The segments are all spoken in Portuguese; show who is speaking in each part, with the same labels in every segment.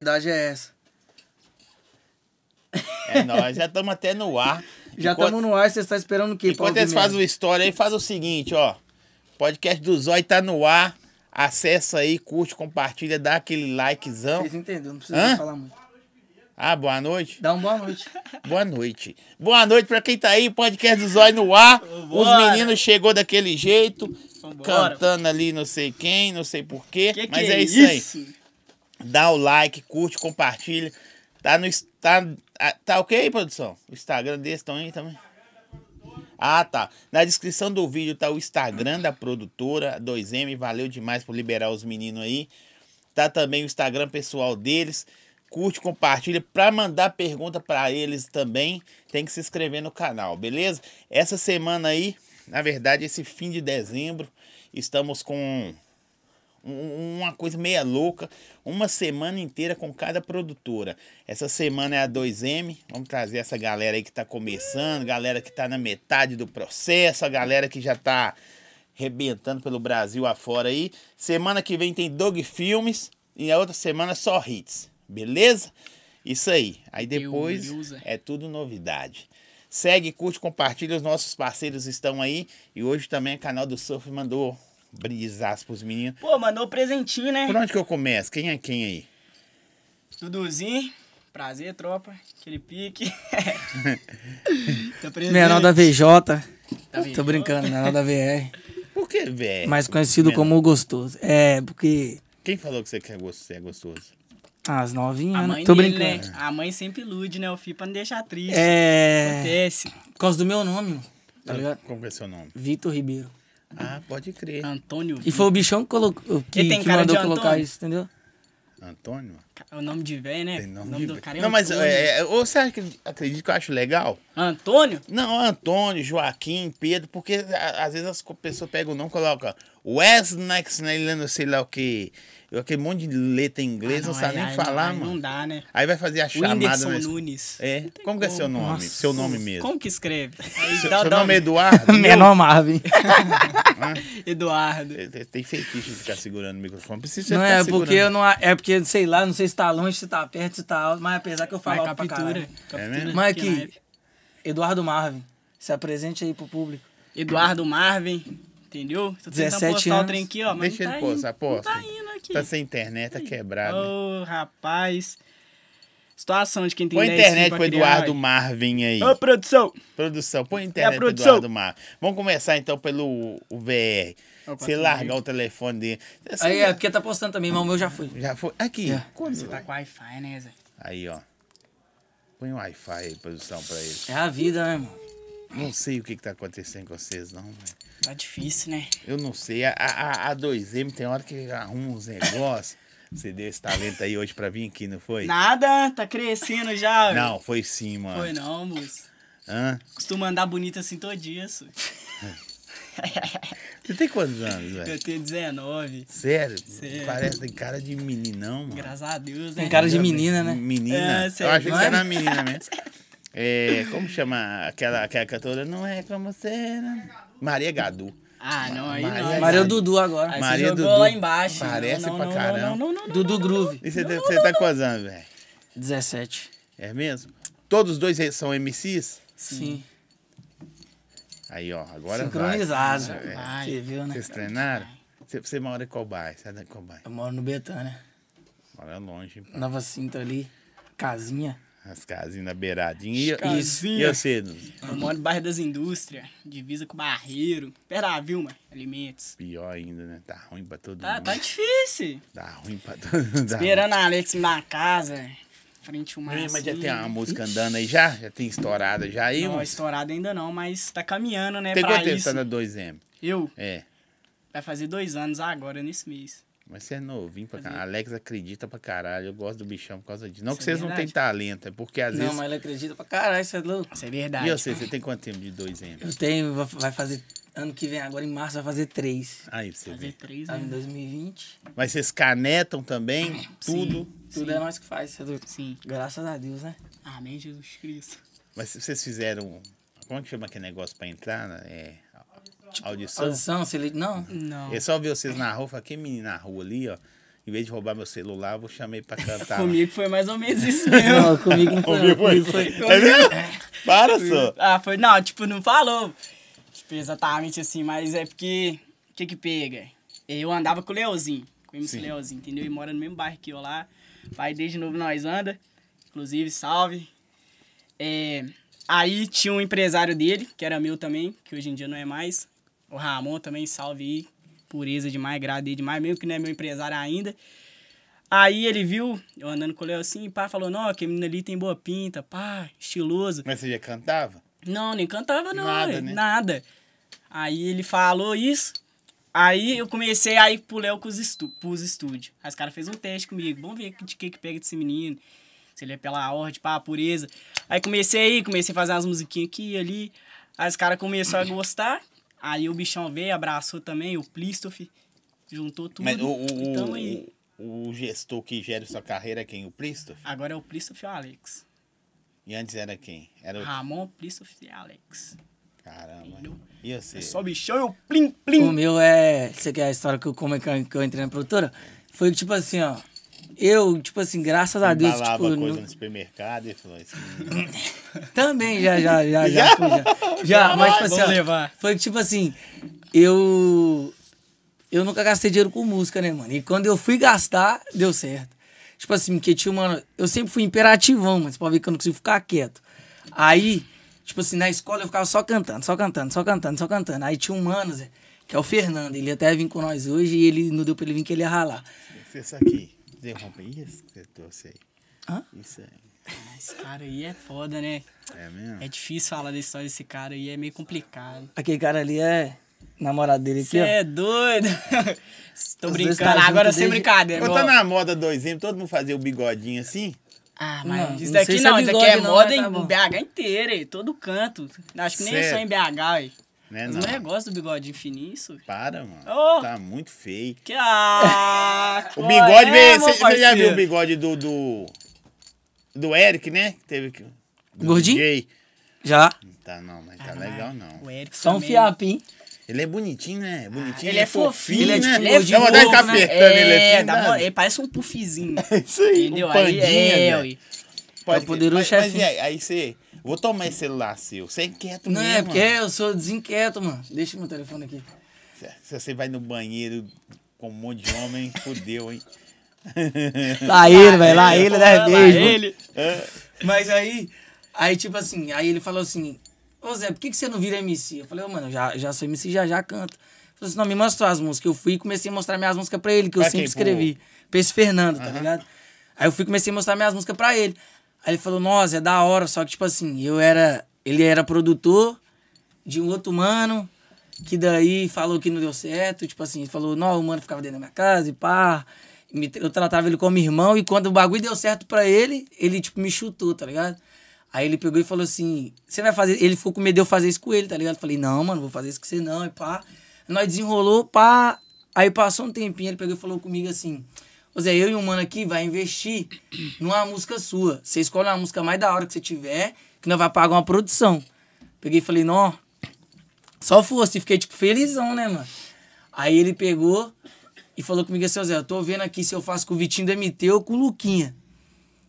Speaker 1: verdade é essa.
Speaker 2: É nóis, já estamos até no ar.
Speaker 1: Já estamos
Speaker 2: Enquanto-
Speaker 1: no ar, você está esperando o quê? pra
Speaker 2: Enquanto
Speaker 1: ouvir
Speaker 2: eles fazem
Speaker 1: mesmo?
Speaker 2: o story aí, faz o seguinte, ó. Podcast do Zói tá no ar. Acessa aí, curte, compartilha, dá aquele likezão.
Speaker 1: Vocês entenderam, não precisa
Speaker 2: Hã?
Speaker 1: falar muito.
Speaker 2: Ah, boa noite.
Speaker 1: Dá uma boa noite.
Speaker 2: Boa noite. Boa noite pra quem tá aí, podcast do Zói no ar. Os
Speaker 3: Vambora.
Speaker 2: meninos chegou daquele jeito,
Speaker 3: Vambora.
Speaker 2: cantando ali não sei quem, não sei porquê.
Speaker 3: Que que
Speaker 2: mas
Speaker 3: é
Speaker 2: é isso aí.
Speaker 3: isso?
Speaker 2: Dá o like, curte, compartilha. Tá no. ins- Tá, ah, tá ok, produção? O Instagram desse estão aí também? Ah, tá. Na descrição do vídeo tá o Instagram da produtora 2M. Valeu demais por liberar os meninos aí. Tá também o Instagram pessoal deles. Curte, compartilha. Pra mandar pergunta pra eles também, tem que se inscrever no canal, beleza? Essa semana aí, na verdade, esse fim de dezembro, estamos com um- uma coisa meia louca, uma semana inteira com cada produtora. Essa semana é a 2M, vamos trazer essa galera aí que tá começando, galera que tá na metade do processo, a galera que já tá arrebentando pelo Brasil afora aí. Semana que vem tem Dog Filmes e a outra semana só hits, beleza? Isso aí. Aí
Speaker 3: Meu
Speaker 2: depois
Speaker 3: Deus, é.
Speaker 2: é tudo novidade. Segue, curte, compartilha, os nossos parceiros estão aí. E hoje também o canal do Surf mandou brisas pros meninos.
Speaker 3: Pô, mandou presentinho, né?
Speaker 2: Por onde que eu começo? Quem é quem aí?
Speaker 3: Duduzinho. Prazer, tropa. Aquele pique. tá presente.
Speaker 1: Menor da VJ.
Speaker 3: Tá
Speaker 1: Tô brincando, menor da VR.
Speaker 2: Por que, velho?
Speaker 1: Mais conhecido como o Gostoso. É, porque
Speaker 2: Quem falou que você quer gos- você é gostoso?
Speaker 1: as
Speaker 3: A
Speaker 1: novinhas, né?
Speaker 3: mãe
Speaker 1: Tô
Speaker 3: dele,
Speaker 1: brincando.
Speaker 3: né? A mãe sempre ilude, né? O filho pra não deixar triste.
Speaker 1: É.
Speaker 3: Acontece.
Speaker 1: Por causa do meu nome, mano. Tá ligado?
Speaker 2: Como que é seu nome?
Speaker 1: Vitor Ribeiro.
Speaker 2: Ah, pode crer.
Speaker 3: Antônio.
Speaker 1: E foi o bichão que, colocou, que,
Speaker 3: Ele tem
Speaker 1: que
Speaker 3: cara de
Speaker 1: mandou colocar
Speaker 3: Antônio?
Speaker 1: isso, entendeu?
Speaker 2: Antônio?
Speaker 3: É O nome de velho, né?
Speaker 2: Tem nome
Speaker 3: o nome
Speaker 2: de-
Speaker 3: do cara é
Speaker 2: Não, mas
Speaker 3: Antônio.
Speaker 2: é, é, ou você acre- acredita que eu acho legal?
Speaker 3: Antônio?
Speaker 2: Não, Antônio, Joaquim, Pedro, porque a- às vezes as co- pessoas pegam o nome e colocam Wesley, não né, sei lá o que. Aquele monte de letra em inglês,
Speaker 3: Ah,
Speaker 2: não, sabe
Speaker 3: aí-
Speaker 2: nem
Speaker 3: aí
Speaker 2: falar,
Speaker 3: não, aí
Speaker 2: mano.
Speaker 3: Não dá, né?
Speaker 2: Aí vai fazer a chamada.
Speaker 3: Whindersson
Speaker 2: na escola.
Speaker 3: Nunes.
Speaker 2: É?
Speaker 3: Não tem
Speaker 2: Como que é seu
Speaker 3: como.
Speaker 2: nome?
Speaker 1: Nossa.
Speaker 2: Seu nome mesmo.
Speaker 3: Como que escreve? Aí
Speaker 2: Seu,
Speaker 3: dá o
Speaker 2: seu nome é Eduardo? Meu
Speaker 1: Menor Marvin.
Speaker 3: Eduardo.
Speaker 2: Tem- Tem feitiço de ficar segurando o microfone. Precisa
Speaker 1: Não
Speaker 2: ficar
Speaker 1: é
Speaker 2: tá segurando.
Speaker 1: porque eu não. É porque, sei lá, não sei se tá longe, se tá perto, se tá alto, mas apesar que eu
Speaker 3: Vai,
Speaker 1: falo alto pra
Speaker 3: captura.
Speaker 1: caralho.
Speaker 2: É
Speaker 3: captura
Speaker 2: mesmo?
Speaker 1: Mas
Speaker 3: aqui na
Speaker 1: aqui,
Speaker 3: live.
Speaker 1: Eduardo Marvin, se apresente aí pro público.
Speaker 3: Eduardo Marvin, entendeu? Tô tentando
Speaker 1: 17
Speaker 3: postar o
Speaker 1: anos.
Speaker 3: trem aqui, ó, mas
Speaker 2: Deixa
Speaker 3: não tá
Speaker 2: ele postar,
Speaker 3: indo, não
Speaker 2: posta.
Speaker 3: tá indo aqui.
Speaker 2: Tá sem internet, tá quebrado. né?
Speaker 3: Ô, rapaz. Situação de quem tem
Speaker 2: Põe
Speaker 3: 10
Speaker 2: internet
Speaker 3: filhos
Speaker 2: pro
Speaker 3: pra criar,
Speaker 2: Eduardo
Speaker 3: vai.
Speaker 2: Marvin aí.
Speaker 3: Ô, produção.
Speaker 2: Produção, põe internet pro
Speaker 3: produção.
Speaker 2: Eduardo Marvin. Vamos começar então pelo o VR.
Speaker 3: Opa, tá
Speaker 2: Você
Speaker 3: tudo
Speaker 2: largar o telefone dele. Você
Speaker 1: Aí
Speaker 2: já-
Speaker 1: é porque tá postando também, mas o meu já foi.
Speaker 2: Já foi. Aqui.
Speaker 1: É.
Speaker 2: quando-
Speaker 3: Você tá com Wi-Fi, né, Zé?
Speaker 2: Aí, ó. Põe o Wi-Fi aí, produção, pra ele.
Speaker 1: É a vida, né, mano?
Speaker 2: Não sei o que, que tá acontecendo com vocês, não, velho.
Speaker 3: Tá difícil, né?
Speaker 2: Eu não sei. A, a, a 2M tem hora que arruma uns negócios. Você deu esse talento aí hoje pra vir aqui, não foi?
Speaker 3: Nada, tá crescendo já. velho.
Speaker 2: Não, foi sim, mano.
Speaker 3: Foi não, moço.
Speaker 2: Hã?
Speaker 3: Costuma andar bonito assim todo dia, su.
Speaker 2: Você tem quantos anos, velho?
Speaker 3: Eu tenho 19.
Speaker 2: Sério?
Speaker 3: Sério.
Speaker 2: Parece tem cara de meninão, mano.
Speaker 3: Graças a Deus, né?
Speaker 2: Um
Speaker 1: Tem cara de menina, né?
Speaker 2: Menina?
Speaker 3: É,
Speaker 2: Eu
Speaker 3: sério.
Speaker 2: achei que você
Speaker 1: Não é?
Speaker 2: era uma menina mesmo. É, como chama aquela, aquela cantora? Não é como você era. Maria Gadu.
Speaker 3: Ah, não, aí
Speaker 2: Maria- é
Speaker 3: não.
Speaker 1: Maria
Speaker 2: Maria
Speaker 1: é Dudu agora.
Speaker 3: Aí
Speaker 2: Maria
Speaker 3: você jogou
Speaker 2: Dudu.
Speaker 3: lá embaixo.
Speaker 2: Parece
Speaker 3: não, não,
Speaker 2: pra
Speaker 3: não,
Speaker 2: caramba.
Speaker 3: Não, não, não, não, não.
Speaker 1: Dudu Groove,
Speaker 2: E você, tem- você tá quantos anos, velho?
Speaker 1: 17.
Speaker 2: É mesmo? Todos os dois são MCs?
Speaker 1: Sim.
Speaker 2: Aí, ó, agora
Speaker 1: Sincronizado.
Speaker 2: vai. É.
Speaker 3: Vai.
Speaker 1: Você viu, né?
Speaker 2: Vocês treinaram? Você, você mora em Cobai, sai da Cobai.
Speaker 1: Eu moro no Betânia.
Speaker 2: Mora longe, hein, pá.
Speaker 1: Nova Cinta ali. Casinha.
Speaker 2: as casinhas na beiradinha. E, e,
Speaker 3: Casinha.
Speaker 2: e você, Nus?
Speaker 3: Eu moro no bairro das indústrias, divisa com Barreiro, perto da Vilma, alimentos.
Speaker 2: Pior ainda, né? Tá ruim pra todo
Speaker 3: Tá,
Speaker 2: mundo.
Speaker 3: tá difícil.
Speaker 2: Tá ruim pra todo mundo. Tá
Speaker 3: Esperando a Alex ir na casa, frente ao mar.
Speaker 2: ruim. Mas já
Speaker 3: assim.
Speaker 2: tem uma música andando aí já? Já tem estourada já aí?
Speaker 3: Não,
Speaker 2: mano?
Speaker 3: estourado ainda não, mas tá caminhando, né,
Speaker 2: tem
Speaker 3: pra
Speaker 2: quanto tempo
Speaker 3: isso.
Speaker 2: tá na 2M?
Speaker 3: Eu,
Speaker 2: É.
Speaker 3: vai fazer dois anos agora, nesse mês.
Speaker 2: Mas você é novinho pra
Speaker 3: Fazer.
Speaker 2: caralho. Alex acredita pra caralho. Eu gosto do bichão por causa disso. Não
Speaker 3: Isso
Speaker 2: que
Speaker 3: é
Speaker 2: vocês não têm
Speaker 3: verdade.
Speaker 2: talento, é porque às
Speaker 1: Não,
Speaker 2: vezes.
Speaker 1: mas ele acredita pra caralho, você é louco.
Speaker 3: Isso é verdade.
Speaker 2: E você, você tem quanto tempo de 2M?
Speaker 1: Eu tenho, va- vai fazer. Ano que vem, agora em março, vai fazer 3.
Speaker 2: Aí pra você
Speaker 3: Fazer
Speaker 2: ver.
Speaker 3: três
Speaker 1: Sabe, em
Speaker 3: anos.
Speaker 1: 2020.
Speaker 2: Mas vocês canetam também? Tudo.
Speaker 1: Tudo é nós que faz, você é louco.
Speaker 3: Sim.
Speaker 1: Graças a Deus, né?
Speaker 3: Amém, Jesus Cristo.
Speaker 2: Mas se vocês fizeram. Como é que chama aquele negócio pra entrar? né? É.
Speaker 1: Tipo,
Speaker 2: Audição. É
Speaker 1: Audição, se ele. Não.
Speaker 3: Não.
Speaker 2: Eu só vi vocês na é rua, falei, que menino na rua ali, ó. Em vez de roubar meu celular, eu vou chamar ele pra cantar.
Speaker 3: Comigo foi mais ou menos isso mesmo.
Speaker 1: Não, comigo não foi. não.
Speaker 2: Comigo
Speaker 1: Comigo
Speaker 2: foi.
Speaker 1: foi.
Speaker 2: Tá vendo? Para só.
Speaker 3: Ah, foi. Não, tipo, não falou. Tipo, exatamente assim, mas é porque. O que que pega? Eu andava com o Leozinho, com o MC
Speaker 2: Sim.
Speaker 3: Leozinho, entendeu? E mora no mesmo bairro que eu lá. Vai desde novo nós anda. Inclusive, salve. É, aí tinha um empresário dele, que era meu também, que hoje em dia não é mais. O Ramon também, salve aí. Pureza demais, gradei demais, mesmo que não é meu empresário ainda. Aí ele viu, eu andando com o Léo assim, pá, falou, não, aquele menino ali tem boa pinta, pá, estiloso.
Speaker 2: Mas você já cantava?
Speaker 3: Não, nem cantava não,
Speaker 2: Nada,
Speaker 3: nada,
Speaker 2: né?
Speaker 3: nada. Aí ele falou isso. Aí eu comecei a ir pro Léo com os estu- pros estúdios. Aí os caras fez um teste comigo. Vamos ver de que que pega desse menino. Se ele é pela ordem, pá, pureza. Aí comecei a ir, comecei a fazer umas musiquinhas aqui e ali. Aí os caras começaram a gostar. Aí o bichão veio, abraçou também, o Plistoff. Juntou tudo.
Speaker 2: Mas o, o,
Speaker 3: e
Speaker 1: Então,
Speaker 3: tamo aí.
Speaker 2: o, o gestor que gera sua carreira é quem? O Plistoff?
Speaker 3: Agora é o Plistoff e o Alex.
Speaker 2: E antes era quem? Era o.
Speaker 3: Ramon, Plistoff e Alex.
Speaker 2: Caramba.
Speaker 3: Entendeu?
Speaker 2: E você?
Speaker 3: É só bichão e o plim, plim.
Speaker 1: O meu é. Você quer a história que eu, como é que eu, que eu entrei na produtora? Foi que, tipo assim, ó. Eu, tipo assim, graças a Deus,
Speaker 2: Embalava
Speaker 1: tipo.
Speaker 2: coisa né?
Speaker 1: não-
Speaker 2: no supermercado e falou assim.
Speaker 1: Também, já, já, já, já, fui, já. Já, mas, tipo assim,
Speaker 3: Vamos
Speaker 1: ó,
Speaker 3: levar.
Speaker 1: foi que, tipo assim, eu. Eu nunca gastei dinheiro com música, né, mano? E quando eu fui gastar, deu certo. Tipo assim, porque tinha uma. Eu sempre fui imperativão, mas pode ver que eu não consigo ficar quieto. Aí, tipo assim, na escola eu ficava só cantando, só cantando, só cantando, só cantando. Aí tinha um mano, Zé, que é o Fernando, ele até vir com nós hoje e ele não deu pra ele vir que ele ia ralar.
Speaker 2: Você só que derruba isso que você trouxe aí.
Speaker 1: Hã?
Speaker 2: Isso aí.
Speaker 3: Esse cara aí é foda, né?
Speaker 2: É mesmo?
Speaker 3: É difícil falar da história desse cara aí, é meio complicado.
Speaker 1: Aquele cara ali é namorado dele aqui,
Speaker 3: Você
Speaker 1: ó.
Speaker 3: é doido? Tô
Speaker 1: Os dois
Speaker 3: brincando,
Speaker 1: tá junto
Speaker 3: agora sem
Speaker 1: desde-
Speaker 3: brincadeira.
Speaker 2: Quando tá
Speaker 3: irmão.
Speaker 2: na moda 2M, todo mundo fazia o bigodinho assim?
Speaker 3: Ah, mas
Speaker 1: Não,
Speaker 3: isso
Speaker 1: não sei
Speaker 3: daqui
Speaker 1: se é
Speaker 3: não, isso daqui é
Speaker 1: bigode não,
Speaker 3: moda
Speaker 1: mas tá
Speaker 3: em
Speaker 1: bom.
Speaker 3: BH inteira, hein? todo canto. Acho que nem é só
Speaker 2: Sério?
Speaker 3: em BH, hein?
Speaker 2: Né,
Speaker 1: É
Speaker 3: Os
Speaker 2: não.
Speaker 3: moleques gostam do bigode infinito. isso.
Speaker 2: Para, mano.
Speaker 3: é Ô!
Speaker 2: Tá muito feio.
Speaker 3: Que ah,
Speaker 2: O
Speaker 3: qual
Speaker 2: bigode
Speaker 3: é,
Speaker 2: veio.
Speaker 3: meu
Speaker 2: Você já viu
Speaker 3: parceiro?
Speaker 2: o bigode do. Do, do Eric, né? Que Teve que. do
Speaker 1: Gordinho?
Speaker 2: DJ.
Speaker 1: Já.
Speaker 2: Não tá não, mas tá
Speaker 3: Ah,
Speaker 1: é
Speaker 2: legal não.
Speaker 3: O Eric
Speaker 1: Só um
Speaker 3: também.
Speaker 1: fiapinho.
Speaker 2: Ele é bonitinho, né? Bonitinho.
Speaker 3: Ele é fofinho,
Speaker 1: ele é
Speaker 2: né?
Speaker 1: tipo
Speaker 3: Ele é
Speaker 1: gordinho
Speaker 2: Dá vontade de
Speaker 1: fofo,
Speaker 2: ficar
Speaker 1: né?
Speaker 2: apertando ele
Speaker 3: É,
Speaker 2: assim.
Speaker 3: dá
Speaker 2: dá?
Speaker 3: uma- ele parece um puffzinho.
Speaker 2: Isso aí.
Speaker 3: entendeu?
Speaker 2: um
Speaker 3: aí é,
Speaker 2: pandinha, né?
Speaker 3: ui.
Speaker 1: É o poderoso
Speaker 2: mas, mas
Speaker 1: chefinho.
Speaker 2: e aí, aí você. Vou tomar esse celular seu. Você é inquieto
Speaker 1: Não
Speaker 2: mesmo.
Speaker 1: é, porque eu sou desinquieto, mano. Deixa meu telefone aqui.
Speaker 2: mano. Se você vai no banheiro com um monte de homem, fudeu, hein?
Speaker 1: Lá ele, velho. Lá ele, né?
Speaker 3: Lá
Speaker 1: Beijo.
Speaker 3: ele.
Speaker 1: Mas aí, aí tipo assim, aí ele falou assim, ô Zé, por que, que você não vira MC? Eu falei, ô mano, eu já, já sou MC, já já canto. Ele falou assim, não, me mostra as músicas. Eu fui e comecei a mostrar minhas músicas pra ele, que eu
Speaker 2: Pra
Speaker 1: sempre
Speaker 2: quem? Pro-
Speaker 1: escrevi. Pra esse Fernando, tá ligado? Aí eu fui e comecei a mostrar minhas músicas pra ele. Aí ele falou, nossa, é da hora, só que tipo assim, eu era, ele era produtor de um outro mano, que daí falou que não deu certo, tipo assim, ele falou, não, o mano ficava dentro da minha casa e pá. Me- eu tratava ele como irmão e quando o bagulho deu certo pra ele, ele, tipo, me chutou, tá ligado? Aí ele pegou e falou assim, você vai fazer... Ele ficou com medo de eu fazer isso com ele, tá ligado? Eu falei, não, mano, vou fazer isso com você não, e pá. Nós desenrolou, pá. Aí passou um tempinho, ele pegou e falou comigo assim, ô Zé, eu e um mano aqui vai investir numa música sua. Você escolhe uma música mais da hora que você tiver, que nós vai pagar uma produção. Peguei e falei, não, só fosse, e fiquei, tipo, felizão, né, mano? Aí ele pegou e falou comigo assim, "Ô, Zé, eu tô vendo aqui se eu faço com o Vitinho do MT ou com o Luquinha.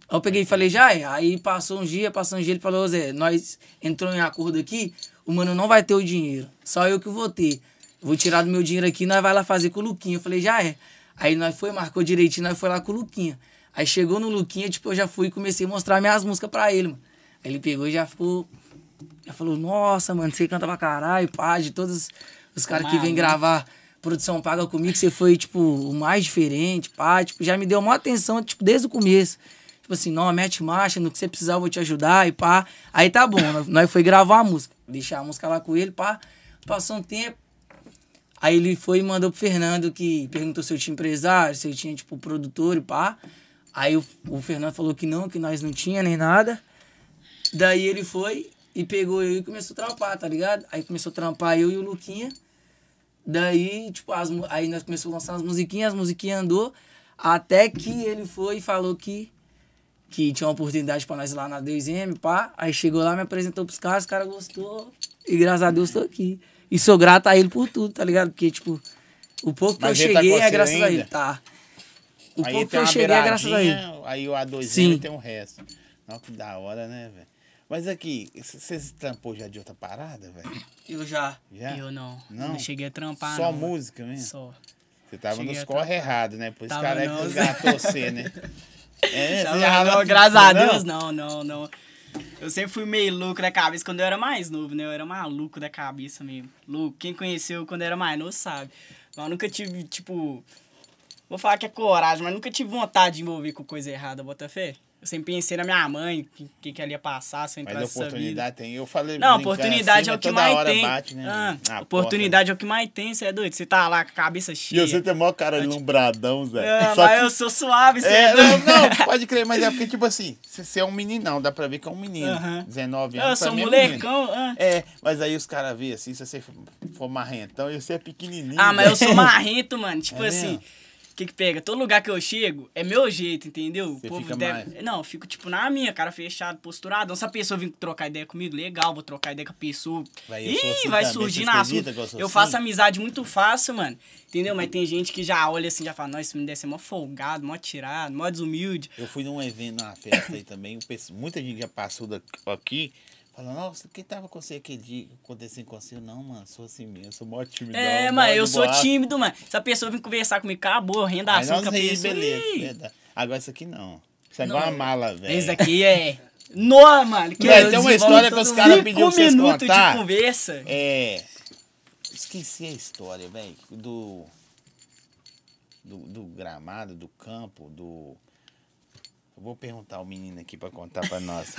Speaker 1: Aí eu peguei e falei, já é. Aí passou um dia, passou um dia, ele falou, "Ô, Zé, nós entrou em acordo aqui, o mano não vai ter o dinheiro, só eu que vou ter. Vou tirar do meu dinheiro aqui, nós vai lá fazer com o Luquinha. Eu falei, já é. Aí nós foi, marcou direitinho, nós foi lá com o Luquinha. Aí chegou no Luquinha, tipo, eu já fui e comecei a mostrar minhas músicas pra ele, mano. Aí ele pegou e já ficou ela falou, nossa, mano, você canta pra caralho, pá, de todos os caras que vêm
Speaker 3: Maluco.
Speaker 1: gravar produção paga comigo, você foi, tipo, o mais diferente, pá, tipo, já me deu uma atenção, tipo, desde o começo. Tipo assim, não, mete marcha, no que você precisar eu vou te ajudar e pá. Aí tá bom, nós- nós foi gravar a música, deixar a música lá com ele, pá. Passou um tempo, Aí ele foi e mandou pro Fernando que perguntou se eu tinha empresário, se eu tinha, tipo, produtor e pá. Aí o, o Fernando falou que não, que nós não tinha nem nada. Daí ele foi e pegou eu e começou a trampar, tá ligado? Aí começou a trampar eu e o Luquinha. Daí, tipo, as, mu- aí nós começamos a lançar as musiquinhas, as musiquinhas andou. Até que ele foi e falou que, que tinha uma oportunidade pra nós ir lá na 2M, pá. Aí chegou lá, me apresentou pros caras, os caras gostou. E graças a Deus tô aqui. E sou grato a ele por tudo, tá ligado? Porque, tipo, o pouco que
Speaker 2: Mas
Speaker 1: eu
Speaker 2: ele tá
Speaker 1: cheguei
Speaker 2: com
Speaker 1: é
Speaker 2: você
Speaker 1: graças a
Speaker 2: ainda?
Speaker 1: ele, tá? o
Speaker 2: aí
Speaker 1: pouco que
Speaker 2: tem
Speaker 1: eu
Speaker 2: uma
Speaker 1: cheguei é graças a ele.
Speaker 2: beiradinha, Aí o
Speaker 1: Sim.
Speaker 2: A2 tem o resto. Não, que da hora, né, velho? Mas aqui, c- vocês trampou já de outra parada, velho?
Speaker 1: Eu já.
Speaker 2: Já?
Speaker 3: Eu não.
Speaker 2: É? Não?
Speaker 3: Não, cheguei a trampar,
Speaker 2: Só
Speaker 3: não.
Speaker 2: música mesmo?
Speaker 3: Só.
Speaker 2: Você tava
Speaker 3: Cheguei
Speaker 2: nos
Speaker 3: a
Speaker 2: corre errado, né? Por isso que
Speaker 3: Tava
Speaker 2: cara
Speaker 3: não.
Speaker 2: resgatou você, né? É,
Speaker 3: Tá
Speaker 2: você
Speaker 3: bom,
Speaker 2: já
Speaker 3: não,
Speaker 2: tava-
Speaker 3: graças a Deus, né? não, não, não. Eu sempre fui meio louco da cabeça quando eu era mais novo, né? Eu era maluco da cabeça mesmo. Louco. Quem conheceu quando eu era mais novo sabe. Mas eu nunca tive, tipo. Vou falar que é coragem, mas nunca tive vontade de envolver com coisa errada, Botafé. Eu sempre pensei na minha mãe, o que, que, que ela ia passar se eu entrasse
Speaker 2: Mas
Speaker 3: nessa vida.
Speaker 2: oportunidade tem. Eu falei.
Speaker 3: Não,
Speaker 2: brincando assim,
Speaker 3: oportunidade é o
Speaker 2: mas
Speaker 3: que
Speaker 2: toda
Speaker 3: mais
Speaker 2: hora
Speaker 3: tem.
Speaker 2: bate, né?
Speaker 3: Ah,
Speaker 2: Na
Speaker 3: oportunidade é o que mais tem, você é doido. Você tá lá com a cabeça
Speaker 2: porta.
Speaker 3: cheia.
Speaker 2: E você tem o maior cara alumbradão, Zé.
Speaker 3: Ah,
Speaker 2: Só
Speaker 3: mas
Speaker 2: que-
Speaker 3: eu sou suave, você é,
Speaker 2: É, não,
Speaker 3: doido.
Speaker 2: não, pode crer, mas é porque, tipo assim, você você é um meninão, dá pra ver que é um menino.
Speaker 3: Aham.
Speaker 2: 19 anos.
Speaker 3: Eu sou
Speaker 2: pra mim é
Speaker 3: molecão. ah.
Speaker 2: menino. É, mas aí os caras veem assim, se você for marrentão, e você é pequenininho.
Speaker 3: Ah, mas eu sou
Speaker 2: velho.
Speaker 3: marrento, mano. Tipo
Speaker 2: É
Speaker 3: assim,
Speaker 2: mesmo?
Speaker 3: o que que pega? Todo lugar que eu chego é meu jeito, entendeu? O
Speaker 2: Você fica mais-
Speaker 3: Não, eu fico tipo na minha, cara fechado, posturado. Se a pessoa vir trocar ideia comigo, legal, vou trocar ideia com a pessoa.
Speaker 2: Véi, eu sou
Speaker 3: Ih,
Speaker 2: assim
Speaker 3: vai
Speaker 2: também,
Speaker 3: surgir
Speaker 2: vocês
Speaker 3: na
Speaker 2: acreditam
Speaker 3: assunto.
Speaker 2: que eu sou
Speaker 3: Eu
Speaker 2: assim?
Speaker 3: faço amizade muito fácil, mano. Entendeu? Mas tem gente que já olha assim, já fala, nossa, esse menino deve ser mó folgado, mó tirado, mó desumilde.
Speaker 2: Eu fui num evento, numa festa aí também, o pessoal- muita gente já passou da- aqui, falando, nossa, o que tava com você aquele dia? Acontecendo com você? Eu, Não, mano, sou assim mesmo, sou mó tímido.
Speaker 3: É, mano, eu sou tímido, mano. Se a pessoa vir conversar comigo, acabou, renda
Speaker 2: Aí
Speaker 3: assunto
Speaker 2: nós
Speaker 3: com a
Speaker 2: ri,
Speaker 3: pessoa.
Speaker 2: beleza.
Speaker 3: ih,
Speaker 2: verdade. Agora isso aqui não. Isso é igual uma mala, velho.
Speaker 3: Esse aqui é. Nó, mano. Que
Speaker 2: Velho,
Speaker 3: eu
Speaker 2: tem uma
Speaker 3: desenvolvo
Speaker 2: história que
Speaker 3: todo
Speaker 2: os caras
Speaker 3: mundo.
Speaker 2: pediu pra
Speaker 3: Cinco
Speaker 2: vocês
Speaker 3: minutos
Speaker 2: contar.
Speaker 3: de conversa.
Speaker 2: É. Esqueci a história, velho. Do, do. Do gramado, do campo, do. Eu vou perguntar o menino aqui pra contar pra nós.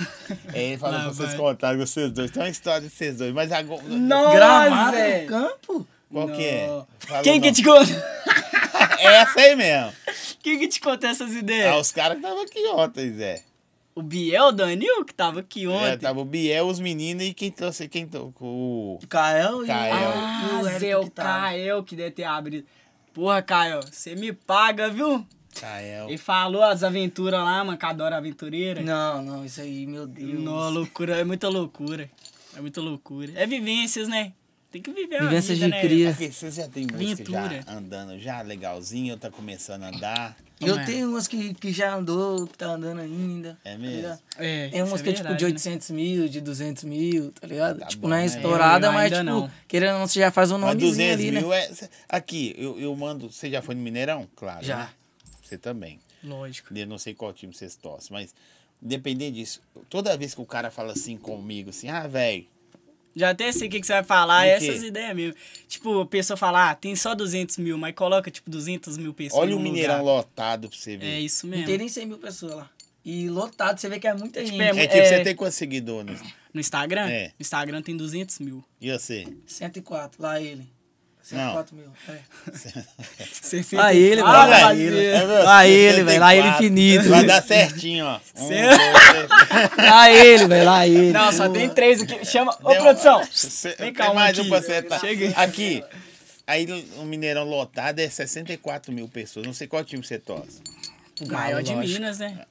Speaker 2: é, ele falou
Speaker 3: Lá
Speaker 2: pra vocês
Speaker 3: vai.
Speaker 2: contarem, vocês dois. Tem uma história de vocês dois, mas agora.
Speaker 3: Nossa!
Speaker 1: Gramado
Speaker 3: é.
Speaker 2: né?
Speaker 1: no campo?
Speaker 2: Qual que é?
Speaker 3: Não.
Speaker 2: Fala
Speaker 3: Quem
Speaker 2: o
Speaker 3: que
Speaker 2: nome.
Speaker 3: te conta?
Speaker 2: Essa aí mesmo.
Speaker 3: Quem que te conta essas ideias?
Speaker 2: Ah, os caras que estavam aqui ontem, Zé.
Speaker 3: O Biel, o Danil, que tava aqui ontem.
Speaker 2: É, tava o Biel, os meninos e quem trouxe. Quem trouxe? O.
Speaker 1: O Kael e
Speaker 2: Kael.
Speaker 1: e
Speaker 3: Ah,
Speaker 1: o Eric
Speaker 3: Zé, o
Speaker 1: que tá.
Speaker 3: Caio que deve ter abrido. Porra, Caio, você me paga, viu?
Speaker 2: Cael.
Speaker 3: Ele falou as aventuras lá, mano, que adora aventureira.
Speaker 1: Não, não, isso aí, meu Deus.
Speaker 3: Não, loucura, é muita loucura. É muita loucura. É vivências, né? Tem que viver a
Speaker 1: Vivências
Speaker 3: vida,
Speaker 1: de
Speaker 3: né?
Speaker 1: cria.
Speaker 2: Aqui, Vocês já tem música
Speaker 3: Ventura.
Speaker 2: já andando já legalzinho, tá começando a andar.
Speaker 1: Eu
Speaker 3: Mano.
Speaker 1: tenho umas que, que já andou, que tá andando ainda.
Speaker 2: É
Speaker 1: tá
Speaker 2: mesmo?
Speaker 1: ligado?
Speaker 3: É,
Speaker 1: Tem
Speaker 3: isso
Speaker 1: umas
Speaker 3: é
Speaker 1: que é tipo de
Speaker 3: verdade, né?
Speaker 1: 800 mil, de 200 mil, tá ligado?
Speaker 2: Tá
Speaker 1: tipo,
Speaker 2: bom,
Speaker 1: não é
Speaker 2: né?
Speaker 1: estourada,
Speaker 3: Eu
Speaker 1: mas
Speaker 3: ainda
Speaker 1: tipo,
Speaker 3: não.
Speaker 1: querendo ou não, você já faz um
Speaker 2: Mas
Speaker 1: nomezinho
Speaker 2: 200
Speaker 1: ali, né?
Speaker 2: mil é. Aqui, eu, eu mando. Você já foi no Mineirão? Claro.
Speaker 1: Já.
Speaker 2: né? Você também.
Speaker 3: Lógico.
Speaker 2: Eu não sei qual time vocês torcem, mas depender disso, toda vez que o cara fala assim comigo, assim, ah, velho,
Speaker 3: Já até sei o que, que você vai falar,
Speaker 2: Do
Speaker 3: é
Speaker 2: quê?
Speaker 3: essas ideias mesmo. Tipo, a pessoa fala, ah, tem só 200 mil, mas coloca, tipo, 200 mil pessoas
Speaker 2: olha
Speaker 3: no
Speaker 2: o Mineirão
Speaker 3: lugar.
Speaker 2: lotado pra você
Speaker 3: É
Speaker 2: ver.
Speaker 3: isso
Speaker 1: Não tem
Speaker 3: mesmo.
Speaker 1: nem 100 mil pessoas lá. E lotado, você vê que é muita
Speaker 3: Tipo,
Speaker 1: gente.
Speaker 2: É,
Speaker 3: é-
Speaker 2: tipo,
Speaker 3: é-
Speaker 2: você tem quantos seguidores?
Speaker 3: No Instagram?
Speaker 2: É.
Speaker 3: No Instagram tem 200 mil.
Speaker 2: E você?
Speaker 1: 104, lá ele. 104 mil. É.
Speaker 3: Ah,
Speaker 1: Lá ele, velho.
Speaker 2: Olha
Speaker 1: Lá
Speaker 2: aí,
Speaker 1: ele,
Speaker 2: é
Speaker 1: velho.
Speaker 2: você,
Speaker 1: Lá ele, velho. Lá ele
Speaker 2: 74.
Speaker 1: infinito.
Speaker 2: Vai dar certinho, ó. Um,
Speaker 3: Cê-
Speaker 2: dois, três.
Speaker 1: Lá ele, velho. Lá ele.
Speaker 3: Não, só tem três aqui. Chama. Ô,
Speaker 2: É Deu-
Speaker 3: produção!
Speaker 2: Cê-
Speaker 3: Vem cá,
Speaker 2: tem
Speaker 3: um
Speaker 2: mais um
Speaker 3: aqui.
Speaker 2: pra acertar.
Speaker 3: Chega
Speaker 2: Aqui. Aí o Mineirão lotado é 64 mil pessoas. Não sei qual time você torce.
Speaker 3: O maior de
Speaker 1: Lógico.
Speaker 3: Minas, né?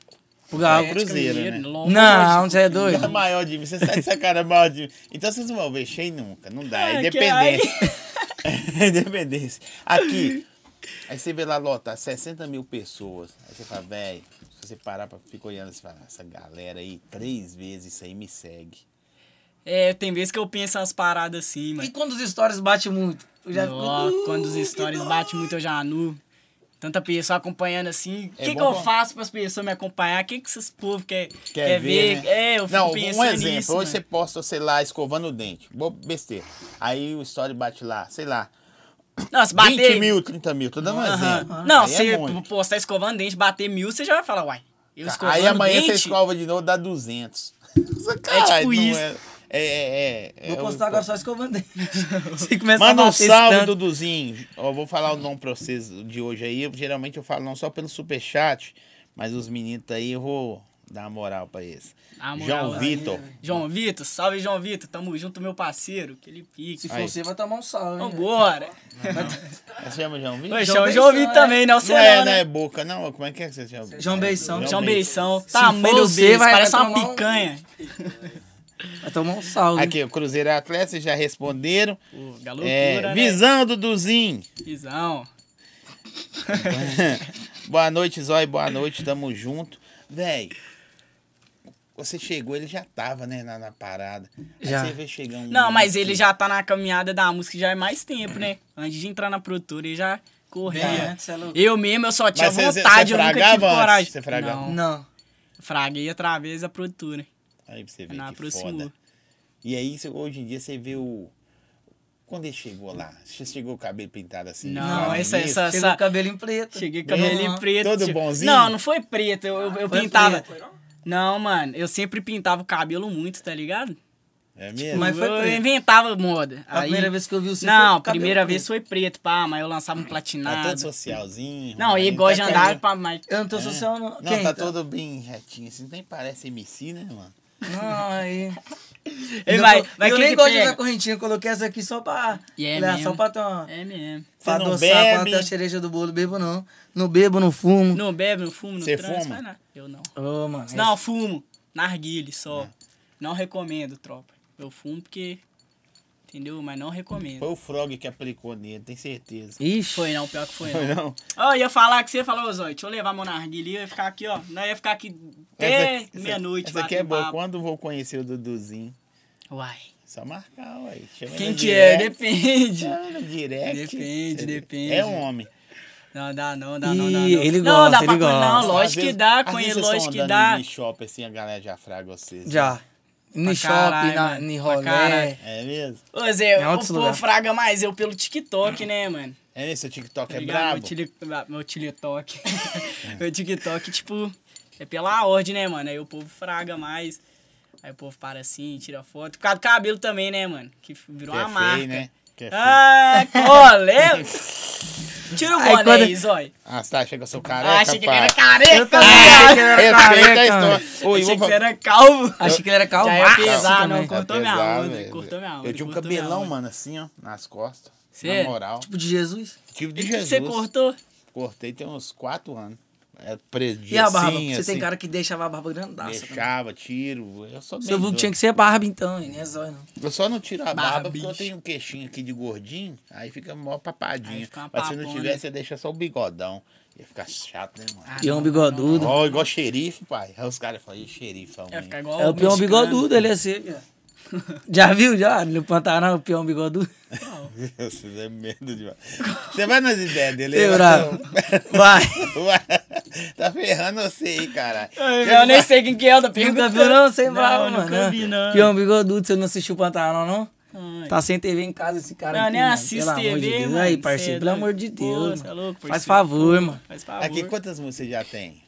Speaker 1: O Galo.
Speaker 2: É, Cruzeiro, né?
Speaker 3: lógico.
Speaker 1: Não, você é doido.
Speaker 2: Não é maior time, você sai de sacanagem, maior time. Então vocês não vão ver cheio nunca, não dá. É
Speaker 3: Ah, que- ai.
Speaker 2: independência. É independência. Aqui. Aí você vê lá lotar 60 mil pessoas. Aí você fala, velho, se você parar pra ficar olhando, você fala, essa galera aí, três vezes isso aí me segue.
Speaker 3: É, tem vezes que eu penso umas paradas assim, mano.
Speaker 1: E quando os stories batem muito? Eu já fico,
Speaker 3: Nó,
Speaker 1: "Uh,
Speaker 3: quando
Speaker 1: que
Speaker 3: os stories
Speaker 1: dó".
Speaker 3: batem muito, eu já anulo. Tanta pessoa acompanhando assim. O
Speaker 2: É
Speaker 3: que, que
Speaker 2: bom
Speaker 3: eu
Speaker 2: pra-
Speaker 3: faço para as pessoas me acompanhar? O que, que esses povo quer, quer, ver?
Speaker 2: né?
Speaker 3: É, eu fico
Speaker 2: Não,
Speaker 3: pensando
Speaker 2: um exemplo.
Speaker 3: nisso. né?
Speaker 2: hoje você
Speaker 3: mano.
Speaker 2: posta, sei lá, escovando o dente. Bo- Besteira. Aí o story bate lá, sei lá,
Speaker 3: Não, se
Speaker 2: 20
Speaker 3: bater.
Speaker 2: mil, 30 mil. Tô dando um
Speaker 3: Aham.
Speaker 2: exemplo.
Speaker 3: Não,
Speaker 2: Aí é
Speaker 3: se
Speaker 2: muito.
Speaker 3: postar escovando dente, bater mil, você já vai falar, uai. Eu escovando
Speaker 2: Aí amanhã
Speaker 3: dente?
Speaker 2: você escova de novo, dá 200.
Speaker 3: É tipo isso.
Speaker 2: É, é, é, é,
Speaker 1: Vou
Speaker 2: é
Speaker 1: postar
Speaker 2: o-
Speaker 1: agora só escovando. Você começa
Speaker 2: Manda
Speaker 1: a bater
Speaker 2: um
Speaker 1: esse
Speaker 2: salve,
Speaker 1: tanto.
Speaker 2: Duduzinho. Ó, vou falar o nome pra vocês de hoje aí. Eu, geralmente eu falo não só pelo superchat, mas os meninos aí eu vou dar uma moral pra eles.
Speaker 3: Dá uma moral
Speaker 2: João
Speaker 3: aí, né,
Speaker 2: Vitor.
Speaker 3: João Vitor, salve João Vitor, tamo junto, meu parceiro, que ele
Speaker 1: Se
Speaker 3: pique.
Speaker 1: for
Speaker 2: Aí.
Speaker 1: você, vai tomar um salve. hein,
Speaker 3: Vambora.
Speaker 2: Você chama João Vitor?
Speaker 3: Oi,
Speaker 1: João
Speaker 3: chama João
Speaker 1: Beição,
Speaker 3: Vitor também, não
Speaker 2: Não
Speaker 3: sei
Speaker 2: é,
Speaker 3: não,
Speaker 2: não
Speaker 3: né?
Speaker 2: é boca, não. Como é que é que você chama?
Speaker 1: João Beição.
Speaker 3: João Beição,
Speaker 1: Se
Speaker 3: tamanho
Speaker 1: for
Speaker 3: do
Speaker 1: você,
Speaker 3: beijo,
Speaker 1: vai-
Speaker 3: parece
Speaker 1: vai
Speaker 3: uma
Speaker 1: tomar um-
Speaker 3: picanha.
Speaker 1: velho. Vai tomar um salve.
Speaker 2: Aqui, o Cruzeiro é Atleta, vocês já responderam.
Speaker 3: Pô, né?
Speaker 2: É,
Speaker 3: galocura, né?
Speaker 2: Visão, Duduzinho.
Speaker 3: Visão.
Speaker 2: Boa noite, Zói. Boa noite, tamo junto. Véi, você chegou, ele já tava, né, na, na parada. Aí
Speaker 1: Já.
Speaker 2: você vê chegar um.
Speaker 3: Não, mas ele já tá na caminhada da música já é mais tempo, né? Antes de entrar na produtora, ele já corria.
Speaker 1: Bem
Speaker 3: né?
Speaker 1: antes, é louco.
Speaker 3: Eu mesmo, eu só tinha
Speaker 2: Mas cê- cê-
Speaker 3: vontade,
Speaker 2: cê
Speaker 3: eu nunca
Speaker 2: fragava
Speaker 3: tive
Speaker 2: antes?
Speaker 3: coragem.
Speaker 2: Cê fragava?
Speaker 3: Não,
Speaker 1: Não.
Speaker 3: fraguei através da produtora.
Speaker 2: Aí pra você ver
Speaker 3: Não,
Speaker 2: que
Speaker 3: aproximou.
Speaker 2: foda. E aí, cê- hoje em dia, você vê o. Quando ele chegou lá, você chegou o cabelo pintado assim?
Speaker 3: Não,
Speaker 2: falando
Speaker 3: essa-
Speaker 2: nisso?
Speaker 3: essa-
Speaker 1: Chegou o cabelo em preto.
Speaker 3: Cheguei com cabelo
Speaker 1: Uhum.
Speaker 3: preto.
Speaker 2: Todo
Speaker 3: tio.
Speaker 2: bonzinho?
Speaker 3: Não, não foi preto, eu, eu, eu
Speaker 1: Ah, Foi
Speaker 3: pintava.
Speaker 1: preto.
Speaker 3: Não, mano, eu sempre pintava o cabelo muito, tá ligado?
Speaker 2: É mesmo?
Speaker 1: Mas foi
Speaker 3: eu
Speaker 1: preto.
Speaker 3: inventava moda.
Speaker 1: A
Speaker 3: Aí-
Speaker 1: primeira vez que eu vi o seu
Speaker 3: Não,
Speaker 1: foi com cabelo
Speaker 3: primeira
Speaker 1: preto.
Speaker 3: vez foi preto, pá, mas eu lançava um
Speaker 2: Tá todo
Speaker 3: platinado.
Speaker 2: socialzinho.
Speaker 3: Não, ele
Speaker 2: arrumadinho,
Speaker 3: gosta de
Speaker 2: tá
Speaker 3: andar
Speaker 2: cabelo-
Speaker 3: pra mais.
Speaker 1: Eu não tô social, não.
Speaker 2: É. Não,
Speaker 1: Quem
Speaker 2: tá todo bem retinho assim. Nem parece MC, né, mano?
Speaker 1: Não, aí.
Speaker 3: Ei,
Speaker 1: eu
Speaker 3: vai,
Speaker 1: tô-
Speaker 3: vai,
Speaker 1: eu
Speaker 3: que
Speaker 1: nem
Speaker 3: que
Speaker 1: gosto
Speaker 3: pega?
Speaker 1: dessa correntinha, eu coloquei essa aqui só pra.
Speaker 3: E é
Speaker 1: Olha,
Speaker 3: mesmo.
Speaker 1: Só pra, tom,
Speaker 3: É mesmo.
Speaker 1: pra
Speaker 2: não
Speaker 1: adoçar, pra
Speaker 2: bebe?
Speaker 1: ter a cereja do bolo. Bebo não. Não bebo, não fumo.
Speaker 3: Não bebe, não fumo, não
Speaker 2: Cê
Speaker 3: transa,
Speaker 2: fuma?
Speaker 3: faz nada. Eu não.
Speaker 1: Ô, mano.
Speaker 3: Não, fumo. Narguile só.
Speaker 2: É.
Speaker 3: Não recomendo, tropa. Eu fumo porque. Entendeu? Mas não recomendo.
Speaker 2: Foi o Frog que aplicou nele, tem certeza.
Speaker 1: Ixi.
Speaker 3: Foi não, pior que foi
Speaker 2: Foi
Speaker 3: não.
Speaker 2: não?
Speaker 3: Ó, eu ia falar que você falou, Zóio, deixa eu levar meu narguile, eu ia ficar aqui, ó. Nós ia ficar aqui até
Speaker 2: Essa-
Speaker 3: meia-noite,
Speaker 2: Essa aqui é
Speaker 3: batendo
Speaker 2: boa.
Speaker 3: papo.
Speaker 2: Quando vou conhecer o Duduzinho?
Speaker 3: Uai.
Speaker 2: Só marcar, ué. Chama
Speaker 3: Quem
Speaker 2: no
Speaker 3: que é?
Speaker 2: direct.
Speaker 3: Depende.
Speaker 2: Chama no direct.
Speaker 3: Depende,
Speaker 2: É-
Speaker 3: depende.
Speaker 2: É um homem.
Speaker 3: Não, dá não, dá não, dá não.
Speaker 1: Ih, ele
Speaker 3: não, dá
Speaker 1: gosta,
Speaker 3: pra
Speaker 1: ele
Speaker 3: con- Não,
Speaker 1: gosta.
Speaker 2: Às
Speaker 3: Ah, lógico
Speaker 2: vezes-
Speaker 3: que dá,
Speaker 2: às vezes
Speaker 3: conheço,
Speaker 2: vocês
Speaker 3: lógico que
Speaker 2: estão
Speaker 3: dá.
Speaker 2: andando em shopping assim, a galera já fraga vocês. né?
Speaker 1: Já. No
Speaker 3: Pra
Speaker 1: shopping,
Speaker 3: caralho,
Speaker 1: na,
Speaker 3: mano.
Speaker 1: no
Speaker 3: Pra
Speaker 1: rolê.
Speaker 3: caralho.
Speaker 2: É mesmo?
Speaker 3: Ô, Zé,
Speaker 1: É
Speaker 3: o
Speaker 1: outros
Speaker 3: povo
Speaker 1: lugar.
Speaker 3: fraga mais eu pelo TikTok, né, mano?
Speaker 2: É mesmo? Seu TikTok é
Speaker 3: Tá ligado?
Speaker 2: brabo? É.
Speaker 3: Meu, tili- meu TikTok. meu TikTok, tipo, é pela ordem, né, mano? Aí o povo fraga mais. Aí o povo para assim, tira foto. Por causa do cabelo também, né, mano? Que f- virou
Speaker 2: Que é
Speaker 3: uma
Speaker 2: feio,
Speaker 3: marca.
Speaker 2: né? Que é feio. Ah,
Speaker 3: Ah, colé! Tira o
Speaker 1: Aí
Speaker 3: boné
Speaker 1: quando-
Speaker 3: aí, zói.
Speaker 2: você tá, chega seu
Speaker 3: Ah,
Speaker 2: careca,
Speaker 3: achei que ele
Speaker 2: pai.
Speaker 3: era careca,
Speaker 1: Eu também
Speaker 3: viado.
Speaker 1: achei que ele era
Speaker 2: Respeita a
Speaker 1: careca, mano.
Speaker 2: história. Oi, eu
Speaker 3: Achei
Speaker 2: vou
Speaker 3: que você
Speaker 2: falar-
Speaker 3: era calvo.
Speaker 1: Achei que ele era calvo.
Speaker 3: Já ia pesar, não,
Speaker 1: também.
Speaker 3: com- Cortou minha
Speaker 2: pesado,
Speaker 3: onda,
Speaker 2: velho.
Speaker 3: cortou minha onda,
Speaker 2: Eu tinha um
Speaker 3: cortou minha
Speaker 2: cabelão,
Speaker 3: onda. é
Speaker 2: mano, assim, ó, nas costas.
Speaker 3: Sério?
Speaker 2: Na moral.
Speaker 1: Tipo de Jesus.
Speaker 2: Tipo de
Speaker 3: Ele-
Speaker 2: Jesus.
Speaker 3: Você cortou?
Speaker 2: Cortei tem uns quatro anos. É preso
Speaker 1: E a barba?
Speaker 2: assim,
Speaker 1: Você tem
Speaker 2: assim,
Speaker 1: cara que deixava a barba grandaça. também.
Speaker 2: Deixava, tiro. Eu só
Speaker 1: Seu vulgo tinha que ser barba, então, hein? Não é zóio, não.
Speaker 2: Eu só não tiro a barba, porque eu
Speaker 3: Barbicha.
Speaker 2: tenho um queixinho aqui de gordinho, aí fica mó
Speaker 3: Aí
Speaker 2: papadinho.
Speaker 3: fica uma
Speaker 2: Mas se não
Speaker 3: papona.
Speaker 2: tiver, você deixa só o bigodão. Ia ficar chato, né, mano?
Speaker 3: Ah,
Speaker 1: E é um
Speaker 3: não,
Speaker 1: bigodudo.
Speaker 2: Ó, igual xerife, pai. Aí os caras falam, "Ih, xerifão.
Speaker 3: Ia
Speaker 2: hein?"
Speaker 3: ficar igual
Speaker 1: É o peão
Speaker 3: mexicano.
Speaker 1: bigodudo, ele é assim, viado. Já viu, já? No Pantanal, o peão bigodudo.
Speaker 2: Você é medo demais. Você vai nas ideias dele.
Speaker 1: Sei,
Speaker 2: ele
Speaker 1: é bravo. Vai.
Speaker 2: Vai. tá ferrando você aí, cara.
Speaker 3: Eu nem sei quem que é, eu tô
Speaker 1: Nunca
Speaker 3: perguntando.
Speaker 1: viu, não? Sem barba,
Speaker 3: Não,
Speaker 1: mano.
Speaker 3: nunca vi, não.
Speaker 1: Peão bigodudo, você não assistiu o Pantanal, não?
Speaker 3: Ai.
Speaker 1: Tá sem TV em casa esse cara.
Speaker 3: Não,
Speaker 1: aqui,
Speaker 3: nem
Speaker 1: mano.
Speaker 3: assisto
Speaker 1: Pelo amor de
Speaker 3: TV,
Speaker 1: Deus.
Speaker 3: mano.
Speaker 1: Aí,
Speaker 3: Cê
Speaker 1: parceiro,
Speaker 3: é
Speaker 1: pelo
Speaker 3: doido.
Speaker 1: amor de
Speaker 3: Pô,
Speaker 1: Deus.
Speaker 3: cê é
Speaker 1: mano.
Speaker 3: louco,
Speaker 1: Faz
Speaker 3: parceiro.
Speaker 1: favor, mano.
Speaker 3: Faz favor.
Speaker 2: Aqui, quantas músicas já tem?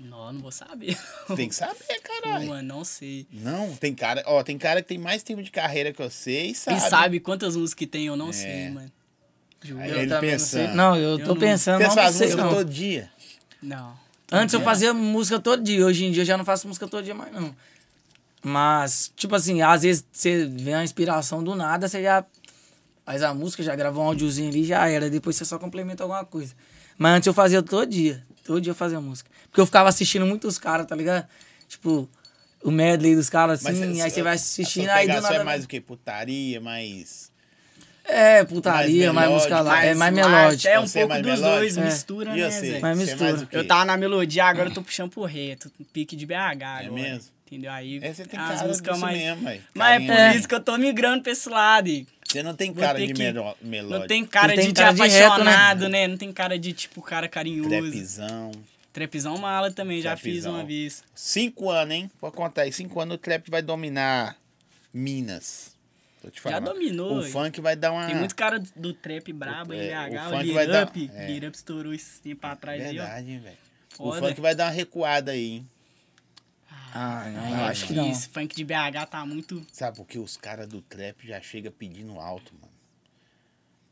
Speaker 3: Não, não vou saber.
Speaker 2: Tem que saber, caralho.
Speaker 3: Mano, não sei.
Speaker 2: Não, tem cara. Ó, tem cara que tem mais tempo de carreira que eu sei e sabe.
Speaker 3: E sabe quantas músicas que tem, eu não sei, mano. Juro.
Speaker 2: É. Aí ele
Speaker 1: também Não,
Speaker 2: pensando.
Speaker 1: sei. Não, eu,
Speaker 3: Eu
Speaker 1: tô
Speaker 3: não-
Speaker 1: pensando,
Speaker 2: Você
Speaker 1: não, não
Speaker 2: faz
Speaker 1: sei
Speaker 2: música
Speaker 1: não.
Speaker 2: todo dia.
Speaker 3: Não.
Speaker 1: Antes eu fazia música todo dia, hoje em dia eu já não faço música todo dia mais não. Mas, tipo assim, às vezes você vê a inspiração do nada, você já faz a música, já grava um áudiozinho ali, já era. Depois você só complementa alguma coisa. Mas antes eu fazia todo dia, todo dia eu fazia música. Porque eu ficava assistindo muitos caras, tá ligado? Tipo, o medley dos caras assim, aí você vai assistindo, aí do nada...
Speaker 2: é mais o que? Putaria, mais.
Speaker 1: É, putaria, mais,
Speaker 2: melódico,
Speaker 1: música lá, é mais
Speaker 2: mais
Speaker 3: smart,
Speaker 1: melódica.
Speaker 3: É um
Speaker 2: Você é
Speaker 3: pouco
Speaker 2: mais
Speaker 3: dos
Speaker 2: melódico?
Speaker 3: dois,
Speaker 1: É.
Speaker 3: mistura,
Speaker 2: E
Speaker 3: né,
Speaker 2: você?
Speaker 1: Mas
Speaker 2: Você
Speaker 3: Zé?
Speaker 2: é mais
Speaker 1: mistura.
Speaker 2: o quê?
Speaker 3: Eu tava na melodia, agora eu tô puxando pro reto, pique de BH agora.
Speaker 2: É mesmo?
Speaker 3: Entendeu? Aí
Speaker 2: É, você tem
Speaker 3: as
Speaker 2: cara
Speaker 3: músicas
Speaker 2: disso
Speaker 3: Ah, mais...
Speaker 2: mesmo, aí.
Speaker 3: Mas é
Speaker 2: Carinha É
Speaker 3: por
Speaker 2: mesmo.
Speaker 3: isso que eu tô migrando pra esse lado. e
Speaker 2: Você não tem
Speaker 3: vou
Speaker 2: cara
Speaker 3: ter
Speaker 2: de
Speaker 3: que-
Speaker 2: melo... melódico.
Speaker 3: Não tem cara
Speaker 1: Não tem
Speaker 3: de, de
Speaker 1: cara de reto,
Speaker 3: apaixonado, né? Não tem cara de, tipo, cara carinhoso.
Speaker 2: Trapzão.
Speaker 3: Trepizão mala também, já fiz
Speaker 2: Trapzão.
Speaker 3: uma vez.
Speaker 2: Cinco anos, hein? Vou contar aí. Cinco anos o trap vai dominar Minas. Tô te
Speaker 3: Já
Speaker 2: falando.
Speaker 3: dominou,
Speaker 2: O
Speaker 3: hein?
Speaker 2: funk vai dar uma.
Speaker 1: Ah.
Speaker 3: Tem muito cara do trap brabo
Speaker 2: O-
Speaker 3: em
Speaker 2: é, o
Speaker 3: BH, o
Speaker 2: funk
Speaker 3: Lirap.
Speaker 2: vai dar-
Speaker 3: Lirup
Speaker 2: é.
Speaker 3: estourou esse tempo atrás aí, ó.
Speaker 2: Verdade, hein, velho. O
Speaker 3: Foda.
Speaker 2: funk vai dar uma recuada aí, hein?
Speaker 1: Ah, não,
Speaker 2: Ah,
Speaker 1: acho que
Speaker 3: Isso,
Speaker 1: não.
Speaker 3: funk de BH tá muito.
Speaker 2: Sabe porque os caras do trap já chegam pedindo alto, mano.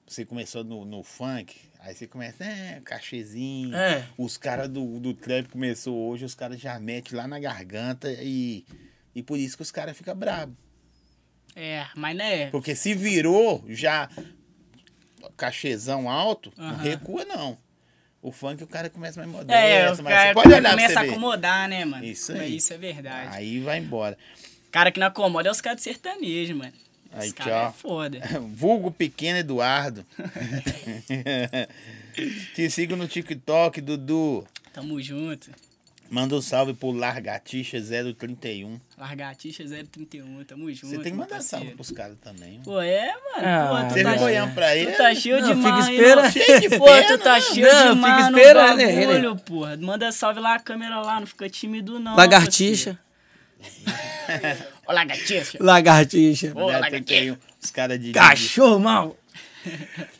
Speaker 2: Você começou no, no funk, aí você começa, é, cachezinho.
Speaker 1: É.
Speaker 2: Os caras do, do trap começou hoje, os caras já metem lá na garganta e. E por isso que os caras ficam bravos.
Speaker 3: É, mas né.
Speaker 2: Porque se virou já cachezão alto, não
Speaker 3: Aham.
Speaker 2: recua, não. O funk o cara começa mais moderno.
Speaker 3: É, o
Speaker 2: mais...
Speaker 3: cara
Speaker 2: Pode olhar pra
Speaker 3: começa
Speaker 2: você
Speaker 3: a
Speaker 2: ver.
Speaker 3: acomodar, né, mano?
Speaker 2: Isso
Speaker 3: Mas
Speaker 2: aí.
Speaker 3: Isso é verdade.
Speaker 2: Aí vai embora.
Speaker 3: Cara que não acomoda é os caras de sertanejo, mano. é
Speaker 2: Aí,
Speaker 3: Os caras
Speaker 2: tchau.
Speaker 3: é foda.
Speaker 2: Vulgo Pequeno Eduardo. Te sigo no TikTok, Dudu.
Speaker 3: Tamo junto.
Speaker 2: Manda um salve pro Largatixa 031.
Speaker 3: Largatixa 031, tamo junto.
Speaker 2: Você tem que
Speaker 3: meu
Speaker 2: mandar salve
Speaker 3: parceiro.
Speaker 2: pros caras também. ó.
Speaker 3: Pô, é, mano.
Speaker 1: Ah,
Speaker 3: Porra, tu
Speaker 2: Teve
Speaker 3: tá,
Speaker 2: um goiano pra ele.
Speaker 3: tu tá cheio
Speaker 1: Não,
Speaker 3: demais.
Speaker 1: fica esperando.
Speaker 3: não.
Speaker 2: Cheio de
Speaker 3: Pô,
Speaker 2: pena,
Speaker 3: tu tá
Speaker 2: né?
Speaker 3: cheio
Speaker 1: Não,
Speaker 3: de demais
Speaker 1: fica
Speaker 3: no
Speaker 1: esperando, né,
Speaker 3: bagulho, porra. Manda salve lá a câmera lá, não fica tímido não.
Speaker 1: Lagartixa.
Speaker 3: parceiro. Ô, lagartixa.
Speaker 1: Lagartixa.
Speaker 3: Ô, lagartixa.
Speaker 2: 031. Os caras de.
Speaker 1: Cachorro mal.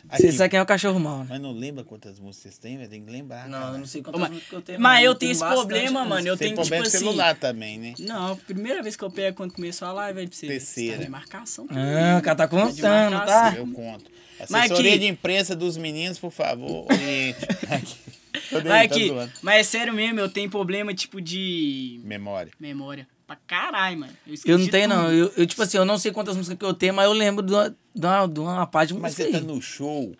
Speaker 1: Você
Speaker 2: Aqui.
Speaker 1: sabe quem é o cachorro mal, né?
Speaker 2: Mas não lembra quantas músicas tem, velho? Tem que lembrar.
Speaker 1: Não, eu não sei
Speaker 3: Ô,
Speaker 1: quantas
Speaker 3: Mas,
Speaker 1: músicas eu tenho.
Speaker 3: mas
Speaker 1: não.
Speaker 3: eu tenho esse
Speaker 1: bastante
Speaker 3: problema, mano.
Speaker 2: Tem,
Speaker 3: Eu tenho, tipo
Speaker 2: problema de
Speaker 3: assim...
Speaker 2: celular também, né?
Speaker 3: Não, primeira vez que eu pego quando começou a live, velho, pra você ver, você
Speaker 2: Terceira.
Speaker 3: Tá de marcação. tá?
Speaker 1: Ah, o cara tá
Speaker 3: de
Speaker 1: contando,
Speaker 3: marcação.
Speaker 1: tá?
Speaker 2: Eu conto.
Speaker 3: Ah. Mas
Speaker 2: Assessoria
Speaker 3: aqui-
Speaker 2: de imprensa dos meninos, por favor. Oriente.
Speaker 1: tá
Speaker 2: Tô dentro,
Speaker 3: Mas, é
Speaker 2: tô
Speaker 3: que,
Speaker 2: zoando.
Speaker 3: mas é sério mesmo, eu tenho problema, tipo, de
Speaker 2: Memória.
Speaker 3: memória. Pra caralho, mano. Eu, esqueci
Speaker 1: Eu não tenho, não.
Speaker 3: tudo.
Speaker 1: Eu, eu, tipo assim, eu não sei quantas músicas que eu tenho, mas eu lembro de uma, de uma, de uma parte de
Speaker 2: Mas
Speaker 1: música
Speaker 2: você tá
Speaker 1: aí.
Speaker 2: no show.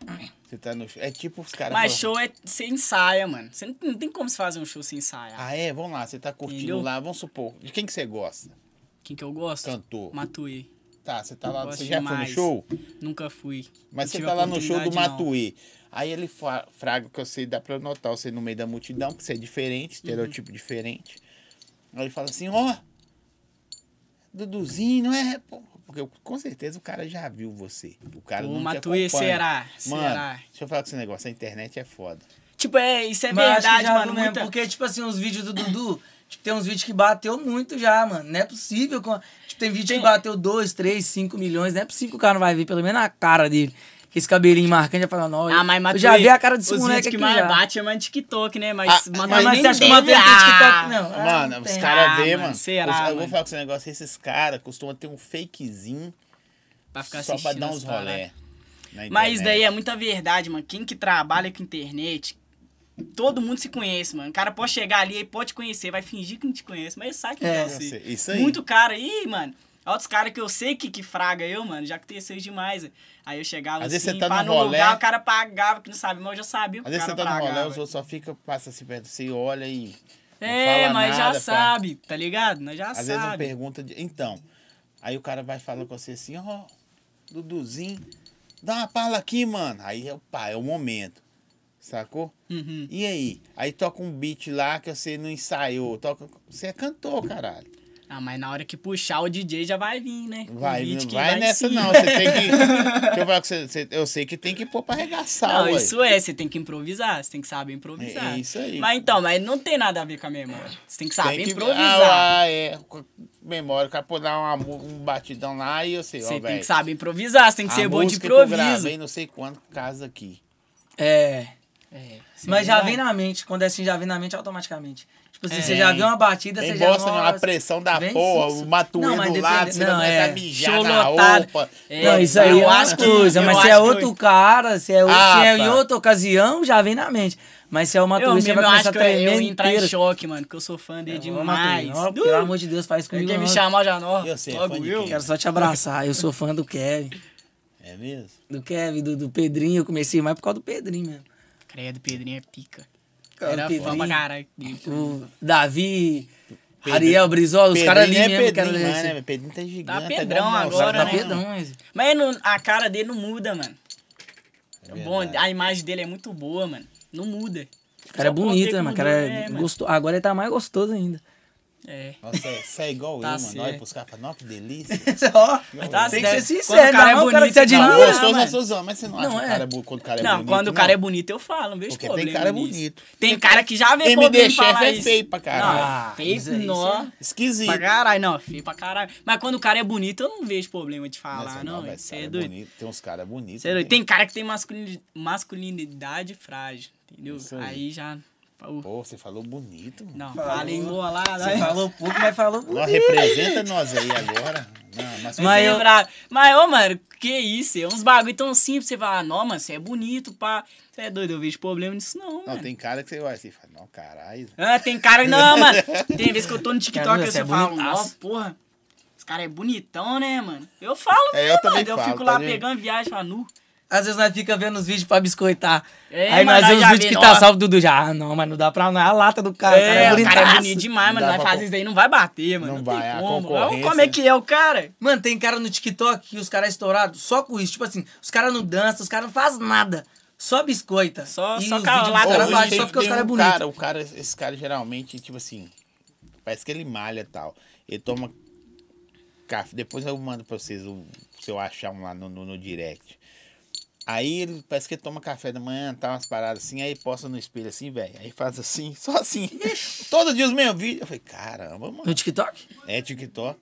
Speaker 2: Você tá no show. É tipo os caras.
Speaker 3: Mas
Speaker 2: falam,
Speaker 3: show é sem ensaia, mano. Você não, não tem como se fazer um show sem ensaiar.
Speaker 2: Ah, é? Vamos lá, você tá curtindo
Speaker 3: Entendeu?
Speaker 2: lá. Vamos supor. De quem que você gosta?
Speaker 3: Quem que eu gosto?
Speaker 2: Cantor.
Speaker 3: Matuê.
Speaker 2: Tá, você tá lá.
Speaker 3: Gosto
Speaker 2: Você já foi no
Speaker 3: demais.
Speaker 2: show?
Speaker 3: Nunca fui.
Speaker 2: Mas
Speaker 3: Não
Speaker 2: você
Speaker 3: tive
Speaker 2: tá
Speaker 3: a
Speaker 2: lá no show do
Speaker 3: oportunidade, não.
Speaker 2: Matuê. Aí ele fa- fraga que eu sei, dá pra notar você no meio da multidão, que você é
Speaker 3: Uhum.
Speaker 2: diferente, estereotipo diferente. Aí ele fala assim, ó, Duduzinho, não é? pô?" Porque eu- com certeza o cara já viu você. O cara
Speaker 3: Pô,
Speaker 2: não te
Speaker 3: Matuê,
Speaker 2: acompanha.
Speaker 3: será?
Speaker 2: Mano,
Speaker 3: Será?
Speaker 2: deixa eu falar com esse negócio, a internet é foda.
Speaker 3: Tipo, é, isso é
Speaker 1: Mas acho que
Speaker 3: verdade,
Speaker 1: já
Speaker 3: mano.
Speaker 1: viu mesmo,
Speaker 3: Muita...
Speaker 1: Porque, tipo assim, os vídeos do Dudu, tipo, tem uns vídeos que bateu muito já, mano. Não é possível. com- Tipo, tem vídeo
Speaker 3: Tem-
Speaker 1: que bateu 2, 3, 5 milhões. Não é possível que o cara não vai ver, pelo menos a cara dele. Que esse cabelinho marcante já fala, não,
Speaker 3: Ah, mas
Speaker 1: eu
Speaker 3: Matuê.
Speaker 1: já vi a cara desse
Speaker 3: os
Speaker 1: moleque
Speaker 3: vídeos que
Speaker 1: aqui
Speaker 3: mais
Speaker 1: já.
Speaker 3: bate é mais TikTok, né? Mas,
Speaker 2: Ah,
Speaker 3: Matuê
Speaker 1: Mas,
Speaker 2: Mas
Speaker 1: mas
Speaker 3: nem
Speaker 1: você acha que o Matuê
Speaker 3: deve.
Speaker 1: tem TikTok?
Speaker 3: Ah,
Speaker 1: Não. Ah,
Speaker 2: mano,
Speaker 1: não
Speaker 2: os
Speaker 1: tem.
Speaker 2: caras
Speaker 3: Ah,
Speaker 2: vê,
Speaker 3: mano,
Speaker 2: mano.
Speaker 3: será,
Speaker 2: os- eu vou
Speaker 3: mano?
Speaker 2: falar com esse negócio, esses caras costumam ter um fakezinho
Speaker 3: Pra ficar
Speaker 2: só pra
Speaker 3: assistindo
Speaker 2: dar
Speaker 3: as
Speaker 2: uns
Speaker 3: paradas.
Speaker 2: rolé. na
Speaker 3: Mas
Speaker 2: internet.
Speaker 3: daí é muita verdade, mano. Quem que trabalha com internet, todo mundo se conhece, mano. O cara pode chegar ali e pode te conhecer, vai fingir que não te conhece, mas ele sabe que não é
Speaker 1: É,
Speaker 2: Nossa,
Speaker 3: você.
Speaker 2: Isso aí.
Speaker 3: Muito cara aí, mano. Outros caras que eu sei que, que fraga eu, mano, já que tem seis demais. Aí eu chegava
Speaker 2: Às vezes
Speaker 3: assim,
Speaker 2: você tá
Speaker 3: pá,
Speaker 2: no
Speaker 3: no
Speaker 2: rolê.
Speaker 3: lugar, o cara pagava, que não sabe, mas eu já sabia que
Speaker 2: Às
Speaker 3: o
Speaker 2: vezes
Speaker 3: cara
Speaker 2: você tá no
Speaker 3: pagava.
Speaker 2: rolê, os outros só ficam, passa assim perto, você olha e. não
Speaker 3: É,
Speaker 2: fala
Speaker 3: mas
Speaker 2: nada,
Speaker 3: já
Speaker 2: pá.
Speaker 3: sabe, tá ligado? Nós já
Speaker 2: Às
Speaker 3: sabe.
Speaker 2: vezes não pergunta. de- Então. Aí o cara vai falando com você assim, ó, Duduzinho, dá uma pala aqui, mano. Aí é o pá, é o momento. Sacou?
Speaker 3: Uhum.
Speaker 2: E aí? Aí toca um beat lá que você não ensaiou. Toca... Você é cantor, caralho.
Speaker 3: Ah, mas na hora que puxar, o DJ já vai vir, né? Com
Speaker 2: Vai,
Speaker 3: o beat
Speaker 2: não
Speaker 3: que
Speaker 2: vai,
Speaker 3: em
Speaker 2: nessa
Speaker 3: cima.
Speaker 2: não. Você tem que. Deixa eu falar com você. você- Eu sei que tem que pôr pra arregaçar,
Speaker 3: Não,
Speaker 2: ué.
Speaker 3: isso é, você tem que improvisar, você tem que saber
Speaker 2: é,
Speaker 3: improvisar.
Speaker 2: é isso aí. É.
Speaker 3: Mas então, mas não tem nada a ver com a memória. Você tem que saber
Speaker 2: Tem que-
Speaker 3: improvisar.
Speaker 2: Ah, é. com- Memória, o cara pode dar uma mu- um batidão lá e eu sei, ó,
Speaker 3: você tem
Speaker 2: velho,
Speaker 3: que saber improvisar, você tem que
Speaker 2: a
Speaker 3: ser bom de
Speaker 2: música que eu
Speaker 3: improviso.
Speaker 2: gravei não sei quanto casa aqui.
Speaker 1: É.
Speaker 3: É, você
Speaker 1: Mas já
Speaker 3: vai.
Speaker 1: vem na mente. Quando é assim, já vem na mente automaticamente. Tipo assim,
Speaker 3: É. né?
Speaker 1: você já viu uma batida,
Speaker 2: Tem
Speaker 1: você já...
Speaker 2: bosta, não, a
Speaker 1: nossa,
Speaker 2: pressão da
Speaker 1: vem
Speaker 2: porra,
Speaker 1: isso.
Speaker 2: o Matuê
Speaker 1: Não, mas
Speaker 2: do lado,
Speaker 1: depende-
Speaker 2: você
Speaker 1: não,
Speaker 2: não começa
Speaker 1: é.
Speaker 2: a mijar
Speaker 3: Show
Speaker 2: na
Speaker 3: lotado.
Speaker 2: roupa.
Speaker 3: É,
Speaker 1: Não, isso aí
Speaker 3: eu
Speaker 1: é uma
Speaker 3: acho que-
Speaker 1: coisa,
Speaker 3: eu
Speaker 1: mas se
Speaker 3: acho
Speaker 1: é
Speaker 3: que
Speaker 1: outro
Speaker 3: eu-
Speaker 1: cara, se é, o-
Speaker 2: Ah,
Speaker 1: se é em
Speaker 2: pá.
Speaker 1: outra ocasião, já vem na mente. Mas se é uma
Speaker 3: Eu
Speaker 1: turista, você
Speaker 3: mesmo
Speaker 1: vai
Speaker 3: eu
Speaker 1: começar
Speaker 3: acho
Speaker 1: a
Speaker 3: que eu, eu
Speaker 1: tremer
Speaker 3: ia entrar em
Speaker 1: inteiro. É,
Speaker 3: choque, mano, que eu sou fã dele
Speaker 1: Ô, Matuê,
Speaker 3: demais.
Speaker 1: ó,
Speaker 3: Du,
Speaker 1: Pelo amor de Deus, faz
Speaker 3: ele
Speaker 1: comigo
Speaker 3: quer me
Speaker 1: não.
Speaker 3: chamar já, não.
Speaker 2: Eu sei, é
Speaker 3: Logo
Speaker 2: fã de
Speaker 3: eu.
Speaker 2: quem?
Speaker 1: Quero só te abraçar. Eu sou fã do Kevin,
Speaker 2: É mesmo?
Speaker 1: do Kevin, do, do Pedrinho. Eu comecei mais por causa do Pedrinho mesmo.
Speaker 3: Credo, Pedrinho é pica.
Speaker 1: Cara,
Speaker 3: Era fã
Speaker 1: Pedrinho.
Speaker 3: pra caralho. dele.
Speaker 1: O Davi,
Speaker 2: Pedrinho-
Speaker 1: Ariel Brizola, os caras ali
Speaker 2: Pedrinho
Speaker 1: mesmo.
Speaker 2: é
Speaker 1: que era
Speaker 2: Pedrinho, mais,
Speaker 1: desse-
Speaker 2: né? velho? Pedrinho tá gigante.
Speaker 3: Tá
Speaker 2: igual
Speaker 3: Pedrão
Speaker 2: um monstro,
Speaker 3: agora,
Speaker 2: tá
Speaker 1: Tá
Speaker 3: né?
Speaker 1: Pedrão, mas...
Speaker 3: Mas não- a cara dele não muda, mano. É bom,
Speaker 2: verdade.
Speaker 3: a imagem dele é muito boa, mano. Não muda.
Speaker 1: O cara é
Speaker 3: Só pode ter
Speaker 1: bonito, né,
Speaker 3: que
Speaker 1: mano? O
Speaker 3: mudar,
Speaker 1: cara
Speaker 3: é,
Speaker 1: é
Speaker 3: mano.
Speaker 1: gostoso. Agora ele tá mais gostoso ainda.
Speaker 3: É.
Speaker 2: Nossa, é- você é igual
Speaker 3: Tá
Speaker 2: eu, mano. Olha
Speaker 3: certo.
Speaker 2: pros caras e fala, "Nó, que delícia.
Speaker 1: Ó,
Speaker 3: Tá
Speaker 1: tem que ser
Speaker 3: certo. Quando o
Speaker 1: sincero,
Speaker 3: cara é
Speaker 1: não, é um cara que
Speaker 3: bonito,
Speaker 1: você
Speaker 3: não.
Speaker 2: Não,
Speaker 1: admira.
Speaker 3: Gostoso,
Speaker 2: gostoso
Speaker 3: mano.
Speaker 2: é Suzão, mas você não, acha
Speaker 1: Não,
Speaker 2: que o
Speaker 1: é.
Speaker 2: cara é bu- quando o cara é
Speaker 3: não,
Speaker 2: bonito.
Speaker 3: quando o cara
Speaker 2: não.
Speaker 3: é bonito, eu falo, não vejo
Speaker 2: Porque tem
Speaker 3: problema.
Speaker 2: cara
Speaker 3: nisso.
Speaker 2: bonito.
Speaker 3: é Tem cara que já vê
Speaker 2: MD
Speaker 3: problema em
Speaker 2: chefe
Speaker 3: falar
Speaker 2: é
Speaker 3: isso.
Speaker 2: feio pra caralho. é
Speaker 3: Não,
Speaker 1: Ah, isso aí,
Speaker 3: feio nó.
Speaker 1: isso
Speaker 2: Esquisito.
Speaker 3: Pra caralho, não, feio pra caralho. Mas quando o cara é bonito, eu não vejo problema de
Speaker 2: Mas
Speaker 3: falar,
Speaker 2: você
Speaker 3: não.
Speaker 2: velho,
Speaker 3: Você
Speaker 2: cara
Speaker 3: é doido.
Speaker 2: bonito, Tem uns caras bonitos.
Speaker 3: Você é doido.
Speaker 2: tem-
Speaker 3: Tem cara que tem masculini- masculinidade frágil, entendeu?
Speaker 2: Isso aí.
Speaker 3: Aí já. Pô,
Speaker 2: Pô, você falou bonito, mano.
Speaker 3: Não,
Speaker 1: Falou.
Speaker 3: falei embolado. aí-
Speaker 1: Você falou pouco, mas falou
Speaker 2: Nó,
Speaker 1: bonito.
Speaker 2: representa nós aí agora. Não, mas é-
Speaker 3: Mas,
Speaker 1: Mas eu-
Speaker 3: é, mas ô, mano, que isso? É uns bagulho tão simples. Você fala, ah, não, mano, você é bonito, pá. Você é doido, eu vejo problema nisso, não,
Speaker 2: não,
Speaker 3: mano.
Speaker 2: tem cara que você olha assim e fala, não, caralho.
Speaker 3: Ah, tem cara, não, mano. Tem vez que eu tô no TikTok
Speaker 1: Caramba,
Speaker 3: e
Speaker 1: você
Speaker 3: você
Speaker 1: é
Speaker 3: fala, ó,
Speaker 1: bonitaço.
Speaker 3: porra, esse cara é bonitão, né, mano? Eu falo,
Speaker 2: É, eu
Speaker 3: né, mano?
Speaker 2: também
Speaker 3: Eu
Speaker 2: falo,
Speaker 3: fico
Speaker 2: tá
Speaker 3: lá
Speaker 2: vendo?
Speaker 3: pegando viagem, falo, nu.
Speaker 1: Às vezes nós fica vendo os vídeos pra biscoitar.
Speaker 3: É,
Speaker 1: Aí nós
Speaker 3: mas nós
Speaker 1: vemos
Speaker 3: já
Speaker 1: os vídeos
Speaker 3: vê,
Speaker 1: que
Speaker 3: ó.
Speaker 1: tá salvo, Dudu. Já, ah, não, mas não dá pra não. É a lata do cara. o cara
Speaker 3: É,
Speaker 1: é
Speaker 3: o cara é
Speaker 1: bonitaço.
Speaker 3: bonito demais, mano.
Speaker 2: Não
Speaker 3: Vai
Speaker 2: dá pra
Speaker 3: fazer
Speaker 2: co-
Speaker 3: isso daí, não vai bater, mano.
Speaker 2: Não
Speaker 3: Não,
Speaker 2: vai,
Speaker 3: tem
Speaker 2: a
Speaker 3: como. Olha
Speaker 2: concorrência-
Speaker 3: como é que é o cara.
Speaker 1: Mano, tem cara no TikTok que os caras é estourado só com isso. Tipo assim, os caras não dançam, os caras não fazem nada. Só biscoita.
Speaker 3: Só-
Speaker 1: e
Speaker 3: só
Speaker 1: os
Speaker 3: calado.
Speaker 1: vídeos dos caras
Speaker 3: Ô,
Speaker 1: baixos
Speaker 2: tem-
Speaker 1: só porque os
Speaker 2: tem
Speaker 1: caras é
Speaker 2: um
Speaker 1: bonito.
Speaker 2: Cara, o cara, esse cara geralmente, tipo assim, parece que ele malha e tal. Ele toma café. Depois eu mando pra vocês, o, se eu achar um lá no, no, no direct. Aí ele parece que ele toma café da manhã, tá umas paradas assim, aí posta no espelho assim, velho. Aí faz assim, só assim. Todo dia os mesmos vídeos. Eu falei, caramba, mano.
Speaker 1: No TikTok?
Speaker 2: É TikTok.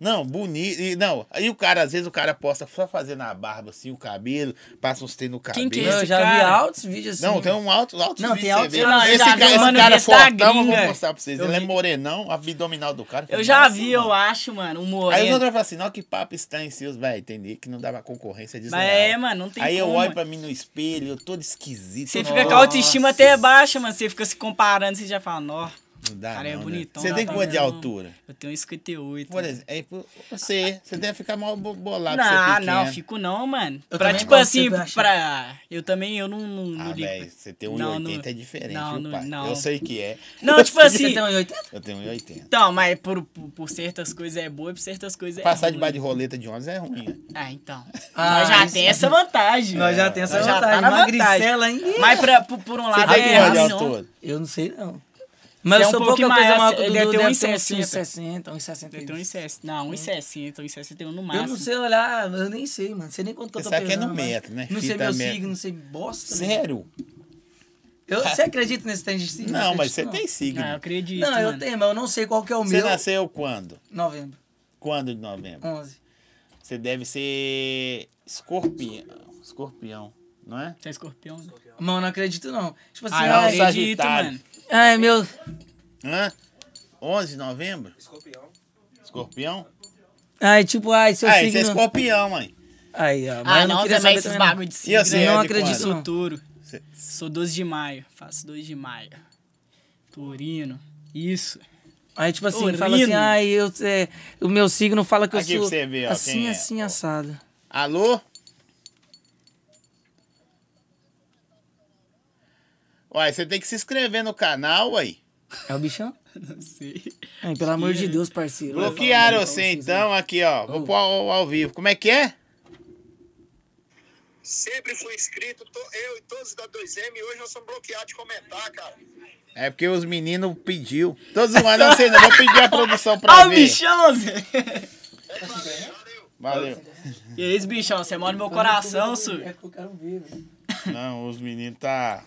Speaker 2: Não, bonito. e Não, aí o cara, às vezes o cara posta só fazendo a barba assim, o cabelo, passa uns tem no cabelo.
Speaker 3: Quem que é
Speaker 1: Não, eu
Speaker 3: esse
Speaker 1: já vi
Speaker 3: cara?
Speaker 1: altos vídeos assim.
Speaker 2: Não, tem um alto, alto
Speaker 1: Não, tem altos
Speaker 2: Esse
Speaker 1: lá,
Speaker 2: cara,
Speaker 1: eu
Speaker 2: esse
Speaker 1: já vi,
Speaker 2: cara,
Speaker 3: mano, eu vi essa
Speaker 2: fortão, eu vou
Speaker 3: gringa.
Speaker 2: mostrar pra vocês.
Speaker 3: Eu
Speaker 2: ele é
Speaker 3: vi.
Speaker 2: morenão, abdominal do cara.
Speaker 3: Eu já
Speaker 2: Nossa,
Speaker 3: vi, eu
Speaker 2: mano.
Speaker 3: acho, mano, um
Speaker 2: Aí os
Speaker 3: moreno.
Speaker 2: outros falam assim, não, que papo estranho seus, velho. Entender que não dava concorrência disso.
Speaker 3: Mas é, mano, não tem
Speaker 2: né? Aí eu
Speaker 3: como,
Speaker 2: olho
Speaker 3: mano.
Speaker 2: pra mim no espelho, eu todo esquisito.
Speaker 3: Você
Speaker 2: nossa,
Speaker 3: fica com a autoestima até baixa, mano. Você fica se comparando, você já fala, nó,
Speaker 2: Não dá,
Speaker 3: cara é
Speaker 2: não, né?
Speaker 3: bonitão,
Speaker 2: Você
Speaker 3: dá
Speaker 2: tem
Speaker 3: pra
Speaker 2: quanto de
Speaker 3: ver, não.
Speaker 2: altura?
Speaker 3: eu tenho 58.
Speaker 2: Por exemplo, aí, pô, você, você deve ficar mal bo- bolado. pra
Speaker 3: Não,
Speaker 2: ser
Speaker 3: não,
Speaker 2: pequeno.
Speaker 3: fico não, mano.
Speaker 1: é Eu
Speaker 3: pra,
Speaker 1: também
Speaker 3: tipo
Speaker 1: gosto,
Speaker 3: assim,
Speaker 1: sempre achei.
Speaker 3: pra. Eu também, eu não, não, não
Speaker 2: Ah,
Speaker 3: ligo.
Speaker 2: velho, você tem
Speaker 3: Não,
Speaker 2: 1,80
Speaker 3: não-
Speaker 2: é diferente,
Speaker 3: não,
Speaker 2: viu,
Speaker 3: não-
Speaker 2: pai?
Speaker 3: não.
Speaker 2: Eu sei que é.
Speaker 3: Não, tipo assim.
Speaker 1: Você tem 1,80?
Speaker 2: Eu tenho 1,80.
Speaker 3: Então, mas por, por, por certas coisas é boa e por certas coisas é
Speaker 2: Passar
Speaker 3: ruim.
Speaker 2: debaixo de roleta de ônibus é ruim, né?
Speaker 3: Ah, então.
Speaker 1: Ah,
Speaker 3: nós já
Speaker 1: isso.
Speaker 3: tem essa vantagem.
Speaker 1: Nós já tem essa
Speaker 3: Nós já
Speaker 1: vantagem.
Speaker 3: tá na
Speaker 1: Magricela,
Speaker 3: vantagem.
Speaker 1: hein?
Speaker 3: Mas pra, por, por um
Speaker 2: Você
Speaker 3: lado
Speaker 1: dá
Speaker 2: tem
Speaker 1: é,
Speaker 2: que olhar
Speaker 3: errado,
Speaker 2: o
Speaker 3: não.
Speaker 2: todo.
Speaker 1: Eu não sei, não. Mas
Speaker 3: é
Speaker 1: eu
Speaker 3: um
Speaker 1: sou pouca
Speaker 3: pouquinho
Speaker 1: coisa
Speaker 3: maior,
Speaker 1: maior é que o
Speaker 3: ele
Speaker 1: Dudu.
Speaker 3: deve ter
Speaker 1: deve
Speaker 3: 1,60.
Speaker 1: ter 1,60, 1,60.
Speaker 3: Eu tenho 1,60. Não, 1,60, 1,61 no máximo.
Speaker 1: Eu não sei olhar, eu nem sei, mano. Sei nem quanto que eu
Speaker 2: Você
Speaker 1: tô
Speaker 2: sabe
Speaker 1: pesando.
Speaker 2: que é no
Speaker 1: mas
Speaker 2: metro, né?
Speaker 1: Não sei
Speaker 2: Fita
Speaker 1: meu
Speaker 2: metro.
Speaker 1: signo, não sei bosta. né?
Speaker 2: Sério?
Speaker 1: Eu, você acredita nesse trem de signo?
Speaker 2: Não, mas você
Speaker 1: Acredito,
Speaker 2: tem signo.
Speaker 3: Não, Ah, eu acredito.
Speaker 1: Não, eu
Speaker 3: mano.
Speaker 1: tenho, mas eu não sei qual que é o
Speaker 2: Você
Speaker 1: meu.
Speaker 2: nasceu quando?
Speaker 1: Novembro,
Speaker 2: Quando de novembro?
Speaker 1: 11.
Speaker 2: Você deve ser escorpião. Escorpião, não é?
Speaker 3: Você é escorpião?
Speaker 1: Mano, não acredito, não. Tipo assim,
Speaker 3: Ah,
Speaker 1: ai,
Speaker 3: eu
Speaker 2: Sagitário.
Speaker 3: acredito, mano.
Speaker 1: ai, meu...
Speaker 2: Hã? 11 de novembro? Escorpião. Escorpião?
Speaker 1: Ai, tipo, ai, seu
Speaker 2: Ah, você é
Speaker 1: signo...
Speaker 2: escorpião, mãe.
Speaker 1: Ai, ó, mas
Speaker 3: Ah,
Speaker 1: eu não
Speaker 3: não,
Speaker 1: queria
Speaker 3: Zé,
Speaker 1: saber
Speaker 3: mas esses
Speaker 1: também, não.
Speaker 3: bagulho de
Speaker 2: E
Speaker 3: signo.
Speaker 2: você?
Speaker 1: Eu
Speaker 2: é
Speaker 1: não
Speaker 2: de
Speaker 1: acredito,
Speaker 2: quando?
Speaker 1: não.
Speaker 3: Sou touro.
Speaker 2: Você-
Speaker 3: Sou 12 de maio. Faço 2 de maio. Turino. Isso.
Speaker 1: Aí, tipo assim,
Speaker 3: Horrível.
Speaker 1: fala assim, ai, eu, é, o meu signo fala que
Speaker 2: Aqui
Speaker 1: eu sou...
Speaker 2: pra você ver, ó,
Speaker 1: assim,
Speaker 2: quem é.
Speaker 1: assim,
Speaker 2: Ó.
Speaker 1: assado.
Speaker 2: Alô? Uai, você tem que se inscrever no canal, uai.
Speaker 1: É o bichão?
Speaker 3: Não sei.
Speaker 1: Ai, pelo amor de Deus, parceiro.
Speaker 2: Bloquearam você então, aqui ó. Vou pôr ao, ao vivo. Como é que é?
Speaker 4: Sempre fui inscrito, tô- eu e todos da 2M, hoje nós somos bloqueados de comentar, cara.
Speaker 2: É porque os meninos pediu. Todos os não sei, não. Vou pedir a produção pra
Speaker 3: Ó o
Speaker 2: ver.
Speaker 3: bichão, Zé.
Speaker 2: Valeu.
Speaker 3: E aí, bichão, você mora no meu coração, su.
Speaker 1: É que eu quero ver, velho.
Speaker 2: Não, os meninos tá.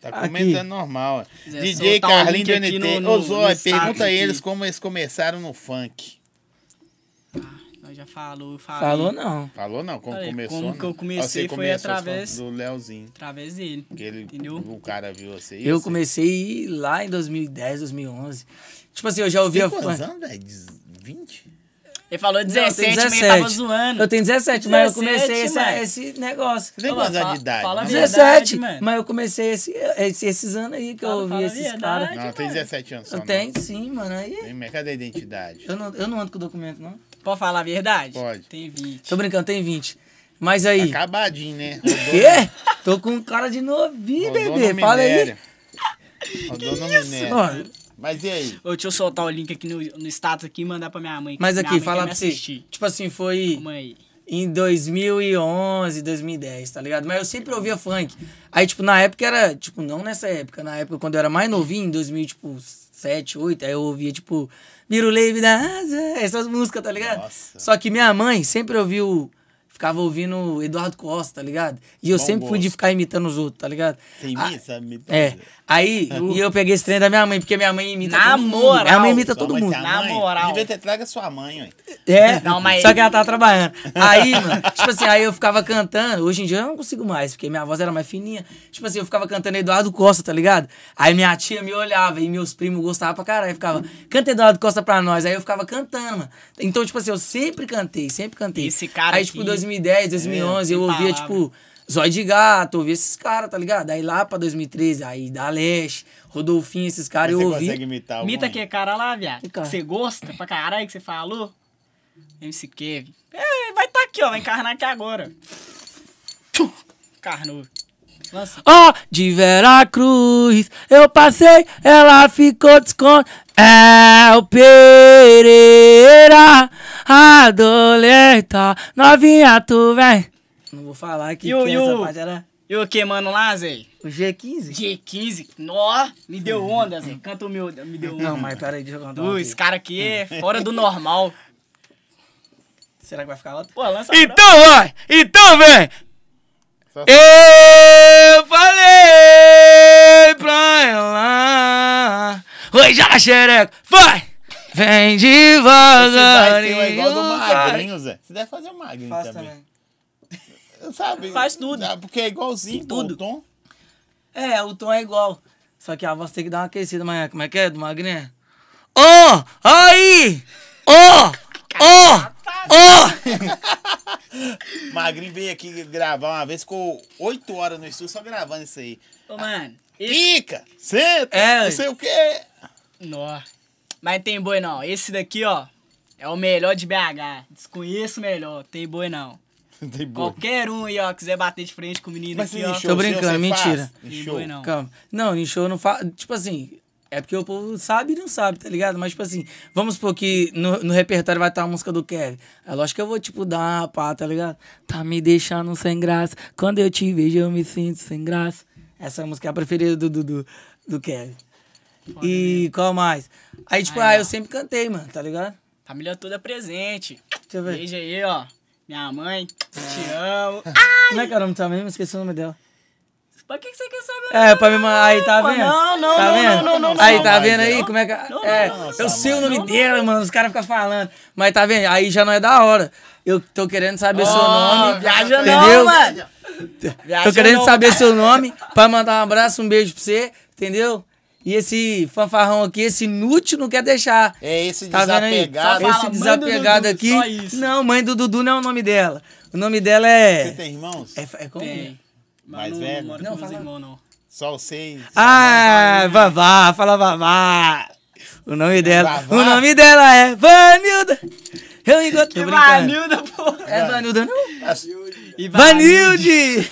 Speaker 2: Tá
Speaker 1: Aqui.
Speaker 2: comentando normal. ó.
Speaker 3: Zé,
Speaker 2: DJ
Speaker 3: soltar o
Speaker 2: Carlinho do
Speaker 3: link aqui
Speaker 2: NT.
Speaker 3: no- no-
Speaker 2: Ô, Zóia,
Speaker 3: no
Speaker 2: pergunta
Speaker 3: status
Speaker 2: a
Speaker 3: aqui.
Speaker 2: eles como eles começaram no funk.
Speaker 3: Ah, nós já falou, falei.
Speaker 1: Falou não.
Speaker 2: Falou não, como
Speaker 3: Olha,
Speaker 2: começou.
Speaker 3: como
Speaker 2: né?
Speaker 3: que eu
Speaker 2: Ó, você
Speaker 3: comecei foi
Speaker 2: começou
Speaker 3: através-
Speaker 2: do Leozinho.
Speaker 3: Através dele.
Speaker 2: Que ele,
Speaker 3: Entendeu?
Speaker 2: o cara viu você. e
Speaker 1: Eu
Speaker 2: você-
Speaker 1: comecei lá em 2010, 2011. Tipo assim, eu já ouvia
Speaker 2: Tem
Speaker 1: funk.
Speaker 2: quantos anos, velho? Dez- 20?
Speaker 3: Ele
Speaker 1: Não,
Speaker 3: falou
Speaker 1: eu tenho
Speaker 3: 17, mas tava zoando.
Speaker 1: Eu tenho 17, mas eu
Speaker 3: 17,
Speaker 1: comecei esse,
Speaker 3: mano.
Speaker 1: esse negócio.
Speaker 2: Você tem
Speaker 3: Ô,
Speaker 2: quantos
Speaker 3: fala-
Speaker 2: anos de idade? né?
Speaker 3: fala a verdade,
Speaker 1: 17,
Speaker 3: mano.
Speaker 1: mas eu comecei esse, esse- esses anos aí que eu
Speaker 3: Fala-
Speaker 1: ouvi
Speaker 3: fala a
Speaker 1: esses
Speaker 3: verdade.
Speaker 1: caras.
Speaker 2: Não, tem 17 anos só.
Speaker 1: Eu
Speaker 2: não.
Speaker 1: tenho sim, mano. Aí,
Speaker 2: Tem, mas Cadê a identidade?
Speaker 1: eu, não, eu não ando com documento, não.
Speaker 3: Pode falar a verdade?
Speaker 2: Pode.
Speaker 3: Tem 20.
Speaker 1: Tô brincando, tem 20. Mas aí.
Speaker 2: Acabadinho, né?
Speaker 1: Quê? Tô com cara de novinho,
Speaker 2: Rodou
Speaker 1: bebê.
Speaker 2: no
Speaker 1: Fala aí.
Speaker 2: minério. Rodou no minério.
Speaker 1: mano?
Speaker 2: Mas e aí?
Speaker 3: Ô, deixa eu soltar o link aqui no, no status aqui e mandar pra minha mãe. que
Speaker 1: Mas
Speaker 3: minha
Speaker 1: aqui,
Speaker 3: mãe
Speaker 1: fala
Speaker 3: quer me
Speaker 1: pra você.
Speaker 3: assistir.
Speaker 1: Tipo assim, foi.
Speaker 3: Calma aí.
Speaker 1: em 2011, 2010, tá ligado? Mas eu sempre ouvia funk. Aí, tipo, na época era, tipo, não nessa época, na época quando eu era mais novinho, em 2007, 8, aí eu ouvia, tipo, Mirulei da Asa, essas músicas, tá ligado?
Speaker 2: Nossa.
Speaker 1: Só que minha mãe sempre ouviu, ficava ouvindo Eduardo Costa, tá ligado? E eu
Speaker 2: Bom
Speaker 1: sempre fui de
Speaker 2: gosto.
Speaker 1: ficar imitando os outros, tá ligado?
Speaker 2: Você imita? Imita.
Speaker 1: É. Aí, e eu peguei esse trem da minha mãe, porque minha mãe imita
Speaker 3: Uh. Na
Speaker 1: todo mundo.
Speaker 3: moral.
Speaker 1: Minha mãe imita
Speaker 2: Sua
Speaker 1: todo
Speaker 2: mãe
Speaker 1: mundo.
Speaker 2: tem a
Speaker 3: Na
Speaker 2: mãe?
Speaker 3: moral.
Speaker 2: Devia ter traga sua mãe, ué.
Speaker 1: É,
Speaker 3: Né? Não, mas-
Speaker 1: só que ela tava trabalhando. Aí, mano, tipo assim, aí eu ficava cantando. Hoje em dia eu não consigo mais, porque minha voz era mais fininha. Tipo assim, eu ficava cantando Eduardo Costa, tá ligado? Aí minha tia me olhava e meus primos gostavam pra caralho. Ficava, canta Eduardo Costa pra nós. Aí eu ficava cantando, mano. Então, tipo assim, eu sempre cantei, sempre cantei.
Speaker 3: Esse cara
Speaker 1: Aí, tipo,
Speaker 3: aqui- é,
Speaker 1: 2010, 2011, eu
Speaker 3: sem
Speaker 1: ouvia,
Speaker 3: palavra.
Speaker 1: tipo, Zóio de Gato, ouvia esses caras, tá ligado? Aí lá pra 2013, aí Daleste, Rodolfinho, esses caras, eu
Speaker 2: Você
Speaker 1: ouvi.
Speaker 2: consegue imitar algum?
Speaker 3: Mita que é cara lá, viado.
Speaker 1: Que cara?
Speaker 3: Você gosta pra caralho que você falou? MC Kevin. É, vai tá aqui, ó. Vai encarnar aqui agora. Tchum! Encarnou. Lança.
Speaker 1: Ó, de Veracruz, eu passei, ela ficou desconto. É o Pereira, adoleta, novinha tu vem. Não vou falar que,
Speaker 3: E o-
Speaker 1: que
Speaker 3: e
Speaker 1: essa
Speaker 3: o-
Speaker 1: parte era
Speaker 3: E o que, mano, lá, Zé?
Speaker 1: o G15.
Speaker 3: G15, nó, me deu onda, Zé. Canta o meu, me deu onda.
Speaker 1: Não, mas peraí, deixa eu contar. uma
Speaker 3: Du,
Speaker 1: aqui.
Speaker 3: esse cara aqui é fora do normal.
Speaker 1: Será que vai ficar alto?
Speaker 3: Pô, lança a
Speaker 1: Então vai! Então vem!
Speaker 2: Só-
Speaker 1: Eu falei pra ela Oi, já xereco, vai! Vem
Speaker 2: Você vai
Speaker 1: devagarinho
Speaker 2: ser igual do
Speaker 1: vai.
Speaker 2: magrinho, Zé. Você deve fazer o magrinho
Speaker 1: Faço
Speaker 2: também.
Speaker 1: também.
Speaker 2: Sabe?
Speaker 1: Faz tudo.
Speaker 2: Ah, Porque é igualzinho pô,
Speaker 1: Tudo.
Speaker 2: o tom.
Speaker 1: É, o tom é igual. Só que a voz tem que dar uma aquecida, mas como é que é do magrinho? Ó, aí! Ó, ó, ó!
Speaker 2: Magrinho veio aqui gravar uma vez, ficou 8 horas no estúdio só gravando isso aí.
Speaker 3: Ô, mano, esse...
Speaker 2: Fica, senta,
Speaker 1: É.
Speaker 2: não sei o quê.
Speaker 3: Nó. Mas tem boi não. Esse daqui, ó, é o melhor de BH. Desconheço o melhor, tem boi não.
Speaker 2: Tem boi.
Speaker 3: Qualquer um aí, ó, quiser bater de frente com o menino
Speaker 2: Mas
Speaker 3: aqui,
Speaker 2: você
Speaker 3: ó.
Speaker 2: em show,
Speaker 1: Tô brincando,
Speaker 2: você faz?
Speaker 1: mentira.
Speaker 2: Em
Speaker 3: Tem
Speaker 2: show?
Speaker 3: boi não.
Speaker 1: Calma. Não, em show não fala. Tipo assim, é porque o povo sabe e não sabe, tá ligado? Mas, tipo assim, vamos supor que no, no repertório vai estar a música do Kevin. É lógico que eu vou, tipo, dar uma pá, tá ligado? Tá me deixando sem graça. Quando eu te vejo, eu me sinto sem graça. Essa música é a preferida do, do, do, do Kevin. E qual mais? Aí, tipo,
Speaker 3: Aí,
Speaker 1: ah,
Speaker 3: ó.
Speaker 1: eu sempre cantei, mano, tá ligado?
Speaker 3: Família toda presente.
Speaker 1: Deixa eu ver.
Speaker 3: Beijo aí, ó. Minha mãe, te amo.
Speaker 1: Como é que é o nome também? Me esqueci o nome dela.
Speaker 3: Pra que que você quer saber?
Speaker 1: É, pra me mandar. Aí, tá
Speaker 3: Opa,
Speaker 1: vendo?
Speaker 3: não, não,
Speaker 1: tá
Speaker 3: não,
Speaker 1: vendo?
Speaker 3: não, não, não, não,
Speaker 1: Aí,
Speaker 2: não,
Speaker 1: tá
Speaker 2: não,
Speaker 1: vendo
Speaker 2: não,
Speaker 1: aí
Speaker 3: não.
Speaker 1: como é que.
Speaker 3: Não,
Speaker 1: é,
Speaker 3: não,
Speaker 1: eu
Speaker 2: não,
Speaker 1: sei o
Speaker 2: não,
Speaker 1: nome
Speaker 3: não,
Speaker 1: dela, mano. Os caras ficam falando. Mas tá vendo? Aí já não é da hora. Eu tô querendo saber seu
Speaker 3: Ó,
Speaker 1: nome.
Speaker 3: viaja
Speaker 1: Ah, entendeu?
Speaker 3: não, mano.
Speaker 1: Tô
Speaker 3: Viaja
Speaker 1: querendo
Speaker 3: não.
Speaker 1: saber seu nome pra mandar um abraço, um beijo pra você, entendeu? E esse fanfarrão aqui, esse inútil, não quer deixar.
Speaker 2: É esse
Speaker 1: Tá vendo aí?
Speaker 2: desapegado.
Speaker 3: Só
Speaker 1: esse
Speaker 3: fala, mãe do
Speaker 1: desapegado
Speaker 3: Dudu,
Speaker 1: aqui.
Speaker 3: só isso.
Speaker 1: Não, mãe do Dudu não é o nome dela. O nome dela
Speaker 2: Você
Speaker 1: é.
Speaker 2: tem irmãos?
Speaker 1: É, é como?
Speaker 3: Tem.
Speaker 2: Mais
Speaker 3: Mas não,
Speaker 2: velho?
Speaker 3: não mora
Speaker 1: Não,
Speaker 3: com meus
Speaker 1: fala-
Speaker 3: irmãos, não.
Speaker 2: Só vocês.
Speaker 1: Ah, Vavá, fala Vavá. O nome dela,
Speaker 2: Vavá?
Speaker 1: o nome dela é Vanilda. Eu encontro
Speaker 3: Que
Speaker 1: tô brincando.
Speaker 3: Vanilda, É pô.
Speaker 1: É Vanilda, não?
Speaker 3: E
Speaker 1: Vanilde.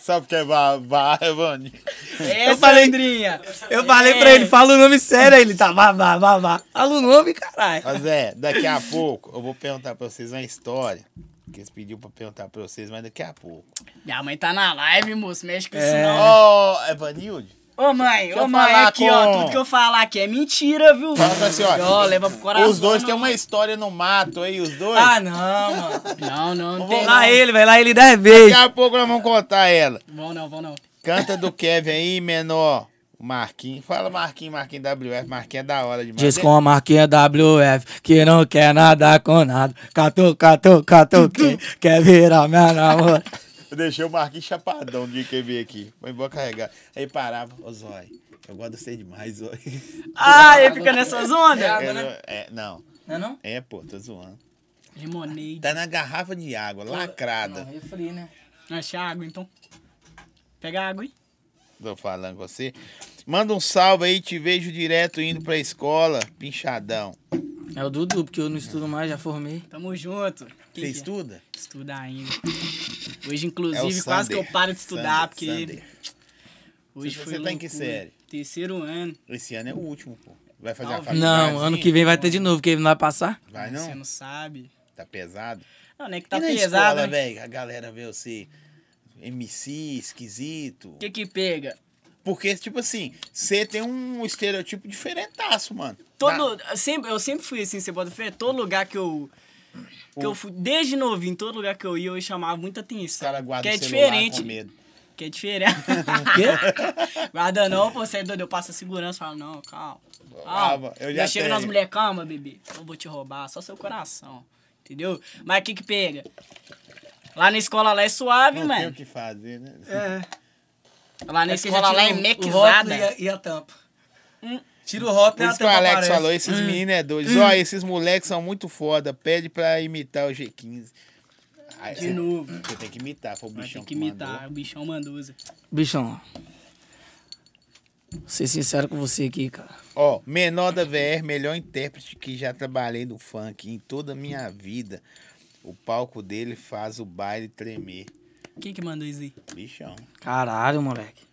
Speaker 2: Sabe o que é babá, Evani?
Speaker 3: É,
Speaker 1: Eu falei-
Speaker 3: Sandrinha.
Speaker 1: Eu falei pra ele, fala o nome sério, aí ele tá Vavá, Vavá. Fala o nome, caralho.
Speaker 2: Mas é, daqui a pouco eu vou perguntar pra vocês uma história. Que eles pediu pra perguntar pra vocês, mas daqui a pouco.
Speaker 3: Minha mãe tá na live, moço. Mexe com isso,
Speaker 1: É.
Speaker 3: não.
Speaker 2: Ó, Evanilde,
Speaker 3: Ô, mãe,
Speaker 2: Deixa
Speaker 3: ô,
Speaker 2: eu
Speaker 3: mãe,
Speaker 2: falar
Speaker 3: aqui, ó.
Speaker 2: com-
Speaker 3: Tudo que eu falar aqui é mentira, viu?
Speaker 2: Fala pra senhora.
Speaker 3: Ó, leva pro coração.
Speaker 2: os dois
Speaker 3: não.
Speaker 2: têm um uma história no mato aí, os dois.
Speaker 1: né? Ah, não, mano.
Speaker 3: Não, não, não
Speaker 2: Vamos
Speaker 3: tem.
Speaker 2: lá,
Speaker 3: Não.
Speaker 1: Lá ele, vai lá ele dez
Speaker 2: Daqui
Speaker 1: vezes.
Speaker 2: a pouco nós vamos contar ela.
Speaker 3: Vão não, vão não.
Speaker 2: Canta do Kevin aí, menor. Marquinhos. Fala Marquinhos, Marquinhos WF. Marquinhos é da hora demais.
Speaker 1: Diz com a marquinha WF que não quer nada com nada. Catu, catu, catu, que quer virar minha namorada.
Speaker 2: Eu deixei o Marquinhos chapadão de quem veio aqui. Foi embora carregar. Aí parava, ô Zói. Eu gosto de você demais, Zói.
Speaker 3: Ah, ele fica nessas ondas?
Speaker 2: É, não.
Speaker 1: Não é não?
Speaker 2: É, pô, tô zoando.
Speaker 3: Limonade.
Speaker 2: Tá na garrafa de água, lacrada.
Speaker 1: refri, né?
Speaker 3: Achei água, então. Pega a água aí.
Speaker 2: Tô falando com você. Manda um salve aí, te vejo direto indo pra escola, pinchadão.
Speaker 1: É o Dudu, porque eu não estudo mais, já formei.
Speaker 3: Tamo junto.
Speaker 2: Você
Speaker 3: Quem que é?
Speaker 2: estuda?
Speaker 3: Estuda ainda. Hoje,
Speaker 2: É o
Speaker 3: inclusive, quase que
Speaker 2: Sander.
Speaker 3: eu paro de estudar,
Speaker 2: Sander,
Speaker 3: porque
Speaker 2: Sander.
Speaker 3: hoje
Speaker 2: Você-
Speaker 3: foi
Speaker 2: você tá em que
Speaker 3: loucura.
Speaker 2: série?
Speaker 3: Terceiro ano.
Speaker 2: Esse ano é o último, pô. Vai fazer a
Speaker 3: Não,
Speaker 2: faculdade?
Speaker 1: Não, ano que vem vai ter de novo, que ele não vai passar.
Speaker 2: Vai
Speaker 3: Você não
Speaker 2: não?
Speaker 3: sabe.
Speaker 2: Tá pesado.
Speaker 3: Não, não é que tá
Speaker 2: e na
Speaker 3: pesado.
Speaker 2: escola,
Speaker 3: né?
Speaker 2: velho? A galera vê você MC, esquisito.
Speaker 3: O que que pega?
Speaker 2: Porque, tipo assim, você tem um estereotipo diferentaço, mano.
Speaker 3: Todo, sempre, eu sempre fui assim, você bota fé, todo lugar que eu. Que eu fui, desde novinho, todo lugar que eu ia, eu chamava muita
Speaker 2: Os
Speaker 3: atenção.
Speaker 2: caras
Speaker 3: que
Speaker 2: guardam
Speaker 3: é
Speaker 2: o celular
Speaker 3: diferente.
Speaker 2: com medo.
Speaker 3: Que é diferente.
Speaker 1: quê?
Speaker 3: Guarda não, pô, você é doido. Eu passo a segurança e falo, não, calma.
Speaker 2: Calma, eu já
Speaker 3: chego
Speaker 2: tenho.
Speaker 3: nas mulheres, calma, bebê. Eu vou te roubar, só seu coração. Entendeu? Mas o que que pega? Lá na escola lá é suave,
Speaker 2: Não tem o
Speaker 3: mano.
Speaker 2: que fazer, né?
Speaker 1: É.
Speaker 3: Lá na
Speaker 1: porque já
Speaker 3: escola lá é
Speaker 1: tira o-
Speaker 3: mequizada.
Speaker 1: O rótulo e, a, e a tampa. Hum. Tira o rótulo
Speaker 2: Por
Speaker 1: e a
Speaker 2: isso
Speaker 1: tampa
Speaker 2: que o Alex
Speaker 1: aparece.
Speaker 2: falou, esses
Speaker 1: Hum.
Speaker 2: meninos é doidos. Ó, esses moleques são muito foda. Pede pra imitar o G15. Aí,
Speaker 3: De novo.
Speaker 2: Você tem que imitar, foi o
Speaker 3: Mas
Speaker 2: bichão
Speaker 3: tem
Speaker 2: que
Speaker 3: que
Speaker 2: mandou.
Speaker 3: imitar, o bichão manduza.
Speaker 1: Bichão, vou ser sincero com você aqui, cara.
Speaker 2: Ó, menor da VR, melhor intérprete que já trabalhei no funk em toda a minha vida. O palco dele faz o baile tremer.
Speaker 3: Quem que mandou isso aí?
Speaker 2: Bichão.
Speaker 1: Caralho, moleque.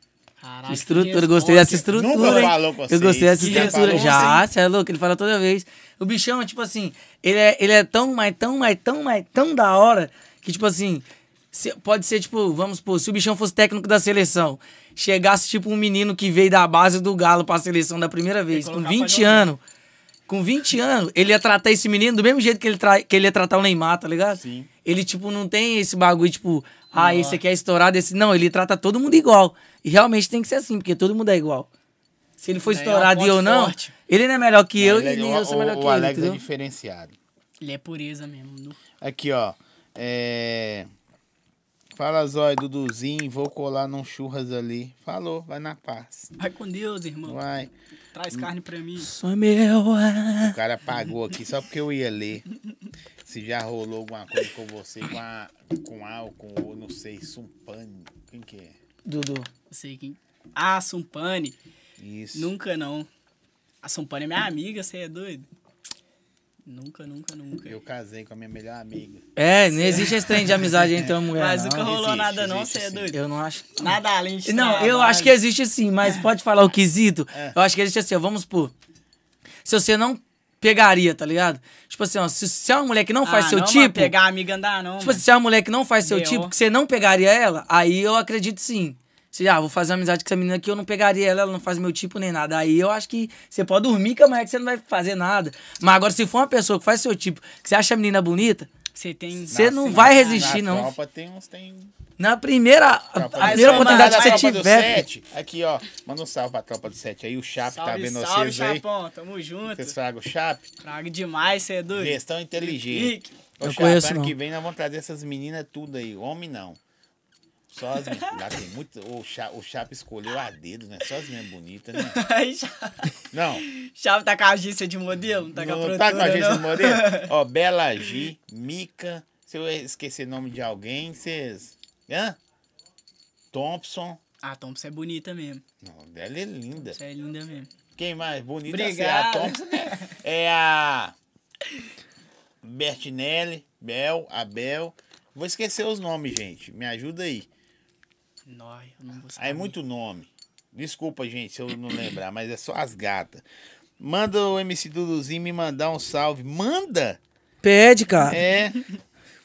Speaker 3: Caralho.
Speaker 1: Que
Speaker 3: que
Speaker 1: estrutura, eu
Speaker 3: resposta.
Speaker 1: gostei dessa estrutura.
Speaker 2: Nunca
Speaker 1: hein?
Speaker 2: falou com
Speaker 1: Eu
Speaker 2: vocês.
Speaker 1: gostei dessa
Speaker 2: Já
Speaker 1: estrutura.
Speaker 2: falou?
Speaker 1: Já, você é louco, ele fala toda vez. O é bichão, tipo assim, ele é, ele é tão, mas tão, mas tão, mas tão da hora que, tipo assim, se- pode ser, tipo, vamos supor, se o bichão fosse técnico da seleção, chegasse, tipo, um menino que veio da base do Galo pra seleção da primeira vez, com
Speaker 3: colocar
Speaker 1: 20
Speaker 3: pra jogar.
Speaker 1: anos. Com 20 anos, ele ia tratar esse menino do mesmo jeito que ele, tra- que ele ia tratar o Neymar, tá ligado?
Speaker 2: Sim.
Speaker 1: Ele, tipo, não tem esse bagulho, tipo, ah, esse aqui é estourado, esse. Não, ele trata todo mundo igual. E realmente tem que ser assim, porque todo mundo é igual. Se ele for
Speaker 3: Daí é um
Speaker 1: estourado e eu
Speaker 3: ponto
Speaker 1: não,
Speaker 3: forte.
Speaker 1: ele não é melhor que eu
Speaker 2: Ele é
Speaker 1: e nem
Speaker 2: igual-
Speaker 1: eu sou
Speaker 2: o-
Speaker 1: melhor que
Speaker 2: O
Speaker 1: ele.
Speaker 2: Alex é
Speaker 1: entendeu?
Speaker 2: diferenciado.
Speaker 3: Ele é pureza mesmo. nu.
Speaker 2: Aqui, ó. É... Fala, Zói, Duduzinho, vou colar num churras ali. Falou, vai na paz.
Speaker 3: Vai com Deus, irmão.
Speaker 2: Vai.
Speaker 1: Hum.
Speaker 3: Traz carne pra mim.
Speaker 1: Sou meu. é.
Speaker 2: O cara apagou aqui só porque eu ia ler. Se já rolou alguma coisa com você, com, a, com álcool, ou não sei, sumpane. Quem que é?
Speaker 1: Dudu.
Speaker 3: Não sei quem. Ah, Sumpane.
Speaker 2: Isso.
Speaker 3: Nunca não. A Sumpane é minha amiga, você é doido? Nunca, nunca, nunca.
Speaker 2: Eu casei com a minha melhor amiga.
Speaker 1: É, não existe esse trem de amizade entre uma mulher.
Speaker 3: Mas
Speaker 1: não.
Speaker 3: nunca rolou
Speaker 2: É, existe,
Speaker 3: nada, não,
Speaker 2: existe,
Speaker 3: você é
Speaker 2: sim.
Speaker 3: doido?
Speaker 1: Eu não acho.
Speaker 3: Nada além de
Speaker 1: Não, eu
Speaker 3: trabalho.
Speaker 1: acho que existe sim, mas pode falar o quesito? Eu acho que existe assim, ó, vamos supor. Se você não pegaria, tá ligado? Tipo assim, ó, se você é uma mulher que não faz
Speaker 3: Ah,
Speaker 1: seu
Speaker 3: não, mano,
Speaker 1: tipo.
Speaker 3: pegar amiga andar, não.
Speaker 1: Tipo
Speaker 3: mano.
Speaker 1: assim, se é uma mulher que não faz seu
Speaker 3: B.O.
Speaker 1: tipo, que você não pegaria ela, aí eu acredito sim. Você, ah, vou fazer uma amizade com essa menina aqui, eu não pegaria ela, ela não faz meu tipo nem nada. Aí eu acho que você pode dormir com a mulher que você não vai fazer nada. Mas agora, se for uma pessoa que faz seu tipo, que você acha a menina bonita,
Speaker 3: Você tem.
Speaker 1: Você não vai resistir,
Speaker 2: na
Speaker 1: não.
Speaker 2: Tropa tem uns tem. um
Speaker 1: na primeira, a
Speaker 2: tropa do-
Speaker 1: primeira
Speaker 3: Mas,
Speaker 1: oportunidade que
Speaker 2: Manda
Speaker 1: você
Speaker 2: a tropa do
Speaker 1: tiver.
Speaker 2: sete. Aqui, ó. Manda um salve pra tropa do 7 aí. O Chap
Speaker 3: Salve,
Speaker 2: tá vendo
Speaker 3: salve,
Speaker 2: vocês aí.
Speaker 3: Chapão. Tamo junto.
Speaker 2: Vocês falam o Chap?
Speaker 3: Trago demais, você é doido.
Speaker 2: Gestão inteligente.
Speaker 3: Rick.
Speaker 2: Ô,
Speaker 1: Eu
Speaker 2: Chapa,
Speaker 1: conheço,
Speaker 2: ano
Speaker 1: não.
Speaker 2: que vem nós vamos trazer essas meninas é tudo aí. Homem não. Só as meninas. Lá tem muito. O Chapa, o Chapa escolheu a dedo, né? Só as meninas bonitas, né?
Speaker 3: Aí, Chapa-
Speaker 2: Não.
Speaker 3: Chapa tá com a agência de modelo, não tá com a
Speaker 2: não,
Speaker 3: produtora,
Speaker 2: não tá com a agência
Speaker 3: não.
Speaker 2: de modelo? Ó, Bela G, Mica. Se eu esquecer nome de alguém, vocês. Hã? Thompson.
Speaker 3: Ah, Tom, você é bonita mesmo.
Speaker 2: Não, dela é linda.
Speaker 3: Você é linda mesmo.
Speaker 2: Quem mais? Bonita assim, a
Speaker 3: Obrigado.
Speaker 2: Thompson. né? É a Bertinelli, Bel, Abel. Vou esquecer os nomes, gente. Me ajuda aí.
Speaker 3: Nó, eu não vou
Speaker 2: Ah, é
Speaker 3: saber.
Speaker 2: muito nome. Desculpa, gente, se eu não lembrar, mas é só as gatas. Manda o MC Duduzinho me mandar um salve. Manda!
Speaker 1: Pede, cara.
Speaker 2: É.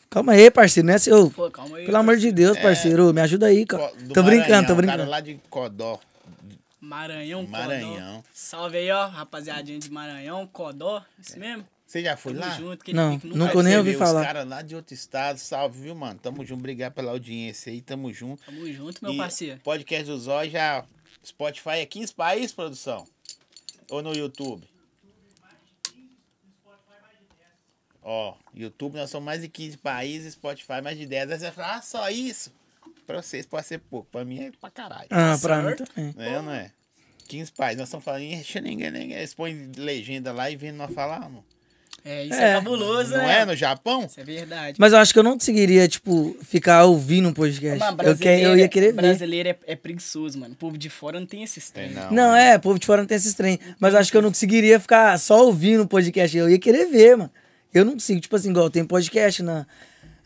Speaker 1: Calma aí, parceiro, não é seu.
Speaker 3: Pô, calma aí.
Speaker 1: Pelo amor de Deus, parceiro, me ajuda aí, cara.
Speaker 2: do
Speaker 1: Tô brincando, tô
Speaker 2: Maranhão, cara
Speaker 1: brincando.
Speaker 2: lá de Codó.
Speaker 3: Maranhão, Codó.
Speaker 2: Maranhão.
Speaker 3: Salve aí, ó, rapaziadinha de Maranhão, Codó. Isso mesmo?
Speaker 2: Você já foi
Speaker 3: Tamo
Speaker 2: É. lá?
Speaker 3: junto. que
Speaker 1: Não,
Speaker 3: pique
Speaker 1: nunca
Speaker 3: vai
Speaker 1: nem
Speaker 2: Você
Speaker 3: ser.
Speaker 1: ouvi
Speaker 2: vê
Speaker 1: falar.
Speaker 2: Os caras lá de outro estado, salve, viu, mano? Tamo junto, obrigado pela audiência aí, tamo junto.
Speaker 3: Tamo junto, meu
Speaker 2: E
Speaker 3: parceiro.
Speaker 2: Podcast do Zói já. Spotify é 15 países, produção? Ou no YouTube? Ó, YouTube nós somos mais de 15 países, Spotify mais de 10. Aí você fala, ah, só isso? Pra vocês pode ser pouco, pra mim é pra caralho.
Speaker 1: Ah, pra mim
Speaker 3: Certo.
Speaker 1: também.
Speaker 2: É, não é? 15 países, nós estamos falando, enche ninguém, ninguém. Eles põem legenda lá e vendo nós falar, mano.
Speaker 3: É, isso é,
Speaker 1: É.
Speaker 3: cabuloso,
Speaker 2: Não
Speaker 3: né?
Speaker 2: é no Japão?
Speaker 3: Isso é verdade.
Speaker 1: Mas eu acho que eu não conseguiria, tipo, ficar ouvindo um podcast.
Speaker 3: Mano,
Speaker 1: eu, que, eu ia querer ver.
Speaker 3: Brasileiro é, é preguiçoso, mano. O povo de fora não tem esse
Speaker 2: É,
Speaker 3: estranho.
Speaker 1: Não, é, povo de fora não tem esses trem. Mas eu acho que eu não conseguiria ficar só ouvindo um podcast. Eu ia querer ver, mano. Eu não consigo, tipo assim, igual tem podcast na,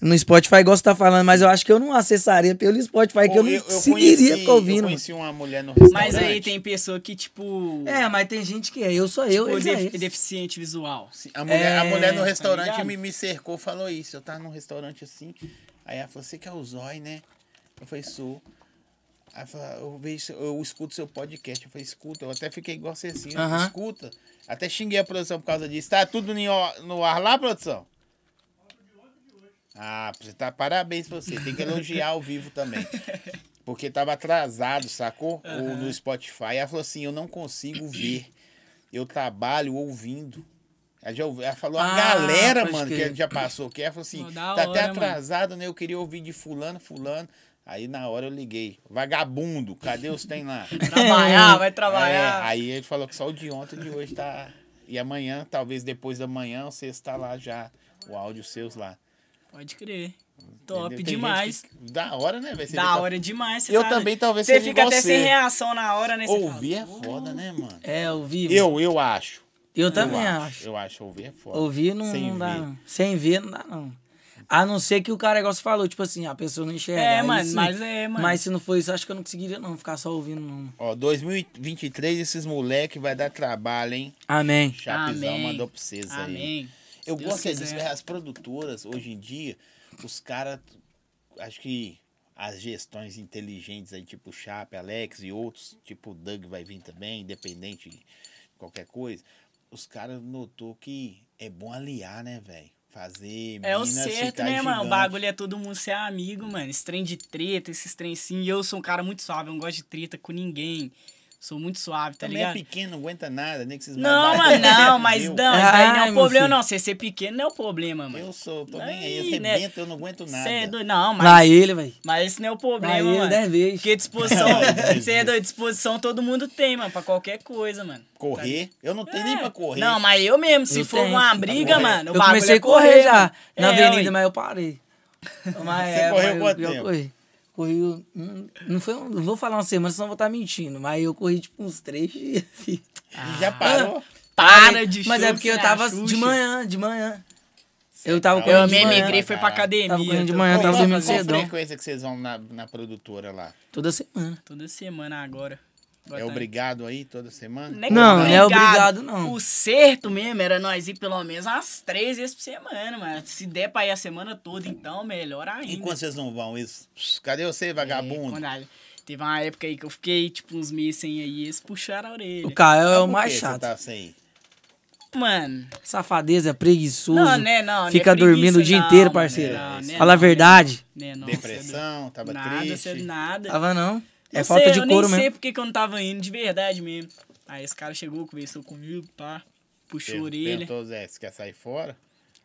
Speaker 1: no Spotify, igual você tá falando, mas eu acho que eu não acessaria pelo Spotify, É que eu não conseguiria ficar
Speaker 2: Eu
Speaker 1: ouvindo. mano.
Speaker 2: conheci uma mulher no restaurante.
Speaker 3: Mas aí tem pessoa que, tipo.
Speaker 1: É, mas tem gente que é. Eu sou eu,
Speaker 3: tipo,
Speaker 1: eles é
Speaker 3: def-
Speaker 1: eles.
Speaker 3: deficiente visual.
Speaker 2: Sim, A mulher, a
Speaker 1: É,
Speaker 2: mulher no
Speaker 1: tá
Speaker 2: restaurante
Speaker 3: ligado?
Speaker 2: me, me cercou, falou isso. Eu tava num restaurante assim. Aí ela falou: Você que é o Zói, né? Eu falei: Sou. Aí ela falou: eu, vejo, seu- eu escuto seu podcast. Eu falei: Escuta. Eu até fiquei igual você assim: eu
Speaker 1: Aham.
Speaker 2: Escuta. Até xinguei a produção por causa disso. Tá tudo no, no ar lá, produção? Ah, você tá parabéns pra você. Tem que elogiar ao vivo também. Porque tava atrasado, sacou? Ou no Spotify. Ela falou assim: eu não consigo ver. Eu trabalho ouvindo. Ela, já ouvi- ela falou, a
Speaker 1: Ah,
Speaker 2: galera,
Speaker 1: pode
Speaker 2: mano, que
Speaker 1: crer.
Speaker 2: ela já passou, que ela falou assim,
Speaker 3: Pô,
Speaker 2: tá
Speaker 3: da
Speaker 2: até
Speaker 3: hora, mano."
Speaker 2: atrasado, né? Eu queria ouvir de fulano, fulano. Aí na hora eu liguei. Vagabundo, cadê os tem lá?
Speaker 3: Trabalhar, vai
Speaker 2: É,
Speaker 3: trabalhar.
Speaker 2: aí ele falou que só o de ontem e de hoje tá. E amanhã, talvez depois da manhã, você está lá já. O áudio seus lá.
Speaker 3: Pode crer.
Speaker 2: entendeu?
Speaker 3: Top
Speaker 2: Tem gente
Speaker 3: demais.
Speaker 2: que- da hora, né? Vai ser
Speaker 3: Da hora demais. você
Speaker 2: Eu
Speaker 3: tá-
Speaker 2: também talvez
Speaker 3: Você
Speaker 2: seja
Speaker 3: fica
Speaker 2: igual
Speaker 3: até sem
Speaker 2: você.
Speaker 3: reação na hora, né? Você fala,
Speaker 2: Ouvir é
Speaker 3: "Pô,
Speaker 2: foda, né, mano?
Speaker 1: É, ouvir. Eu,
Speaker 2: Eu, eu acho.
Speaker 1: eu também
Speaker 2: eu
Speaker 1: acho.
Speaker 2: Eu acho, ouvir é foda.
Speaker 1: Ouvir não,
Speaker 2: Sem
Speaker 1: não dá,
Speaker 2: ver.
Speaker 1: não. Sem ver não dá, não. A não ser que o cara, igual você falou, tipo assim, a pessoa não enxerga.
Speaker 3: É,
Speaker 1: aí
Speaker 3: mano,
Speaker 1: sim.
Speaker 3: mas é, mano.
Speaker 1: Mas se não for isso, acho que eu não conseguiria, não, ficar só ouvindo, não.
Speaker 2: Ó, 2023, esses moleque vai dar trabalho, hein?
Speaker 1: Amém.
Speaker 2: Chapizão
Speaker 3: Amém.
Speaker 2: mandou pra vocês aí.
Speaker 3: Amém.
Speaker 2: Eu
Speaker 3: Deus
Speaker 2: gosto é
Speaker 3: quiser.
Speaker 2: disso, né? as produtoras, hoje em dia, os caras acho que as gestões inteligentes aí, tipo Chape, Alex e outros, tipo o Doug vai vir também, independente de qualquer coisa, os caras notou que é bom aliar, né, velho? Fazer
Speaker 3: É o
Speaker 2: Minas
Speaker 3: certo,
Speaker 2: ficar
Speaker 3: né, mano? O
Speaker 2: gigante.
Speaker 3: bagulho é todo mundo ser amigo, mano. Esse trem de treta, esses trem sim. E eu sou um cara muito suave, eu não gosto de treta com ninguém. Sou muito suave, tá
Speaker 2: Também
Speaker 3: ligado?
Speaker 2: é pequeno, não aguenta nada, nem que vocês
Speaker 3: Não,
Speaker 2: mandarem.
Speaker 3: mano, não, mas não,
Speaker 2: Meu,
Speaker 3: isso daí
Speaker 1: Ai,
Speaker 3: não é o
Speaker 1: meu
Speaker 3: problema,
Speaker 1: filho.
Speaker 3: não. Você ser pequeno não é o problema, mano.
Speaker 2: Eu sou, tô
Speaker 3: Aí,
Speaker 2: nem aí, eu
Speaker 3: né?
Speaker 2: arrebento, eu não aguento nada.
Speaker 3: Você é doido, não, mas.
Speaker 1: Pra ele, velho.
Speaker 3: Mas esse não é o
Speaker 1: Pra
Speaker 3: problema,
Speaker 1: ele,
Speaker 3: mano.
Speaker 1: dez vezes.
Speaker 3: Porque disposição, você é doido, disposição todo mundo tem, mano, pra qualquer coisa, mano.
Speaker 2: Correr, eu não tenho nem pra correr.
Speaker 3: É. Não, mas eu mesmo, se
Speaker 1: Eu
Speaker 3: for
Speaker 1: tenho. tá
Speaker 3: uma briga,
Speaker 2: correr.
Speaker 3: mano, o
Speaker 1: eu
Speaker 3: bagulho
Speaker 1: comecei
Speaker 3: é
Speaker 1: a correr, já
Speaker 3: mano.
Speaker 1: na
Speaker 3: É,
Speaker 1: avenida,
Speaker 3: ué.
Speaker 1: mas eu parei. Mas, é,
Speaker 2: Você correu
Speaker 1: mas
Speaker 2: quanto
Speaker 1: eu,
Speaker 2: tempo?
Speaker 1: Eu corri. Corri, hum, não foi, um- não vou falar uma semana, senão eu vou estar mentindo, mas eu corri tipo uns três dias. filho.
Speaker 2: E
Speaker 3: ah.
Speaker 2: já parou.
Speaker 3: Para de
Speaker 1: Mas é
Speaker 3: Xuxa,
Speaker 1: porque eu tava
Speaker 3: Xuxa.
Speaker 1: de manhã, de manhã. Eu tava
Speaker 2: tá
Speaker 1: correndo
Speaker 3: Eu
Speaker 2: de
Speaker 1: de
Speaker 3: me
Speaker 2: manhã,
Speaker 3: emigrei,
Speaker 1: manhã.
Speaker 3: foi pra
Speaker 2: caralho.
Speaker 3: academia.
Speaker 1: Tava correndo de
Speaker 3: tô-
Speaker 1: manhã, eu
Speaker 2: Qual-
Speaker 1: tava Ah, tá dormindo
Speaker 2: Qual
Speaker 1: cedão.
Speaker 2: frequência que vocês vão na, na produtora lá?
Speaker 1: Toda semana.
Speaker 3: Toda semana agora. Agora
Speaker 2: É
Speaker 3: tá-
Speaker 2: obrigado aí toda semana?
Speaker 3: Nem
Speaker 1: Não,
Speaker 3: obrigado.
Speaker 1: não é obrigado, não.
Speaker 3: O certo mesmo era nós ir pelo menos umas três vezes por semana, mano. Se der pra ir a semana toda, então, melhor ainda.
Speaker 2: E quando vocês não vão, isso? Pss, Cadê você,
Speaker 3: É,
Speaker 2: vagabundo?
Speaker 3: quando a- Teve uma época aí que eu fiquei, tipo, uns meses sem aí, eles puxaram a orelha.
Speaker 1: O Caio é o
Speaker 2: Por
Speaker 1: mais
Speaker 2: que
Speaker 1: chato.
Speaker 2: Você tá sem?
Speaker 3: Mano,
Speaker 1: Safadeza, é preguiçoso.
Speaker 3: Não, né, não, né,
Speaker 1: Fica
Speaker 3: preguiça,
Speaker 1: dormindo o dia
Speaker 3: não,
Speaker 1: inteiro,
Speaker 3: mano,
Speaker 1: parceiro.
Speaker 3: não, né,
Speaker 1: Fala a
Speaker 3: não, né,
Speaker 1: verdade.
Speaker 3: né, não,
Speaker 2: Depressão,
Speaker 3: cê é doido.
Speaker 2: tava
Speaker 3: nada, cê é
Speaker 2: triste.
Speaker 3: nada.
Speaker 1: Tava não. É
Speaker 3: Eu
Speaker 1: falta
Speaker 3: sei,
Speaker 1: de
Speaker 3: eu
Speaker 1: couro
Speaker 3: nem sei
Speaker 1: mesmo.
Speaker 3: porque que eu não tava indo, de verdade mesmo. Aí esse cara chegou, conversou comigo, pá, puxou a
Speaker 2: Per-
Speaker 3: orelha.
Speaker 2: Perguntou, Zé, você quer sair fora?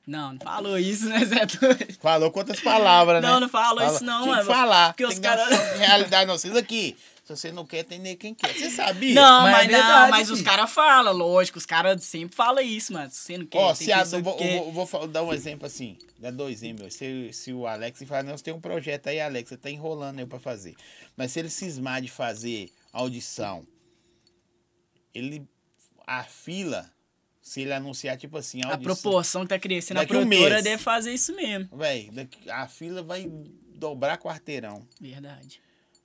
Speaker 3: Não, não falou isso, né, Zé Doido?
Speaker 2: Falou quantas palavras, né?
Speaker 3: Não, não falou isso não,
Speaker 2: Tinha
Speaker 3: mano.
Speaker 2: que falar.
Speaker 3: Porque
Speaker 2: Tem
Speaker 3: os
Speaker 2: que dar um
Speaker 3: caras-
Speaker 2: choque de realidade, não. Vocês aqui, se você não quer, tem nem quem quer. Você sabia?
Speaker 3: Não,
Speaker 1: Mas é
Speaker 3: mas,
Speaker 1: verdade,
Speaker 3: não, mas os
Speaker 1: filho.
Speaker 3: caras falam, lógico, os caras sempre falam isso, mano. Se Você não quer,
Speaker 2: Ó,
Speaker 3: tem
Speaker 2: se a,
Speaker 3: pessoa
Speaker 2: eu
Speaker 3: que
Speaker 2: vou, eu
Speaker 3: quer.
Speaker 2: vou- vou fa- dar um exemplo assim, dá dois exemplos. Se, se o Alex falar, não, você tem um projeto aí, Alex, você tá enrolando eu pra fazer. Mas se ele cismar de fazer audição, ele. A fila, se ele anunciar, tipo assim,
Speaker 3: A
Speaker 2: audição.
Speaker 3: proporção que tá crescendo, a
Speaker 2: Daqui um
Speaker 3: produtora
Speaker 2: mês.
Speaker 3: deve fazer isso mesmo.
Speaker 2: Véi, daqui- a fila vai dobrar quarteirão.
Speaker 3: Verdade.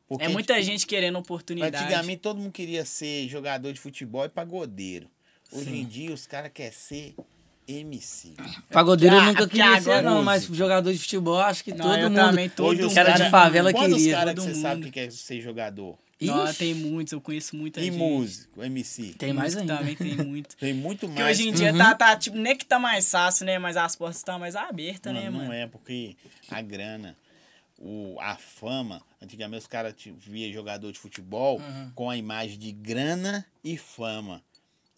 Speaker 2: Porque,
Speaker 3: é muita
Speaker 2: tipo,
Speaker 3: gente querendo oportunidade.
Speaker 2: Antigamente todo mundo queria ser jogador de futebol e pagodeiro. Hoje em dia os caras querem ser MC.
Speaker 1: Pagodeiro eu
Speaker 3: Ah,
Speaker 1: nunca
Speaker 3: porque
Speaker 1: queria ser,
Speaker 3: agora-
Speaker 1: não, mas
Speaker 2: Música.
Speaker 1: jogador de futebol, acho que
Speaker 3: Não,
Speaker 1: todo
Speaker 3: eu
Speaker 1: mundo.
Speaker 3: também, todo
Speaker 2: Hoje os
Speaker 3: mundo.
Speaker 1: Cara de favela
Speaker 2: Quantos
Speaker 1: queria,
Speaker 2: caras que
Speaker 3: todo
Speaker 2: você
Speaker 3: mundo.
Speaker 2: sabe que quer ser jogador?
Speaker 3: Não,
Speaker 1: Ixi,
Speaker 3: tem muitos, eu conheço muita
Speaker 2: E
Speaker 3: gente.
Speaker 2: músico, MC.
Speaker 1: Tem mais
Speaker 3: Músico
Speaker 1: ainda. Uhum.
Speaker 3: Também tem muito.
Speaker 2: Tem muito
Speaker 3: Porque
Speaker 2: mais.
Speaker 3: hoje em dia tá, tá, tipo, nem que tá mais fácil, né? Mas as portas estão mais abertas,
Speaker 2: Não,
Speaker 3: né,
Speaker 2: não
Speaker 3: mano?
Speaker 2: é, porque a grana, o, a fama. Antigamente os caras te- via jogador de futebol com a imagem de grana e fama.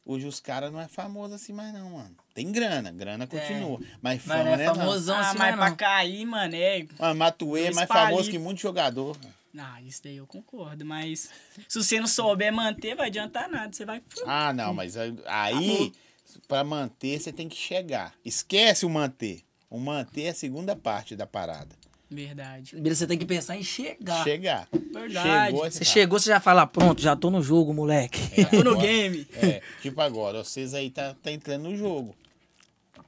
Speaker 2: Hoje os caras não é famoso assim mais não, mano. Tem grana, grana continua. Mas fama,
Speaker 1: Mas não
Speaker 2: né?
Speaker 1: é
Speaker 2: não.
Speaker 1: famosão
Speaker 3: Ah,
Speaker 1: assim,
Speaker 3: mas
Speaker 1: não.
Speaker 3: pra cair, mano, é.
Speaker 2: Mano, Matuê é
Speaker 3: Luiz
Speaker 2: mais
Speaker 3: Palito.
Speaker 2: famoso que muito jogador.
Speaker 3: Ah, isso daí eu concordo, mas se você não souber manter, vai adiantar nada. Você vai.
Speaker 2: Ah, não, mas aí- aí, pra manter, você tem que chegar. Esquece o manter. O manter é a segunda parte da parada.
Speaker 3: Verdade.
Speaker 1: Primeiro você tem que pensar em chegar.
Speaker 2: Chegar.
Speaker 3: Verdade.
Speaker 2: Chegou, aí
Speaker 1: Você
Speaker 2: fala.
Speaker 1: chegou, você já fala, pronto, já tô no jogo, moleque.
Speaker 2: É,
Speaker 3: Tô no
Speaker 2: agora-
Speaker 3: game.
Speaker 2: É, tipo agora, vocês aí tá, tá entrando no jogo.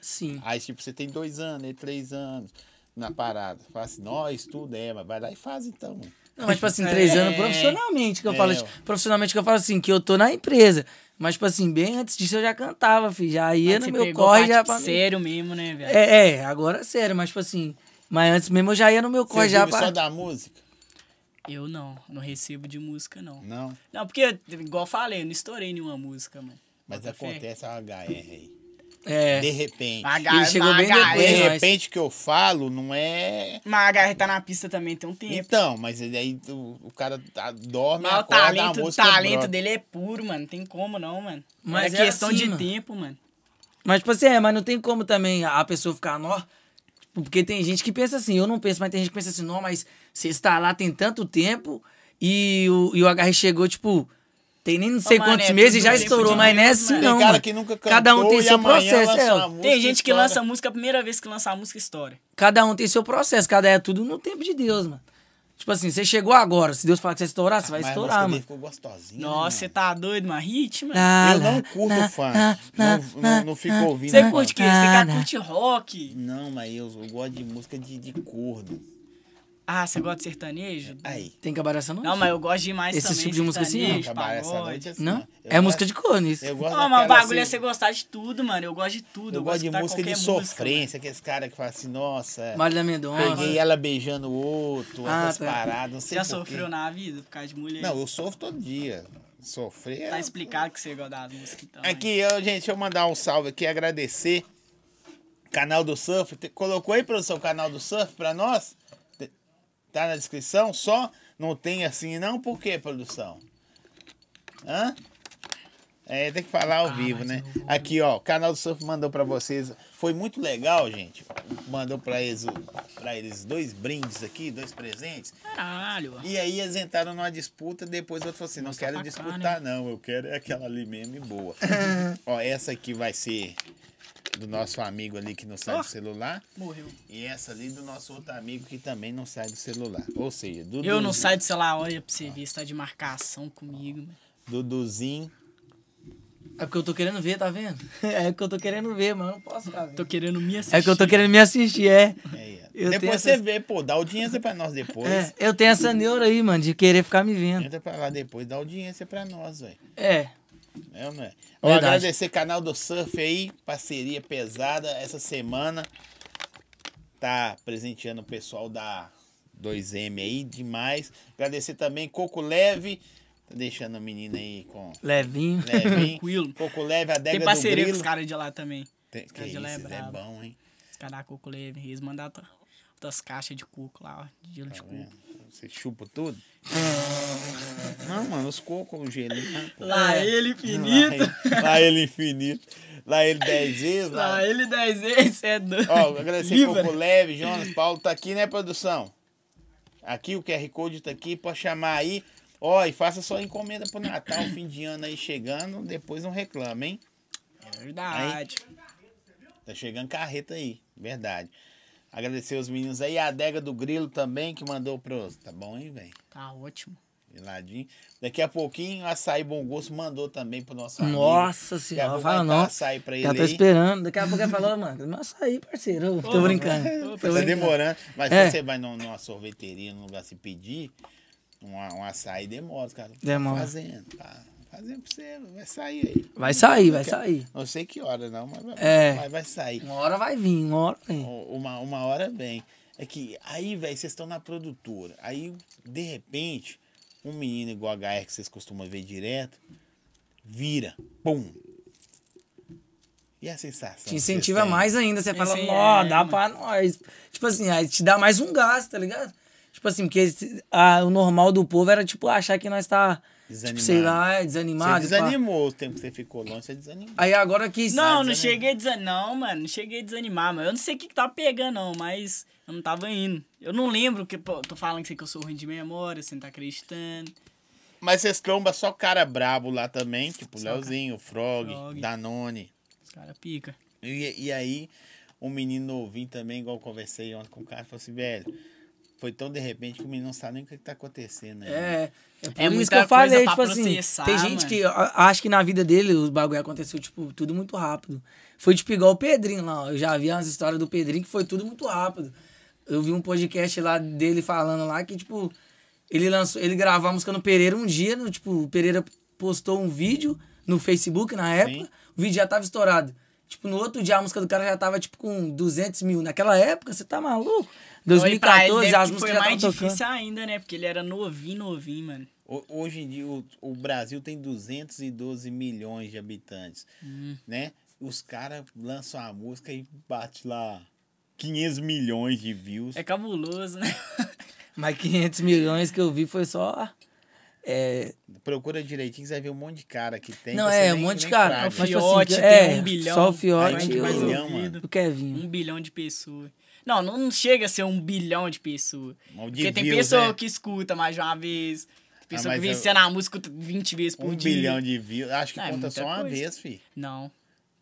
Speaker 1: Sim.
Speaker 2: Aí, tipo, você tem dois anos, aí três anos na parada. Fala assim, nós, tudo é, mas vai lá e faz então. mano.
Speaker 1: Não, mas, tipo assim, três
Speaker 3: É.
Speaker 1: anos profissionalmente que eu
Speaker 2: É,
Speaker 1: falo.
Speaker 2: ué.
Speaker 1: tipo, profissionalmente que eu falo assim, que eu tô na empresa. Mas, tipo assim, bem antes disso eu já cantava, filho. Já ia
Speaker 3: Mas
Speaker 1: no
Speaker 3: você
Speaker 1: meu
Speaker 3: pegou
Speaker 1: corre
Speaker 3: parte
Speaker 1: já pra mim.
Speaker 3: Sério mesmo, né, velho?
Speaker 1: É, é, agora é sério, mas tipo assim. Mas antes mesmo eu já ia no meu corre
Speaker 2: Você
Speaker 1: já
Speaker 2: vive
Speaker 1: pra.
Speaker 2: só da música?
Speaker 3: Eu não, não recebo de música, não.
Speaker 2: Não.
Speaker 3: Não, porque, igual eu falei, eu não estourei nenhuma música, mano.
Speaker 2: Mas
Speaker 3: Bota fé.
Speaker 2: acontece a HR aí.
Speaker 1: É.
Speaker 2: De repente.
Speaker 3: Mas a
Speaker 1: Ele
Speaker 3: HR
Speaker 1: chegou
Speaker 3: mas a
Speaker 1: bem
Speaker 3: HR
Speaker 2: De
Speaker 1: depois, né? nós.
Speaker 2: repente que eu falo, não é
Speaker 3: Mas a HR tá na pista também tem um tempo.
Speaker 2: Então, mas ele aí tu- o cara tá- dorme,
Speaker 3: Mas o
Speaker 2: acorda,
Speaker 3: talento,
Speaker 2: a
Speaker 3: o
Speaker 2: música
Speaker 3: talento
Speaker 2: brota.
Speaker 3: dele é puro, mano. Não tem como não, mano.
Speaker 1: Mas
Speaker 3: Mas
Speaker 1: é
Speaker 3: é questão
Speaker 1: assim,
Speaker 3: de
Speaker 1: mano.
Speaker 3: tempo, mano.
Speaker 1: Mas, tipo assim, é, mas não tem como também a a pessoa ficar, nó. Tipo, Porque tem gente que pensa assim, eu não penso, mas tem gente que pensa assim, não, mas você está lá tem tanto tempo e o, e o HR chegou, tipo, tem nem não sei
Speaker 3: mano,
Speaker 1: quantos
Speaker 3: é
Speaker 1: meses e
Speaker 3: tudo
Speaker 1: já
Speaker 3: tempo
Speaker 1: estourou,
Speaker 3: de
Speaker 1: mas não é
Speaker 3: tempo,
Speaker 1: assim
Speaker 3: mano.
Speaker 2: Tem
Speaker 1: não.
Speaker 2: cara
Speaker 1: mano.
Speaker 2: que nunca cantou
Speaker 1: Cada um tem
Speaker 2: e
Speaker 1: seu
Speaker 2: amanhã
Speaker 1: processo,
Speaker 2: lança
Speaker 1: é.
Speaker 2: uma
Speaker 1: ó.
Speaker 2: música
Speaker 3: Tem gente que
Speaker 2: estoura.
Speaker 3: lança música, a primeira vez que lança a música estoura.
Speaker 1: Cada um tem seu processo, cada é tudo no tempo de Deus, mano. Tipo assim, você chegou agora, se Deus falar que você estourar, você vai
Speaker 2: Ah, Mas a música
Speaker 1: estourar,
Speaker 2: dele
Speaker 1: mano.
Speaker 2: ficou gostosinha.
Speaker 3: Nossa, você
Speaker 2: né,
Speaker 3: tá doido, né? mano? Hit, mano.
Speaker 1: Lá,
Speaker 2: Eu
Speaker 1: lá,
Speaker 2: não curto
Speaker 1: lá,
Speaker 2: funk,
Speaker 1: lá,
Speaker 2: não-
Speaker 1: lá,
Speaker 2: não- não fico
Speaker 1: lá,
Speaker 2: ouvindo
Speaker 1: lá.
Speaker 3: Você curte o quê? Você
Speaker 1: Ah,
Speaker 3: cara
Speaker 1: não.
Speaker 3: curte rock?
Speaker 2: mano? Não, mas eu, eu gosto de música de, de corno.
Speaker 3: Ah, você gosta de sertanejo?
Speaker 2: Aí.
Speaker 1: Tem cabaré essa noite?
Speaker 3: Não, mas eu gosto demais
Speaker 1: Esse
Speaker 3: também.
Speaker 1: tipo de música assim, não.
Speaker 3: sertanejo,
Speaker 2: Acabar essa
Speaker 3: pagode.
Speaker 2: noite assim.
Speaker 1: Não?
Speaker 2: Eu
Speaker 1: É
Speaker 2: gosto-
Speaker 1: música de cornes.
Speaker 2: Eu gosto
Speaker 3: Não, mas o
Speaker 2: daquela,
Speaker 3: bagulho é
Speaker 2: assim,
Speaker 3: você gostar de tudo, mano. Eu gosto de tudo.
Speaker 2: Eu gosto de
Speaker 3: escutar
Speaker 2: música de
Speaker 3: qualquer
Speaker 2: sofrência, aqueles caras que falam assim, nossa,
Speaker 1: Marília
Speaker 2: peguei
Speaker 1: Mendonça.
Speaker 2: ela beijando o outro,
Speaker 1: Ah,
Speaker 2: essas
Speaker 1: tá.
Speaker 2: paradas, não
Speaker 3: Você
Speaker 2: sei
Speaker 3: já
Speaker 2: por quê.
Speaker 3: sofreu na vida por causa de mulher?
Speaker 2: Não, eu sofro todo dia. Sofrer.
Speaker 3: Tá
Speaker 2: é-
Speaker 3: explicado que você gosta das músicas, então. hein?
Speaker 2: Aqui, eu, gente, deixa eu mandar um salve aqui, agradecer. Canal do Surf. Te- Colocou aí, produção, o canal do Surf pra nós? Te- Tá na descrição? Só não tem assim, não? Por quê, produção? Hã? É, tem que falar
Speaker 3: Ah,
Speaker 2: ao vivo, né? Aqui, ó, o canal do Surf mandou pra vocês. Foi muito legal, gente. Mandou pra eles, o- pra eles dois brindes aqui, dois presentes.
Speaker 3: Caralho, ó.
Speaker 2: E aí eles entraram numa disputa, depois eu falei assim, não quero
Speaker 3: tá bacana,
Speaker 2: disputar não, eu quero é aquela ali mesmo e boa. Ó, essa aqui vai ser do nosso amigo ali que não sai
Speaker 3: Ó.
Speaker 2: do celular
Speaker 3: Morreu.
Speaker 2: e essa ali do nosso outro amigo que também não sai do celular. Ou seja, Dudu,
Speaker 3: Eu não saio do celular, olha pra você ver, você tá de marcação comigo, mano.
Speaker 2: Duduzinho,
Speaker 1: É porque eu tô querendo ver, tá vendo? É porque eu tô querendo ver, mas eu não posso ficar vendo.
Speaker 3: Tô querendo me assistir.
Speaker 1: É que eu tô querendo me assistir, é.
Speaker 2: aí, ó.
Speaker 1: Eu tenho
Speaker 2: depois você
Speaker 1: essas-
Speaker 2: vê, pô, dá audiência pra nós depois.
Speaker 1: É, eu tenho essa neura aí, mano, de querer ficar me vendo.
Speaker 2: Entra pra lá depois, dá audiência pra nós, velho.
Speaker 1: É.
Speaker 2: É, ou não é? Ó,
Speaker 1: Verdade.
Speaker 2: agradecer canal do Surf aí, parceria pesada essa semana. Tá presenteando o pessoal da 2M aí demais. Agradecer também Coco Leve, tá deixando o menino aí com
Speaker 1: Levinho.
Speaker 2: levinho.
Speaker 3: Tranquilo.
Speaker 2: Coco Leve, adega
Speaker 3: Tem
Speaker 2: do
Speaker 3: parceria com
Speaker 2: Grilo.
Speaker 3: os caras de lá também.
Speaker 2: Tem, que
Speaker 3: Mas
Speaker 2: isso,
Speaker 3: ela é
Speaker 2: é,
Speaker 3: brava.
Speaker 2: bom, hein?
Speaker 3: Os caras da Coco Leve, eles mandaram outra- outras caixas de coco lá, ó. De gelo
Speaker 2: Tá
Speaker 3: de coco.
Speaker 2: Você chupa tudo? Não, mano, os cocos, o gelo.
Speaker 1: É.
Speaker 3: Lá ele infinito,
Speaker 2: Lá, é, lá ele infinito. Lá é ele 10 vezes.
Speaker 3: lá, ele dez vezes, cê é doido.
Speaker 2: Ó, agradecer
Speaker 3: Livra.
Speaker 2: Coco Leve, Jonas, Paulo, tá aqui, né, produção? Aqui, o QR Code tá aqui, pode chamar aí. Ó, e faça sua encomenda pro Natal, fim de ano aí chegando, depois não reclama, hein?
Speaker 3: É verdade.
Speaker 2: Tá chegando carreta aí, verdade. Agradecer os meninos aí, a adega do Grilo também, que mandou pros... Tá bom, hein, velho?
Speaker 3: Tá ótimo.
Speaker 2: Geladinho. Daqui a pouquinho, o Açaí Bom Gosto mandou também pro nosso amigo.
Speaker 1: Nossa
Speaker 2: Daqui a
Speaker 1: senhora,
Speaker 2: pouco
Speaker 1: fala
Speaker 2: vai dar
Speaker 1: não.
Speaker 2: Açaí pra ele
Speaker 1: Já tô
Speaker 2: aí.
Speaker 1: esperando. Daqui a pouco ela falou, mano, mas açaí, parceiro. Eu tô brincando. Tô
Speaker 2: Tá
Speaker 1: brincando.
Speaker 2: demorando. Mas
Speaker 1: É.
Speaker 2: se você vai num- numa sorveteria, num lugar se pedir, um, a- um açaí demora, cara.
Speaker 1: Demora.
Speaker 2: Fazendo, tá? Fazendo pra você, vai sair aí.
Speaker 1: Vai sair, vai sair.
Speaker 2: Não sei que hora não, mas vai,
Speaker 1: É.
Speaker 2: mas vai sair.
Speaker 1: Uma hora vai vir, uma hora vem.
Speaker 2: U- Uma, uma hora bem. É que aí, velho, vocês estão na produtora. Aí, de repente, um menino igual a HR que vocês costumam ver direto, vira. Pum! E a sensação? que
Speaker 1: Te
Speaker 2: vocês
Speaker 1: incentiva
Speaker 2: têm?
Speaker 1: mais ainda. Você fala,
Speaker 3: aí
Speaker 1: ó,
Speaker 3: é,
Speaker 1: dá
Speaker 3: mano.
Speaker 1: pra nós. Tipo assim, aí te dá mais um gás, tá ligado? Tipo assim, porque esse- a- o normal do povo era, tipo, achar que nós tá, tipo, sei
Speaker 2: Desanimado.
Speaker 1: lá, é,
Speaker 2: Você
Speaker 1: desanimado. pá.
Speaker 2: desanimou o tempo que você ficou longe, você desanimou.
Speaker 1: Aí agora que...
Speaker 3: Não, não cheguei a desanimar. Não, mano, não cheguei a desanimar, mano. Eu não sei o que, que tava pegando, não, mas eu não tava indo. Eu não lembro que, pô, tô falando que sei que eu sou ruim de memória, você não tá acreditando.
Speaker 2: Mas vocês trombam só cara brabo lá também, tipo Leozinho, Frog,
Speaker 3: Frog.
Speaker 2: Danone.
Speaker 3: Os caras pica.
Speaker 2: E, e aí, um menino novinho também, igual eu conversei ontem com o cara, falou assim, velho, foi tão de repente que o menino não sabe nem o que, que tá acontecendo aí.
Speaker 1: É, é por
Speaker 3: É
Speaker 1: isso
Speaker 3: muita
Speaker 1: que eu falei,
Speaker 3: coisa
Speaker 1: tipo
Speaker 3: pra
Speaker 1: assim,
Speaker 3: processar,
Speaker 1: tem gente
Speaker 3: mano.
Speaker 1: que a- acha que na vida dele os bagulho aconteceu, tipo, tudo muito rápido. Foi tipo igual o Pedrinho lá, ó. eu já vi umas histórias do Pedrinho que foi tudo muito rápido. Eu vi um podcast lá dele falando lá que, tipo, ele lançou, ele gravou a música no Pereira um dia, no, tipo, o Pereira postou um vídeo no Facebook na época, o vídeo já tava estourado. Tipo, no outro dia a música do cara já tava, tipo, com 200 mil. Naquela época, você tá maluco?
Speaker 3: Foi pra
Speaker 1: 2014,
Speaker 3: ele, deve
Speaker 1: as
Speaker 3: que
Speaker 1: músicas
Speaker 3: foi
Speaker 1: já
Speaker 3: mais
Speaker 1: estavam tocando.
Speaker 3: difícil ainda, né? Porque ele era novinho, novinho, mano.
Speaker 2: Ho- Hoje em dia, o, o Brasil tem 212 milhões de habitantes,
Speaker 1: Hum.
Speaker 2: né? Os caras lançam a música e bate lá 500 milhões de views.
Speaker 3: É cabuloso, né?
Speaker 1: Mas 500 milhões que eu vi foi só. é,
Speaker 2: Procura direitinho, você vai ver um monte de cara que tem.
Speaker 1: não,
Speaker 2: que você
Speaker 1: é, um
Speaker 2: nem-
Speaker 1: monte de
Speaker 2: nem
Speaker 1: cara.
Speaker 2: fraga.
Speaker 1: Mas, tipo
Speaker 3: Fiote
Speaker 1: assim,
Speaker 3: tem um bilhão.
Speaker 1: Só o
Speaker 2: Aí
Speaker 1: Fiote
Speaker 2: tem
Speaker 1: e
Speaker 2: um
Speaker 1: o-
Speaker 2: bilhão, mano.
Speaker 1: o Kevin.
Speaker 3: Um bilhão de pessoas. Não, não chega a ser um bilhão de pessoas.
Speaker 2: Mal de
Speaker 3: Porque tem
Speaker 2: views,
Speaker 3: pessoa
Speaker 2: né? Ah,
Speaker 3: que escuta mais de uma vez. Tem pessoa
Speaker 2: mas
Speaker 3: que vê
Speaker 2: eu-
Speaker 3: cena na música 20 vezes por
Speaker 2: Um
Speaker 3: dia.
Speaker 2: bilhão de views. Acho que
Speaker 3: Ah, é
Speaker 2: conta
Speaker 3: muita
Speaker 2: só uma
Speaker 3: coisa.
Speaker 2: vez, fi.
Speaker 3: Não.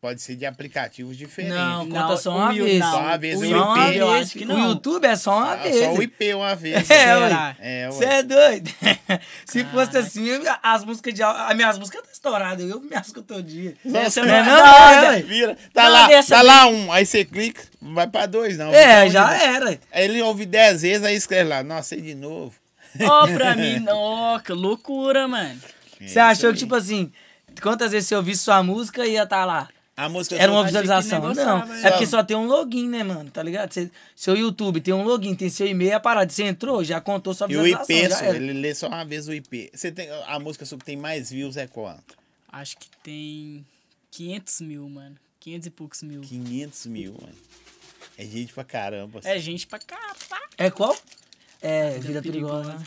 Speaker 2: Pode ser de aplicativos diferentes.
Speaker 1: Não,
Speaker 3: Não,
Speaker 1: conta só
Speaker 3: o
Speaker 1: uma
Speaker 3: Will-
Speaker 1: vez.
Speaker 3: não,
Speaker 2: Só uma vez
Speaker 1: O
Speaker 2: é o
Speaker 1: só uma
Speaker 2: IP, eu
Speaker 1: vez.
Speaker 3: acho que
Speaker 1: O
Speaker 3: não.
Speaker 1: YouTube é só uma
Speaker 2: Ah,
Speaker 1: vez.
Speaker 2: Só o IP uma vez.
Speaker 1: É,
Speaker 3: Será?
Speaker 1: ué.
Speaker 2: É, ué.
Speaker 1: Você é doido? Se fosse assim, eu- as músicas de. au- As minhas músicas estão estouradas, eu ouvi minhas músicas todo dia.
Speaker 2: Nossa,
Speaker 1: não é
Speaker 2: mas
Speaker 1: não,
Speaker 2: dá,
Speaker 1: é,
Speaker 2: né?
Speaker 1: ué.
Speaker 2: Vira. Tá
Speaker 1: Não,
Speaker 2: lá,
Speaker 1: dessa
Speaker 2: tá lá um. Aí você clica, vai pra dois, não.
Speaker 1: É,
Speaker 2: Então,
Speaker 1: já é.
Speaker 2: ele-
Speaker 1: era.
Speaker 2: Aí ele ouve dez vezes, aí escreve lá, nossa, e de novo.
Speaker 3: Ó, pra mim, não, que loucura, mano.
Speaker 2: É,
Speaker 1: Você achou que, tipo assim, quantas vezes você ouvisse sua música e ia estar lá?
Speaker 2: A música
Speaker 1: Era uma
Speaker 2: do-
Speaker 3: achei que
Speaker 1: visualização. Não,
Speaker 3: negociava,
Speaker 1: é
Speaker 3: hein?
Speaker 1: porque só tem um login, né, mano? Tá ligado? Você- seu YouTube tem um login, tem seu e-mail, a parada. Você entrou, já contou sua
Speaker 2: E o
Speaker 1: visualização.
Speaker 2: IP,
Speaker 1: já
Speaker 2: só,
Speaker 1: era.
Speaker 2: ele lê só uma vez o IP. Você tem, a música sua que tem mais views é quanto?
Speaker 3: Acho que tem 500 mil, mano. 500 e poucos mil.
Speaker 2: 500 mil, mano. É gente pra caramba. assim.
Speaker 3: É gente pra capar.
Speaker 1: É qual? É, Vida
Speaker 3: Perigosa.
Speaker 1: Perigosa.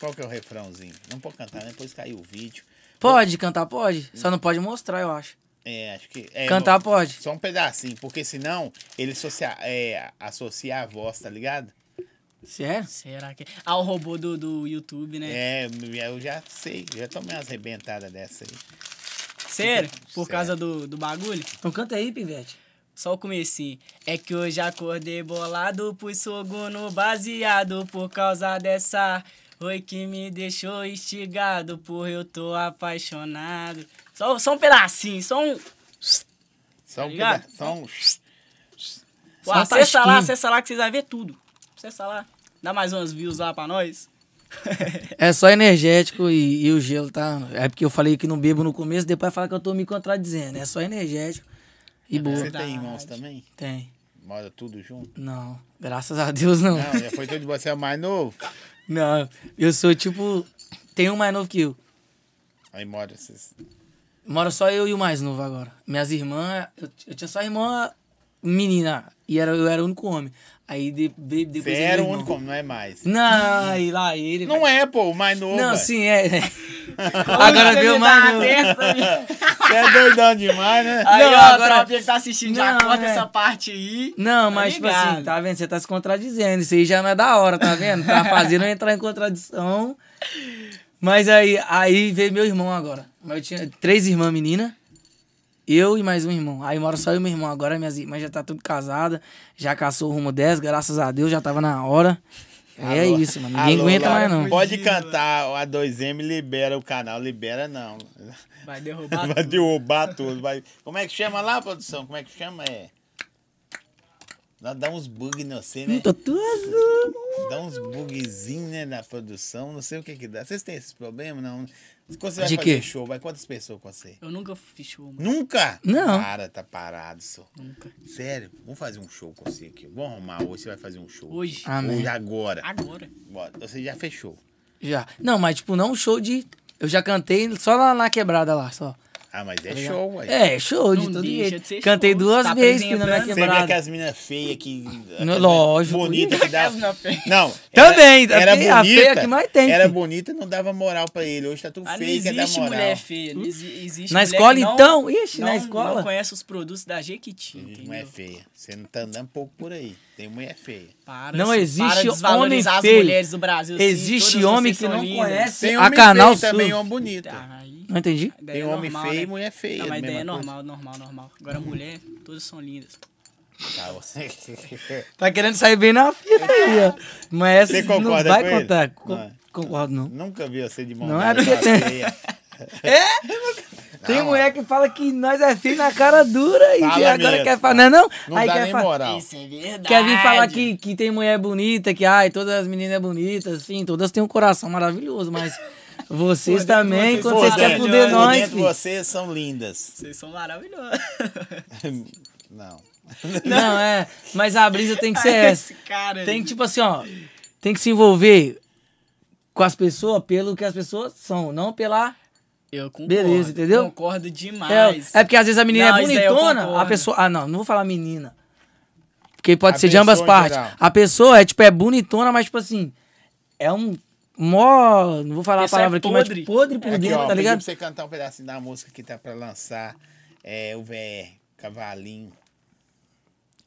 Speaker 2: Qual que é o refrãozinho? Não pode cantar, né? depois caiu o vídeo.
Speaker 1: Pode cantar, pode. Só não pode mostrar, eu acho.
Speaker 2: É, acho que. é,
Speaker 1: Cantar
Speaker 2: não,
Speaker 1: pode.
Speaker 2: Só um pedacinho, porque senão ele associa, é, associa a voz, tá ligado?
Speaker 1: Sério?
Speaker 3: Será que. Ah, o robô do, do YouTube, né?
Speaker 2: É, eu já sei, já tomei umas arrebentadas dessa aí.
Speaker 3: Sério? Por
Speaker 2: Sério.
Speaker 3: causa do, do bagulho?
Speaker 1: Então canta aí, Pivete.
Speaker 3: Só o comecinho. É que hoje acordei bolado, pus fogo no baseado por causa dessa. Oi que me deixou instigado, porra, eu tô apaixonado. Só, só um pedacinho, só um.
Speaker 1: Tá
Speaker 2: Só um
Speaker 3: ligado?
Speaker 2: pedaço. Só um.
Speaker 3: Pô,
Speaker 1: Só um
Speaker 3: acessa lá,
Speaker 1: tasquinho.
Speaker 3: acessa lá que vocês vão ver tudo. Acessa lá. Dá mais umas views lá pra nós.
Speaker 1: É só energético e, e o gelo tá. É porque eu falei que não bebo no começo, depois fala que eu tô me contradizendo. É só energético e boa.
Speaker 2: Você tem irmãos também?
Speaker 1: Tem.
Speaker 2: Mora tudo junto?
Speaker 1: Não. Graças a Deus, não.
Speaker 2: Não, já foi tudo de você é o mais novo.
Speaker 1: Não. Eu sou tipo. Tem um mais novo que eu.
Speaker 2: Aí mora esses.
Speaker 1: Mora só eu e o mais novo agora. Minhas irmãs. Eu, eu tinha só irmã menina. E era, eu era o único homem. Aí de, de, depois.
Speaker 2: Você
Speaker 1: ele
Speaker 2: era o
Speaker 1: irmão.
Speaker 2: único, não é mais.
Speaker 1: Não, e lá ele.
Speaker 2: Não é, pô, o mais novo.
Speaker 1: Não,
Speaker 2: ué.
Speaker 1: sim, é. Agora
Speaker 3: Você
Speaker 1: veio
Speaker 3: me
Speaker 1: o mais
Speaker 3: dá
Speaker 1: novo.
Speaker 3: dessa, menino.
Speaker 2: Você é doidão demais, né?
Speaker 3: Aí,
Speaker 1: Não,
Speaker 3: ó,
Speaker 1: agora-
Speaker 3: tropa, ele tá assistindo, já
Speaker 1: Não,
Speaker 3: corta
Speaker 1: é.
Speaker 3: essa parte aí.
Speaker 1: Não,
Speaker 3: Tá
Speaker 1: mas tipo
Speaker 3: ligado.
Speaker 1: assim, tá vendo? Você tá se contradizendo. Isso aí já não é da hora, tá vendo? Tá fazendo eu entrar em contradição. Mas aí, aí veio meu irmão agora. Mas Eu tinha três irmãs meninas, eu e mais um irmão. Aí mora só eu e meu irmão. Agora minhas irmãs já tá tudo casada, já caçou o rumo 10, graças a Deus, já tava na hora. Aí é
Speaker 2: Alô,
Speaker 1: isso, mano. Ninguém
Speaker 2: alô,
Speaker 1: aguenta
Speaker 2: Laura,
Speaker 1: mais, não.
Speaker 2: Pode
Speaker 3: Fugido,
Speaker 2: cantar a 2M, libera o canal, libera não.
Speaker 3: Vai derrubar
Speaker 2: Vai derrubar tudo. Vai... Como é que chama lá, produção? Como é que chama? É. Dá, dá uns bug não sei, né?
Speaker 1: Tô tudo.
Speaker 2: Dá uns bugzinhos, né, na produção. Não sei o que que dá. Vocês têm esses problemas, não? Quando você vai
Speaker 1: De
Speaker 2: fazer
Speaker 1: quê?
Speaker 2: show, vai quantas pessoas com você?
Speaker 3: Eu nunca fechou, mano.
Speaker 2: Nunca?
Speaker 1: Não.
Speaker 2: Para, tá parado, só.
Speaker 3: Nunca.
Speaker 2: Sério, vamos fazer um show com você aqui. Vamos arrumar hoje, você vai fazer um show.
Speaker 3: Hoje.
Speaker 1: Amém.
Speaker 2: Hoje, agora.
Speaker 3: Agora.
Speaker 2: Bora. Você já fechou.
Speaker 1: Já. Não, mas tipo, não um show de. Eu já cantei só lá na quebrada lá, só.
Speaker 2: Ah, mas é show, ué.
Speaker 1: É, show de
Speaker 3: Não
Speaker 1: todo
Speaker 3: deixa
Speaker 1: jeito.
Speaker 3: de ser
Speaker 1: Cantei
Speaker 3: show.
Speaker 1: duas
Speaker 3: Tá
Speaker 1: vezes filho, na minha
Speaker 3: apresentando.
Speaker 2: Você vê
Speaker 1: quebrada.
Speaker 2: aquelas minas feias que. aquelas
Speaker 1: lógico.
Speaker 2: Bonita que dava.
Speaker 3: Aquelas mina feia.
Speaker 2: Não.
Speaker 1: Também,
Speaker 2: era, era
Speaker 1: a feia
Speaker 2: bonita,
Speaker 1: que mais tem,
Speaker 2: Era
Speaker 1: filho.
Speaker 2: bonita não dava moral pra ele. Hoje tá tudo
Speaker 3: Ah, não
Speaker 2: feio, quer dar
Speaker 3: existe
Speaker 2: moral.
Speaker 3: mulher feia. Não exi- existe
Speaker 1: Na
Speaker 3: mulher
Speaker 1: escola,
Speaker 3: que não-
Speaker 1: então? Ixi, na
Speaker 3: não-
Speaker 1: escola?
Speaker 3: Não conhece os produtos da Jequiti,
Speaker 2: Tem
Speaker 3: entendeu?
Speaker 2: mulher feia. Você não tá andando pouco por aí. Tem mulher feia.
Speaker 3: Para,
Speaker 1: Não
Speaker 3: se-
Speaker 1: existe
Speaker 3: para de desvalorizar
Speaker 1: homem
Speaker 3: as
Speaker 1: feio.
Speaker 3: mulheres do Brasil. sim,
Speaker 1: Existe
Speaker 3: todas
Speaker 1: homem
Speaker 3: vocês
Speaker 1: que
Speaker 3: são
Speaker 1: não
Speaker 3: lindas.
Speaker 1: conhece.
Speaker 2: Tem
Speaker 1: A
Speaker 2: homem
Speaker 1: Canal
Speaker 2: feio também,
Speaker 1: Sul.
Speaker 2: homem bonito.
Speaker 3: Ah, aí-
Speaker 1: Não entendi.
Speaker 3: daí
Speaker 2: Tem
Speaker 3: é
Speaker 2: homem
Speaker 3: normal,
Speaker 2: feio e
Speaker 3: né?
Speaker 2: mulher feia.
Speaker 3: Não, mas
Speaker 2: mesma
Speaker 3: daí é
Speaker 2: coisa. Uhum.
Speaker 3: normal, normal, normal. Agora mulher, todas são lindas.
Speaker 2: Tá, você-
Speaker 1: Tá querendo sair bem na fita aí, ó. Mas
Speaker 2: Você
Speaker 1: essa não
Speaker 2: concorda
Speaker 1: vai
Speaker 2: com ele?
Speaker 1: contar. Co-
Speaker 2: Não.
Speaker 1: Concordo, não.
Speaker 2: Nunca vi você de mão
Speaker 1: Não
Speaker 2: dada
Speaker 1: é
Speaker 2: com
Speaker 1: porque
Speaker 2: uma
Speaker 1: tem-
Speaker 2: feia.
Speaker 1: Tem
Speaker 2: É? Não,
Speaker 1: mulher que fala que nós é filho na cara dura e
Speaker 2: Fala
Speaker 1: que agora
Speaker 2: mesmo.
Speaker 1: quer falar. Não, é não?
Speaker 2: Não
Speaker 1: Aí
Speaker 2: dá
Speaker 1: quer
Speaker 2: nem
Speaker 1: fa-
Speaker 2: moral.
Speaker 3: Isso é verdade.
Speaker 1: Quer vir falar que, que tem mulher bonita, que ai, todas as meninas é bonitas, sim, todas têm um coração maravilhoso, mas vocês
Speaker 3: Por dentro
Speaker 1: também,
Speaker 3: vocês
Speaker 1: quando
Speaker 3: são
Speaker 1: vocês querem
Speaker 2: dentro-
Speaker 1: fuder
Speaker 2: por
Speaker 1: nós,
Speaker 2: dentro
Speaker 1: filho.
Speaker 2: vocês são lindas.
Speaker 3: Vocês são maravilhosos.
Speaker 2: Não.
Speaker 1: Não, é. Mas a brisa tem que ser essa.
Speaker 3: Ah, Esse cara
Speaker 1: Tem
Speaker 3: aí.
Speaker 1: que, tipo assim, ó. Tem que se envolver com as pessoas pelo que as pessoas são, não pela.
Speaker 3: Eu concordo.
Speaker 1: Beleza, entendeu?
Speaker 3: Concordo
Speaker 1: É,
Speaker 3: demais.
Speaker 1: é porque às vezes a menina
Speaker 3: Ah, Não,
Speaker 1: é
Speaker 3: isso daí eu
Speaker 1: bonitona, a
Speaker 3: concordo.
Speaker 1: pessoa. Ah, não, não vou falar menina. Porque pode
Speaker 2: A
Speaker 1: ser de ambas
Speaker 2: pessoa em
Speaker 1: partes.
Speaker 2: geral.
Speaker 1: A pessoa é, tipo, é bonitona, mas, tipo assim. É um. Mó. Não vou falar
Speaker 3: Pessoa
Speaker 1: a palavra
Speaker 3: é
Speaker 1: aqui, mas
Speaker 3: podre.
Speaker 1: tipo, podre por
Speaker 2: Aqui,
Speaker 1: dentro,
Speaker 2: ó,
Speaker 1: tá
Speaker 2: pedi
Speaker 1: ligado?
Speaker 2: pra você cantar um pedacinho da música que tá pra lançar. É o VR, Cavalinho.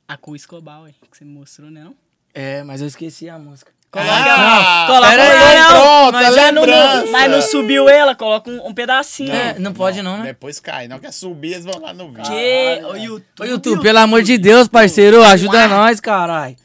Speaker 3: A Cu Escobar, ué, que você me mostrou, né? Não?
Speaker 1: É, mas eu esqueci a música.
Speaker 2: Coloca-
Speaker 1: Não,
Speaker 2: Pera
Speaker 1: coloca
Speaker 2: aí,
Speaker 1: aí, não.
Speaker 2: Pronto,
Speaker 3: Mas,
Speaker 2: a
Speaker 3: já não,
Speaker 2: lembrança.
Speaker 3: mas não subiu ela, coloca um, um pedacinho.
Speaker 1: É, não pode não, né?
Speaker 2: Depois cai. Não quer subir, eles vão lá no vídeo.
Speaker 3: Que... O YouTube.
Speaker 1: Ô, né? YouTube, pelo amor de Deus, parceiro, ajuda nós, caralho.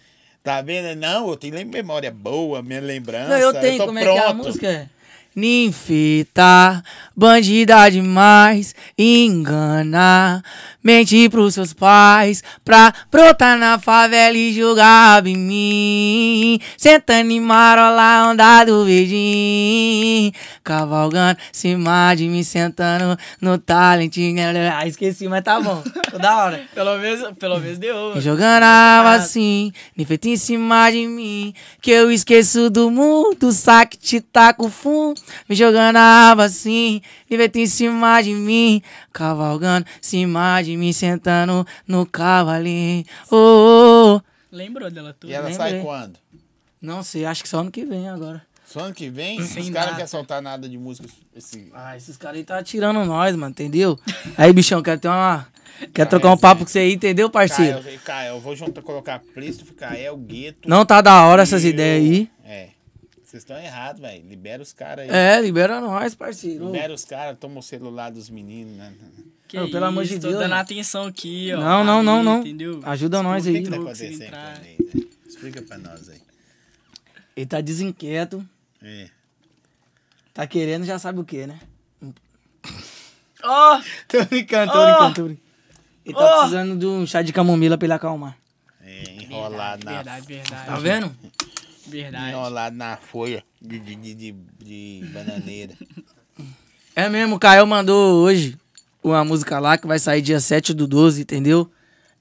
Speaker 2: Tá vendo? Não, eu tenho lem- memória boa, minha lembrança.
Speaker 1: Não, eu tenho,
Speaker 2: tô
Speaker 1: como
Speaker 2: pronto.
Speaker 1: é que é a música? Ninfeta, bandida demais, engana, mente pros seus pais, pra brotar na favela e jogar em mim, sentando em marola, onda do verdinho, cavalgando, cima de mim, sentando no talentinho, ah, esqueci, mas tá bom, ficou da hora.
Speaker 3: Pelo menos, pelo menos deu.
Speaker 1: E jogando a água assim, nifeta em cima de mim, que eu esqueço do mundo, saque te taco fundo. Me jogando a água assim, nifeta em cima de mim, cavalgando em cima de mim, sentando no cavalinho. Ô, ô, ô.
Speaker 3: Lembrou dela tudo.
Speaker 2: E ela
Speaker 1: Lembrei.
Speaker 2: sai quando?
Speaker 1: Não sei, acho que só ano que vem agora.
Speaker 2: Só ano que vem? Os
Speaker 1: Sem
Speaker 2: caras não
Speaker 1: data.
Speaker 2: querem soltar nada de música. Esse...
Speaker 1: Ah, esses caras aí tá tirando nós, mano, entendeu? Aí, bichão, quero ter uma. Quero trocar um papo com você aí, entendeu, parceiro?
Speaker 2: Caio, Caio, eu vou juntar, colocar Plisto, Caio, Gueto.
Speaker 1: Não tá da hora essas
Speaker 2: e eu.
Speaker 1: ideias aí.
Speaker 2: É. Vocês estão errados, velho. Libera os caras aí.
Speaker 1: É, libera nós, parceiro.
Speaker 2: Libera os caras, toma o celular dos meninos. Né?
Speaker 3: Que
Speaker 1: Não, pelo amor de
Speaker 3: tô
Speaker 1: Deus,
Speaker 3: dando
Speaker 1: mano.
Speaker 3: atenção aqui, ó.
Speaker 1: Não, não, não,
Speaker 3: Ali,
Speaker 1: não.
Speaker 3: Entendeu?
Speaker 1: Ajuda nós
Speaker 2: O que
Speaker 1: aí.
Speaker 2: que tá
Speaker 3: louco,
Speaker 2: acontecendo
Speaker 3: sem
Speaker 2: com
Speaker 3: entrar.
Speaker 2: ele aí, né? Explica pra nós aí.
Speaker 1: Ele tá desinquieto,
Speaker 2: É.
Speaker 1: tá querendo, já sabe o que, né?
Speaker 3: Ó,
Speaker 1: Tô brincando, tô
Speaker 3: Oh!
Speaker 1: brincando, tô brincando. Ele tá
Speaker 3: Oh!
Speaker 1: precisando de um chá de camomila pra ele acalmar.
Speaker 2: É, enrolado na
Speaker 3: verdade, verdade.
Speaker 1: Tá vendo?
Speaker 3: Verdade.
Speaker 2: Enrolado na folha de, de, de, de- de bananeira.
Speaker 1: É mesmo, o Caio mandou hoje uma música lá que vai sair dia 7 do 12, entendeu?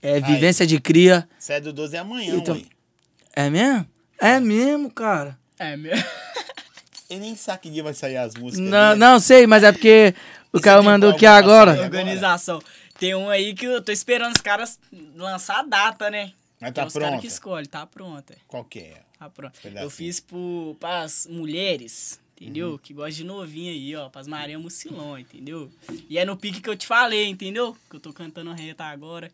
Speaker 1: É Vivência de Cria.
Speaker 2: Sai do 12 é amanhã,
Speaker 1: Então-
Speaker 2: ué.
Speaker 1: É mesmo? É mesmo, cara.
Speaker 3: É mesmo.
Speaker 2: Ele nem sabe que dia vai sair as músicas.
Speaker 1: Não,
Speaker 2: né?
Speaker 1: não sei, mas é porque o
Speaker 2: Esse
Speaker 1: Caio
Speaker 2: tempo
Speaker 1: mandou aqui
Speaker 2: alguma passagem
Speaker 1: agora.
Speaker 2: agora?
Speaker 3: Organização. Tem um aí que eu tô esperando os caras lançar a data, né?
Speaker 2: Mas
Speaker 3: Que é
Speaker 2: tá
Speaker 3: os caras
Speaker 2: pronto.
Speaker 3: que escolhem, tá pronta.
Speaker 2: Qual que é?
Speaker 3: Tá pronta.
Speaker 2: Pedacinho.
Speaker 3: Eu fiz pro, pras mulheres, entendeu?
Speaker 2: Uhum.
Speaker 3: Que gostam de novinha aí, ó. Pras Maria Mucilon, entendeu? E é no pique que eu te falei, entendeu? Que eu tô cantando reta agora.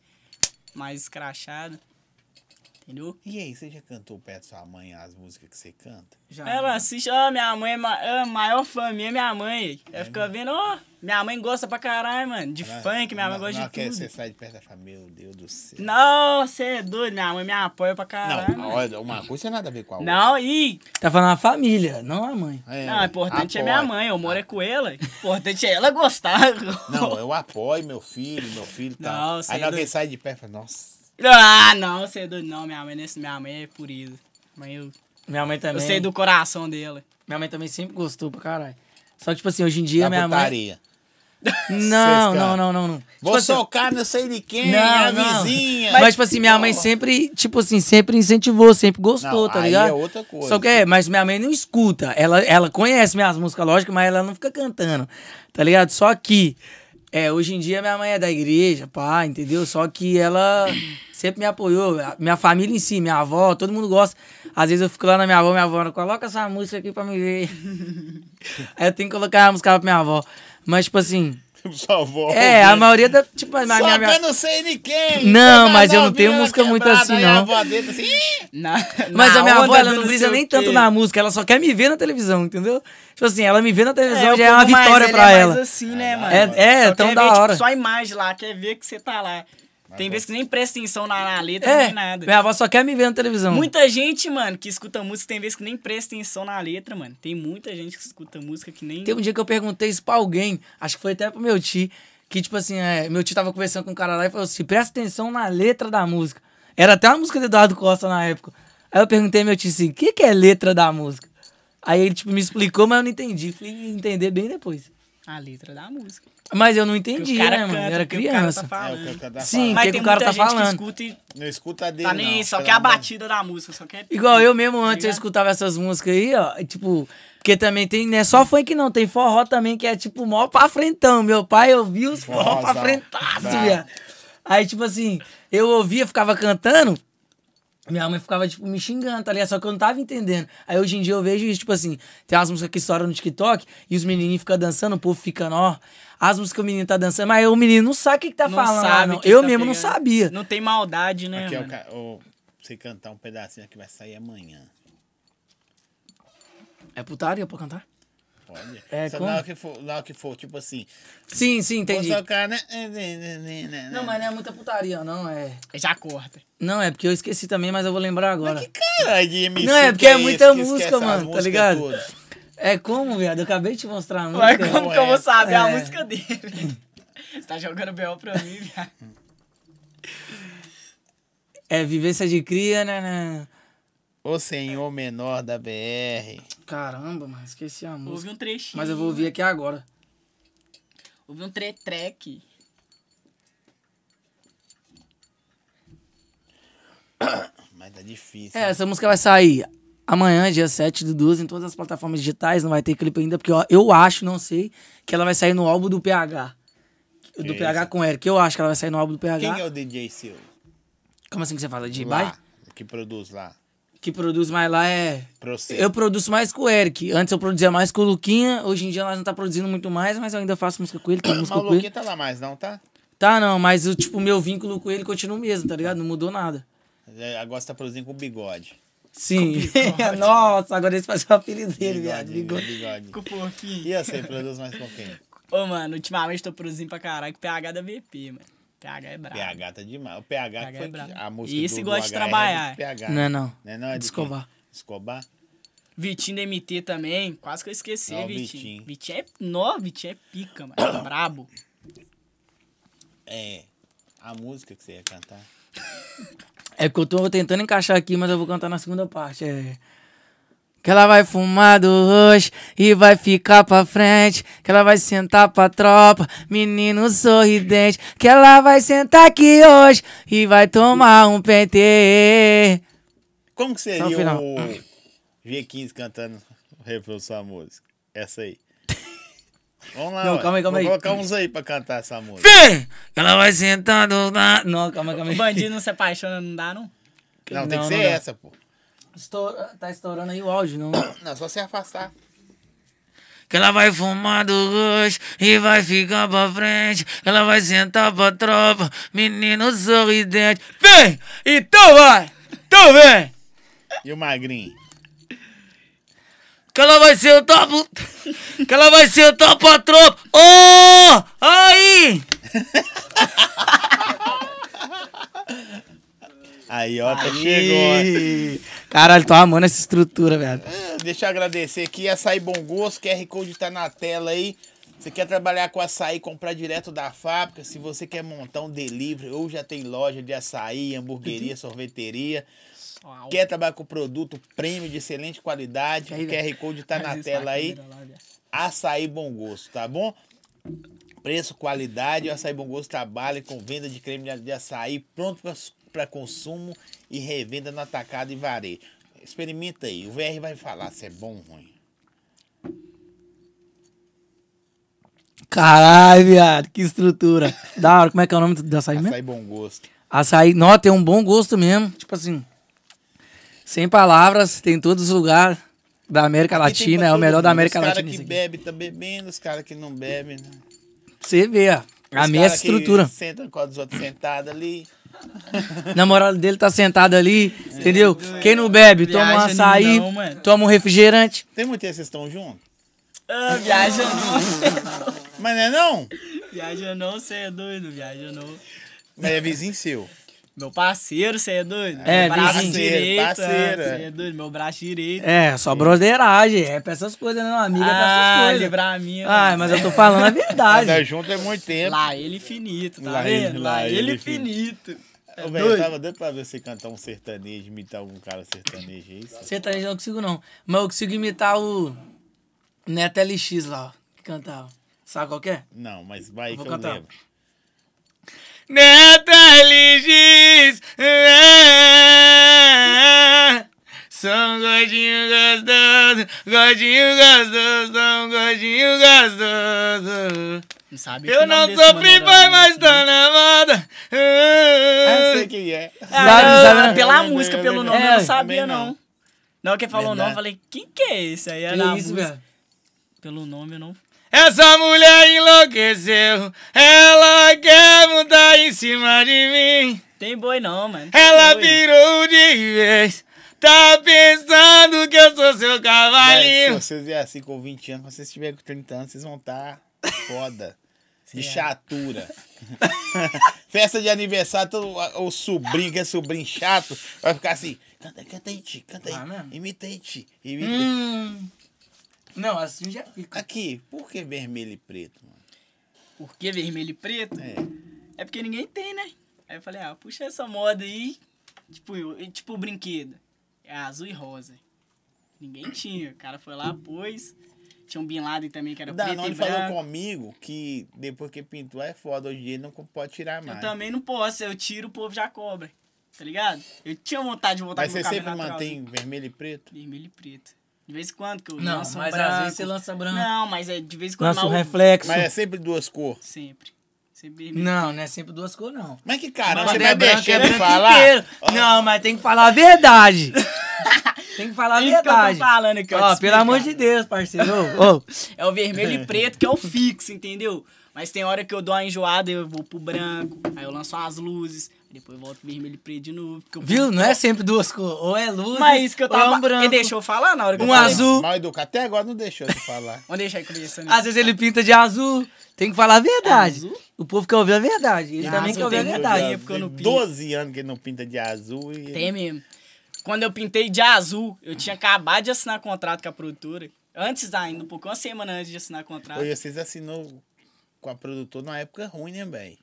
Speaker 3: Mais escrachado. Entendeu?
Speaker 2: E aí, você já cantou perto da sua mãe as músicas que você canta?
Speaker 1: Já.
Speaker 2: né?
Speaker 3: Ela assiste, ó, minha mãe é ma a maior fã minha, é minha mãe. Ela fica
Speaker 2: né?
Speaker 3: vendo, ó, minha mãe gosta pra caralho, mano. De funk, minha mãe
Speaker 2: Não,
Speaker 3: gosta
Speaker 2: não,
Speaker 3: de
Speaker 2: que Você
Speaker 3: tudo.
Speaker 2: sai de perto da família, meu Deus do céu.
Speaker 3: Não, você é doido, minha mãe me apoia pra caralho.
Speaker 2: Não,
Speaker 3: Não,
Speaker 2: olha, uma coisa tem nada a ver com a outra.
Speaker 3: não e.
Speaker 1: Tá falando a família, não a mãe.
Speaker 2: É,
Speaker 3: Não, o importante é
Speaker 2: apoio.
Speaker 3: minha mãe, eu moro é com ela. O importante é ela gostar.
Speaker 2: Não, eu apoio meu filho, meu filho tá.
Speaker 3: Não,
Speaker 2: Aí
Speaker 3: sei
Speaker 2: na hora que
Speaker 3: do-
Speaker 2: ele sai de perto, fala, nossa.
Speaker 3: Ah, não, você é doido, não, minha mãe, nesse, minha mãe é pureza. Mãe, eu,
Speaker 1: Minha mãe
Speaker 3: eu
Speaker 1: também.
Speaker 3: sei do coração dela.
Speaker 1: Minha mãe também sempre gostou pra caralho. Só que, tipo assim, hoje em
Speaker 2: E
Speaker 1: dia, minha mãe.
Speaker 2: Vocês,
Speaker 1: Não,
Speaker 2: cara.
Speaker 1: não, não, não, não.
Speaker 2: Vou
Speaker 1: Tipo assim,
Speaker 2: socar não sei de quem,
Speaker 1: Não,
Speaker 2: a
Speaker 1: não.
Speaker 2: vizinha.
Speaker 1: Mas, tipo assim, minha mãe sempre, tipo assim, sempre incentivou, sempre gostou,
Speaker 2: Não,
Speaker 1: tá
Speaker 2: aí
Speaker 1: ligado?
Speaker 2: é outra coisa.
Speaker 1: Só que é, mas minha mãe não escuta. Ela, ela conhece minhas músicas, lógico, mas ela não fica cantando, tá ligado? Só que, é, hoje em dia minha mãe é da igreja, pá, entendeu? Só que ela sempre me apoiou. a- Minha família em si, minha avó, todo mundo gosta. Às vezes eu fico lá na minha avó, minha avó, coloca essa música aqui pra me ver. Aí eu tenho que colocar a música pra minha avó. Mas, tipo assim,
Speaker 2: Só vou.
Speaker 1: é, a maioria da. Tipo, a minha,
Speaker 2: Soca
Speaker 1: minha,
Speaker 2: não sei de quem.
Speaker 1: Não,
Speaker 2: Toda
Speaker 1: mas eu não
Speaker 2: novinha
Speaker 1: tenho
Speaker 2: na
Speaker 1: música muito
Speaker 2: quebrada,
Speaker 1: assim,
Speaker 2: aí a
Speaker 1: não.
Speaker 2: avó dele assim, "Ih!"
Speaker 3: Na-
Speaker 1: Mas
Speaker 3: na
Speaker 1: a minha avó,
Speaker 3: onda
Speaker 1: ela
Speaker 3: do
Speaker 1: não
Speaker 3: sei
Speaker 1: brisa
Speaker 3: o
Speaker 1: nem
Speaker 3: quê.
Speaker 1: tanto na música, ela só quer me ver na televisão, entendeu? Tipo assim, ela me vê na televisão
Speaker 3: o
Speaker 1: já é uma
Speaker 3: povo mais
Speaker 1: vitória
Speaker 3: velho
Speaker 1: pra
Speaker 3: é
Speaker 1: ela.
Speaker 3: Mais assim, né, mano?
Speaker 1: É- é,
Speaker 3: Só
Speaker 1: tão
Speaker 3: quer
Speaker 1: da
Speaker 3: ver, tipo,
Speaker 1: hora.
Speaker 3: só a imagem lá, quer ver que você tá lá. Tem vezes que nem presta atenção na, na letra,
Speaker 1: é,
Speaker 3: nem nada.
Speaker 1: minha avó só quer me ver na televisão.
Speaker 3: Muita gente, mano, que escuta música, tem vezes que nem presta atenção na letra, mano. Tem muita gente que escuta música que nem.
Speaker 1: Teve um dia que eu perguntei isso pra alguém, acho que foi até pro meu tio, que tipo assim, é, meu tio tava conversando com um cara lá e falou assim, presta atenção na letra da música. Era até uma música do Eduardo Costa na época. Aí eu perguntei meu tio assim, o que, que é letra da música? Aí ele tipo me explicou, mas eu não entendi. Fui entender bem depois.
Speaker 3: A letra da música.
Speaker 1: Mas eu não
Speaker 3: Que
Speaker 1: entendi,
Speaker 3: o cara
Speaker 1: né, mano?
Speaker 3: canta,
Speaker 1: Eu era
Speaker 3: que o cara tá
Speaker 1: criança.
Speaker 2: É,
Speaker 3: falando.
Speaker 2: o que o cara tá
Speaker 1: Sim.
Speaker 2: falando.
Speaker 1: que
Speaker 3: Mas
Speaker 1: que
Speaker 3: tem
Speaker 1: o cara
Speaker 3: muita
Speaker 1: tá
Speaker 3: gente
Speaker 1: falando?
Speaker 3: que escuta e
Speaker 2: Não escuta a dele.
Speaker 3: tá nem
Speaker 2: não,
Speaker 3: só
Speaker 2: pelo
Speaker 3: que
Speaker 1: é
Speaker 3: a
Speaker 2: amor de
Speaker 3: batida da música, só é quer.
Speaker 1: Igual eu mesmo antes, eu
Speaker 3: Tá ligado?
Speaker 1: escutava essas músicas aí, ó. e, Tipo, porque também tem, não é só funk não, tem forró também, que é tipo mó pra frentão. Meu pai ouvia os forró pra
Speaker 2: Forrózão.
Speaker 1: frentaço,
Speaker 3: Né.
Speaker 2: Bravo.
Speaker 1: viado. Aí, tipo assim, eu ouvia, ficava cantando, minha mãe ficava, tipo, me xingando, tá ligado? Só que eu não tava entendendo. Aí hoje em dia eu vejo isso, tipo assim, tem umas músicas que estouram no TikTok e os menininhos ficam dançando, o povo fica, ó. As músicas que o menino tá dançando, mas o menino não sabe o que, que tá
Speaker 3: Não
Speaker 1: falando. lá,
Speaker 3: sabe
Speaker 1: não.
Speaker 3: o que
Speaker 1: Eu
Speaker 3: tá
Speaker 1: mesmo não
Speaker 3: pegando.
Speaker 1: sabia.
Speaker 3: Não tem maldade, né,
Speaker 2: Aqui é o
Speaker 3: mano?
Speaker 2: ca- o- Você cantar um pedacinho que vai sair amanhã.
Speaker 1: É putaria pra cantar?
Speaker 2: Pode.
Speaker 1: É,
Speaker 2: Só
Speaker 1: como?
Speaker 2: na hora, que for, na hora que for, tipo assim.
Speaker 1: Sim, sim, entendi.
Speaker 2: Vou tocar, né?
Speaker 1: Não, mas não é muita putaria, não. É...
Speaker 3: Já corta.
Speaker 1: Não, é porque eu esqueci também, mas eu vou lembrar agora.
Speaker 2: Que cara de MC
Speaker 1: Não, é
Speaker 2: que
Speaker 1: porque é muita
Speaker 2: esse que
Speaker 1: música,
Speaker 2: esquece as
Speaker 1: mano, tá
Speaker 2: músicas
Speaker 1: ligado?
Speaker 2: todas?
Speaker 1: É como, viado? Eu acabei de te mostrar a
Speaker 3: Ué,
Speaker 1: música.
Speaker 3: como que eu
Speaker 2: é.
Speaker 3: vou saber a
Speaker 1: É.
Speaker 3: música dele? Você tá jogando B.O. pra mim, viado.
Speaker 1: É Vivência de Cria, né, né?
Speaker 2: O senhor menor da BR.
Speaker 1: Caramba, mano, esqueci a música.
Speaker 3: Houve um trechinho.
Speaker 1: Mas eu vou ouvir aqui agora.
Speaker 3: Houve um tre-track.
Speaker 2: Mas tá difícil.
Speaker 1: É, essa música vai sair amanhã, dia 7 do 12, em todas as plataformas digitais. Não vai ter clipe ainda, porque ó, eu acho, não sei, que ela vai sair no álbum do PH. Do
Speaker 2: Que
Speaker 1: PH
Speaker 2: isso?
Speaker 1: com Eric. Eu acho que ela vai sair no álbum do PH.
Speaker 2: Quem é o DJ Silva?
Speaker 1: Como assim que você fala? De
Speaker 2: Lá,
Speaker 1: Bai?
Speaker 2: que produz lá.
Speaker 1: Que produz mais lá é.
Speaker 2: Pra você.
Speaker 1: Eu produzo mais com o Eric. Antes eu produzia mais com o Luquinha. Hoje em dia nós não tá produzindo muito mais, mas eu ainda faço música com ele, tenho
Speaker 2: Mas
Speaker 1: música
Speaker 2: o
Speaker 1: com ele.
Speaker 2: Luquinha tá lá mais, não, tá?
Speaker 1: Tá, não, mas o tipo, meu vínculo com ele continua o mesmo, tá ligado? Não mudou nada.
Speaker 2: É, Agora você tá produzindo com bigode.
Speaker 1: Sim. Nossa, agora esse vai ser o apelido dele, viado.
Speaker 2: Bigode,
Speaker 1: Tá Bigode.
Speaker 2: bigode.
Speaker 3: Ficou
Speaker 2: E
Speaker 3: fofinho.
Speaker 2: você produz mais com quem?
Speaker 3: Ô, mano, ultimamente tô produzindo pra caralho com o PH da VP, mano. PH é brabo.
Speaker 2: PH tá demais. O PH, que
Speaker 3: PH é
Speaker 2: foi
Speaker 3: brabo.
Speaker 2: a música
Speaker 3: Esse
Speaker 2: do,
Speaker 3: gosta
Speaker 2: do
Speaker 3: de
Speaker 2: HR
Speaker 3: trabalhar.
Speaker 2: do PH.
Speaker 1: Não é não.
Speaker 2: Não é não, é de quem?
Speaker 1: Escobar.
Speaker 2: Escobar?
Speaker 3: Vitinho da MT também. Quase que eu esqueci,
Speaker 2: Ó, o Vitinho.
Speaker 3: Vitinho. Vitinho é. Nó, Vitinho é pica, mano. Brabo.
Speaker 2: É. A música que você ia cantar.
Speaker 1: É porque eu tô tentando encaixar aqui, mas eu vou cantar na segunda parte. É. Que ela vai fumar do roxo e vai ficar pra frente. Que ela vai sentar pra tropa, menino sorridente. Que ela vai sentar aqui hoje e vai tomar um pente.
Speaker 2: Como que seria
Speaker 1: Só o final. Ah.
Speaker 2: o G15 cantando Revolução à Música? Essa aí. Vamos lá,
Speaker 1: Não,
Speaker 2: ué.
Speaker 1: calma aí, calma
Speaker 2: Vou
Speaker 1: aí.
Speaker 2: colocar uns aí pra cantar essa música.
Speaker 1: Vem! Que ela vai sentando na. Não, calma, calma
Speaker 3: O
Speaker 1: aí.
Speaker 3: bandido não se apaixona, não dá, não?
Speaker 2: Não, tem
Speaker 1: Não,
Speaker 2: que
Speaker 1: não
Speaker 2: ser
Speaker 1: dá.
Speaker 2: essa, pô.
Speaker 1: Estou- Tá estourando aí o áudio, não.
Speaker 2: Não, só se afastar.
Speaker 1: Que ela vai fumar do roxo e vai ficar pra frente. Que ela vai sentar pra tropa, menino sorridente. Vem! Então vai! Então vem!
Speaker 2: E o Magrinho?
Speaker 1: Que ela vai sentar pro... Que ela vai sentar pra tropa. Oh! Aí!
Speaker 2: Aí, ó, tá chegou.
Speaker 1: Caralho, tô amando essa estrutura, velho.
Speaker 2: Ah, Deixa eu agradecer aqui. Açaí Bom Gosto, QR Code tá na tela aí. Você quer trabalhar com açaí, comprar direto da fábrica? Se você quer montar um delivery, ou já tem loja de açaí, hamburgueria, sorveteria.
Speaker 3: Só
Speaker 2: Quer trabalhar com produto prêmio de excelente qualidade? O QR Code tá na tela aí. Açaí Bom Gosto, tá bom? Preço, qualidade, o Açaí Bom Gosto trabalha com venda de creme de- de açaí pronto para consumo e revenda no atacado e varejo. Experimenta aí, o VR vai falar se é bom ou ruim.
Speaker 1: Caralho, viado, que estrutura. Da hora, como é que é o nome do açaí mesmo?
Speaker 2: Açaí Bom Gosto.
Speaker 1: Açaí, nó, tem um bom gosto mesmo. Tipo assim, sem palavras, tem em todos os lugares da América
Speaker 2: Aqui tem pra
Speaker 1: Latina, é o
Speaker 2: todo
Speaker 1: melhor da
Speaker 2: mundo.
Speaker 1: América Latina.
Speaker 2: Os
Speaker 1: isso
Speaker 2: caras que
Speaker 1: aqui.
Speaker 2: bebem, tá bebendo, os caras que não bebem. Né?
Speaker 1: Pra Você vê, ó.
Speaker 2: Os
Speaker 1: A minha é
Speaker 2: cara que
Speaker 1: estrutura.
Speaker 2: Senta com os outros sentados ali.
Speaker 1: O Namorado dele tá sentado ali, entendeu? Quem não bebe, toma um
Speaker 3: Viaja não,
Speaker 1: açaí,
Speaker 3: mano.
Speaker 1: toma um refrigerante.
Speaker 2: Tem muito tempo que vocês estão juntos?
Speaker 3: Ah, viaja não.
Speaker 2: Mas não é não?
Speaker 3: viaja não, você é doido, viaja não.
Speaker 2: Mas é vizinho seu.
Speaker 3: Meu parceiro, você é doido.
Speaker 1: É,
Speaker 3: meu braço
Speaker 1: vizinho.
Speaker 3: direito.
Speaker 2: Parceiro,
Speaker 3: Você
Speaker 2: parceiro.
Speaker 3: é doido, meu braço direito.
Speaker 1: É, só broderagem. É pra essas coisas, né? Não, amiga, é pra essas
Speaker 3: ah,
Speaker 1: coisas.
Speaker 3: livrar a minha.
Speaker 1: Ai, mas eu tô falando a
Speaker 2: Andar
Speaker 1: verdade.
Speaker 2: junto é muito tempo.
Speaker 3: Lá ele finito, tá
Speaker 2: Lá ele-
Speaker 3: vendo? lá,
Speaker 2: lá
Speaker 3: ele
Speaker 2: ele
Speaker 3: finito. É
Speaker 2: Ô, velho,
Speaker 3: doido.
Speaker 2: tava doido pra ver você cantar um sertanejo, imitar algum cara sertanejo, é isso?
Speaker 1: Sertanejo tá eu não consigo, não. Mas eu consigo imitar o Neto LX lá, ó, que cantava. Sabe qual que é?
Speaker 2: Não, mas vai
Speaker 1: Vou
Speaker 2: que
Speaker 1: cantar.
Speaker 2: eu lembro.
Speaker 1: Natalie diz ah, São gordinho gostoso, gordinho gostoso, são gordinho gostoso
Speaker 3: Não sabe
Speaker 1: Eu não sou free boy, mas tá- tô
Speaker 3: né?
Speaker 1: na moda
Speaker 2: Ah,
Speaker 1: Ah,
Speaker 2: sei quem é.
Speaker 1: Sabe, sabe,
Speaker 3: Ah,
Speaker 1: né?
Speaker 3: pela
Speaker 2: Eu
Speaker 3: música,
Speaker 2: lembro,
Speaker 3: pelo
Speaker 2: eu
Speaker 3: nome,
Speaker 1: lembro.
Speaker 3: eu não
Speaker 1: É,
Speaker 3: sabia,
Speaker 2: também não.
Speaker 3: não. Na hora que falou o nome, eu
Speaker 2: Verdade.
Speaker 3: falei, quem que é esse? Aí era
Speaker 1: Que
Speaker 3: na
Speaker 1: isso,
Speaker 3: música.
Speaker 1: velho?
Speaker 3: Pelo nome, eu não...
Speaker 1: Essa mulher enlouqueceu, ela quer montar em cima de mim
Speaker 3: Tem boi não, mano.
Speaker 1: Ela
Speaker 3: Tem boi.
Speaker 1: pirou de vez.
Speaker 5: Tá pensando que eu sou seu
Speaker 2: Velho,
Speaker 5: cavalinho?
Speaker 2: Se vocês é assim com 20 anos, quando vocês tiverem com 30 anos, vocês vão estar foda. De
Speaker 1: é.
Speaker 2: chatura. Festa de aniversário, todo, o sobrinho, que é sobrinho chato, vai ficar assim: canta, canta aí, ti, canta aí.
Speaker 1: Ah, mesmo?
Speaker 2: imita aí, ti, imita.
Speaker 1: Hum. Não, assim já fica.
Speaker 2: Aqui, por que vermelho e preto, mano?
Speaker 3: Por que vermelho e preto?
Speaker 2: É.
Speaker 3: É porque ninguém tem, né? Aí eu falei, ah, puxa essa moda aí. Tipo, eu- e tipo o brinquedo. É azul e rosa. Ninguém tinha. O cara foi lá, pôs. Tinha um Bin Laden também que era
Speaker 2: O
Speaker 3: preto
Speaker 2: Danone
Speaker 3: e
Speaker 2: falou
Speaker 3: branco.
Speaker 2: comigo que depois que pintou é foda, hoje em dia não pode tirar
Speaker 3: Eu
Speaker 2: mais.
Speaker 3: também não posso, eu tiro, o povo já cobra. Tá ligado? Eu tinha vontade de voltar
Speaker 2: Mas
Speaker 3: com meu
Speaker 2: você
Speaker 3: cabelo
Speaker 2: sempre
Speaker 3: naturalzinho.
Speaker 2: mantém vermelho e preto?
Speaker 3: Vermelho e preto. De vez em quando que eu
Speaker 1: Não,
Speaker 3: lanço um
Speaker 1: mas
Speaker 3: branco.
Speaker 1: às vezes você lança branco.
Speaker 3: Não, mas é de vez em quando...
Speaker 1: Lança o
Speaker 3: mas eu-
Speaker 1: reflexo.
Speaker 2: Mas é sempre duas cores.
Speaker 3: Sempre. Sempre vermelho.
Speaker 1: Não, não é sempre duas cores, não.
Speaker 2: Mas que caramba,
Speaker 1: Quando
Speaker 2: você
Speaker 1: é
Speaker 2: vai
Speaker 1: branco,
Speaker 2: deixar
Speaker 1: é
Speaker 2: ele
Speaker 1: branco
Speaker 2: falar?
Speaker 1: inteiro. Não, mas tem que falar a verdade. tem que falar a
Speaker 3: É isso que eu tô
Speaker 1: verdade.
Speaker 3: falando aqui, ó,
Speaker 1: Ó,
Speaker 3: te
Speaker 1: pelo amor de
Speaker 3: explicar.
Speaker 1: Deus, parceiro. Ô, ô.
Speaker 3: É o vermelho e preto que é o fixo, entendeu? Mas tem hora que eu dou uma enjoada, eu vou pro branco, aí eu lanço as luzes, depois eu volto pro vermelho e preto de novo. porque eu-
Speaker 1: Viu? Não é sempre duas cores. Ou é luz,
Speaker 3: Mas isso que eu
Speaker 1: ou é
Speaker 3: tava.
Speaker 1: um branco.
Speaker 3: Ele deixou eu falar na hora que
Speaker 1: Um
Speaker 3: eu falei.
Speaker 1: azul.
Speaker 2: Mal educado. Até agora não deixou de falar.
Speaker 3: Vamos deixar aí começando.
Speaker 1: Às vezes ele pinta de azul. Tem que falar a verdade.
Speaker 3: Azul?
Speaker 1: O povo quer ouvir a verdade. Ele
Speaker 3: Ah,
Speaker 1: também
Speaker 3: azul
Speaker 1: quer ouvir a
Speaker 3: tem muito
Speaker 1: é verdade.
Speaker 3: azul. época eu não
Speaker 2: Tem
Speaker 3: pinto.
Speaker 2: 12 anos que ele não pinta de azul e.
Speaker 3: Tem mesmo. Quando eu pintei de azul, eu tinha acabado de assinar contrato com a produtora. Antes ainda, um pouco, uma semana antes de assinar contrato.
Speaker 2: Hoje vocês assinou com a produtora numa época ruim, né, velho?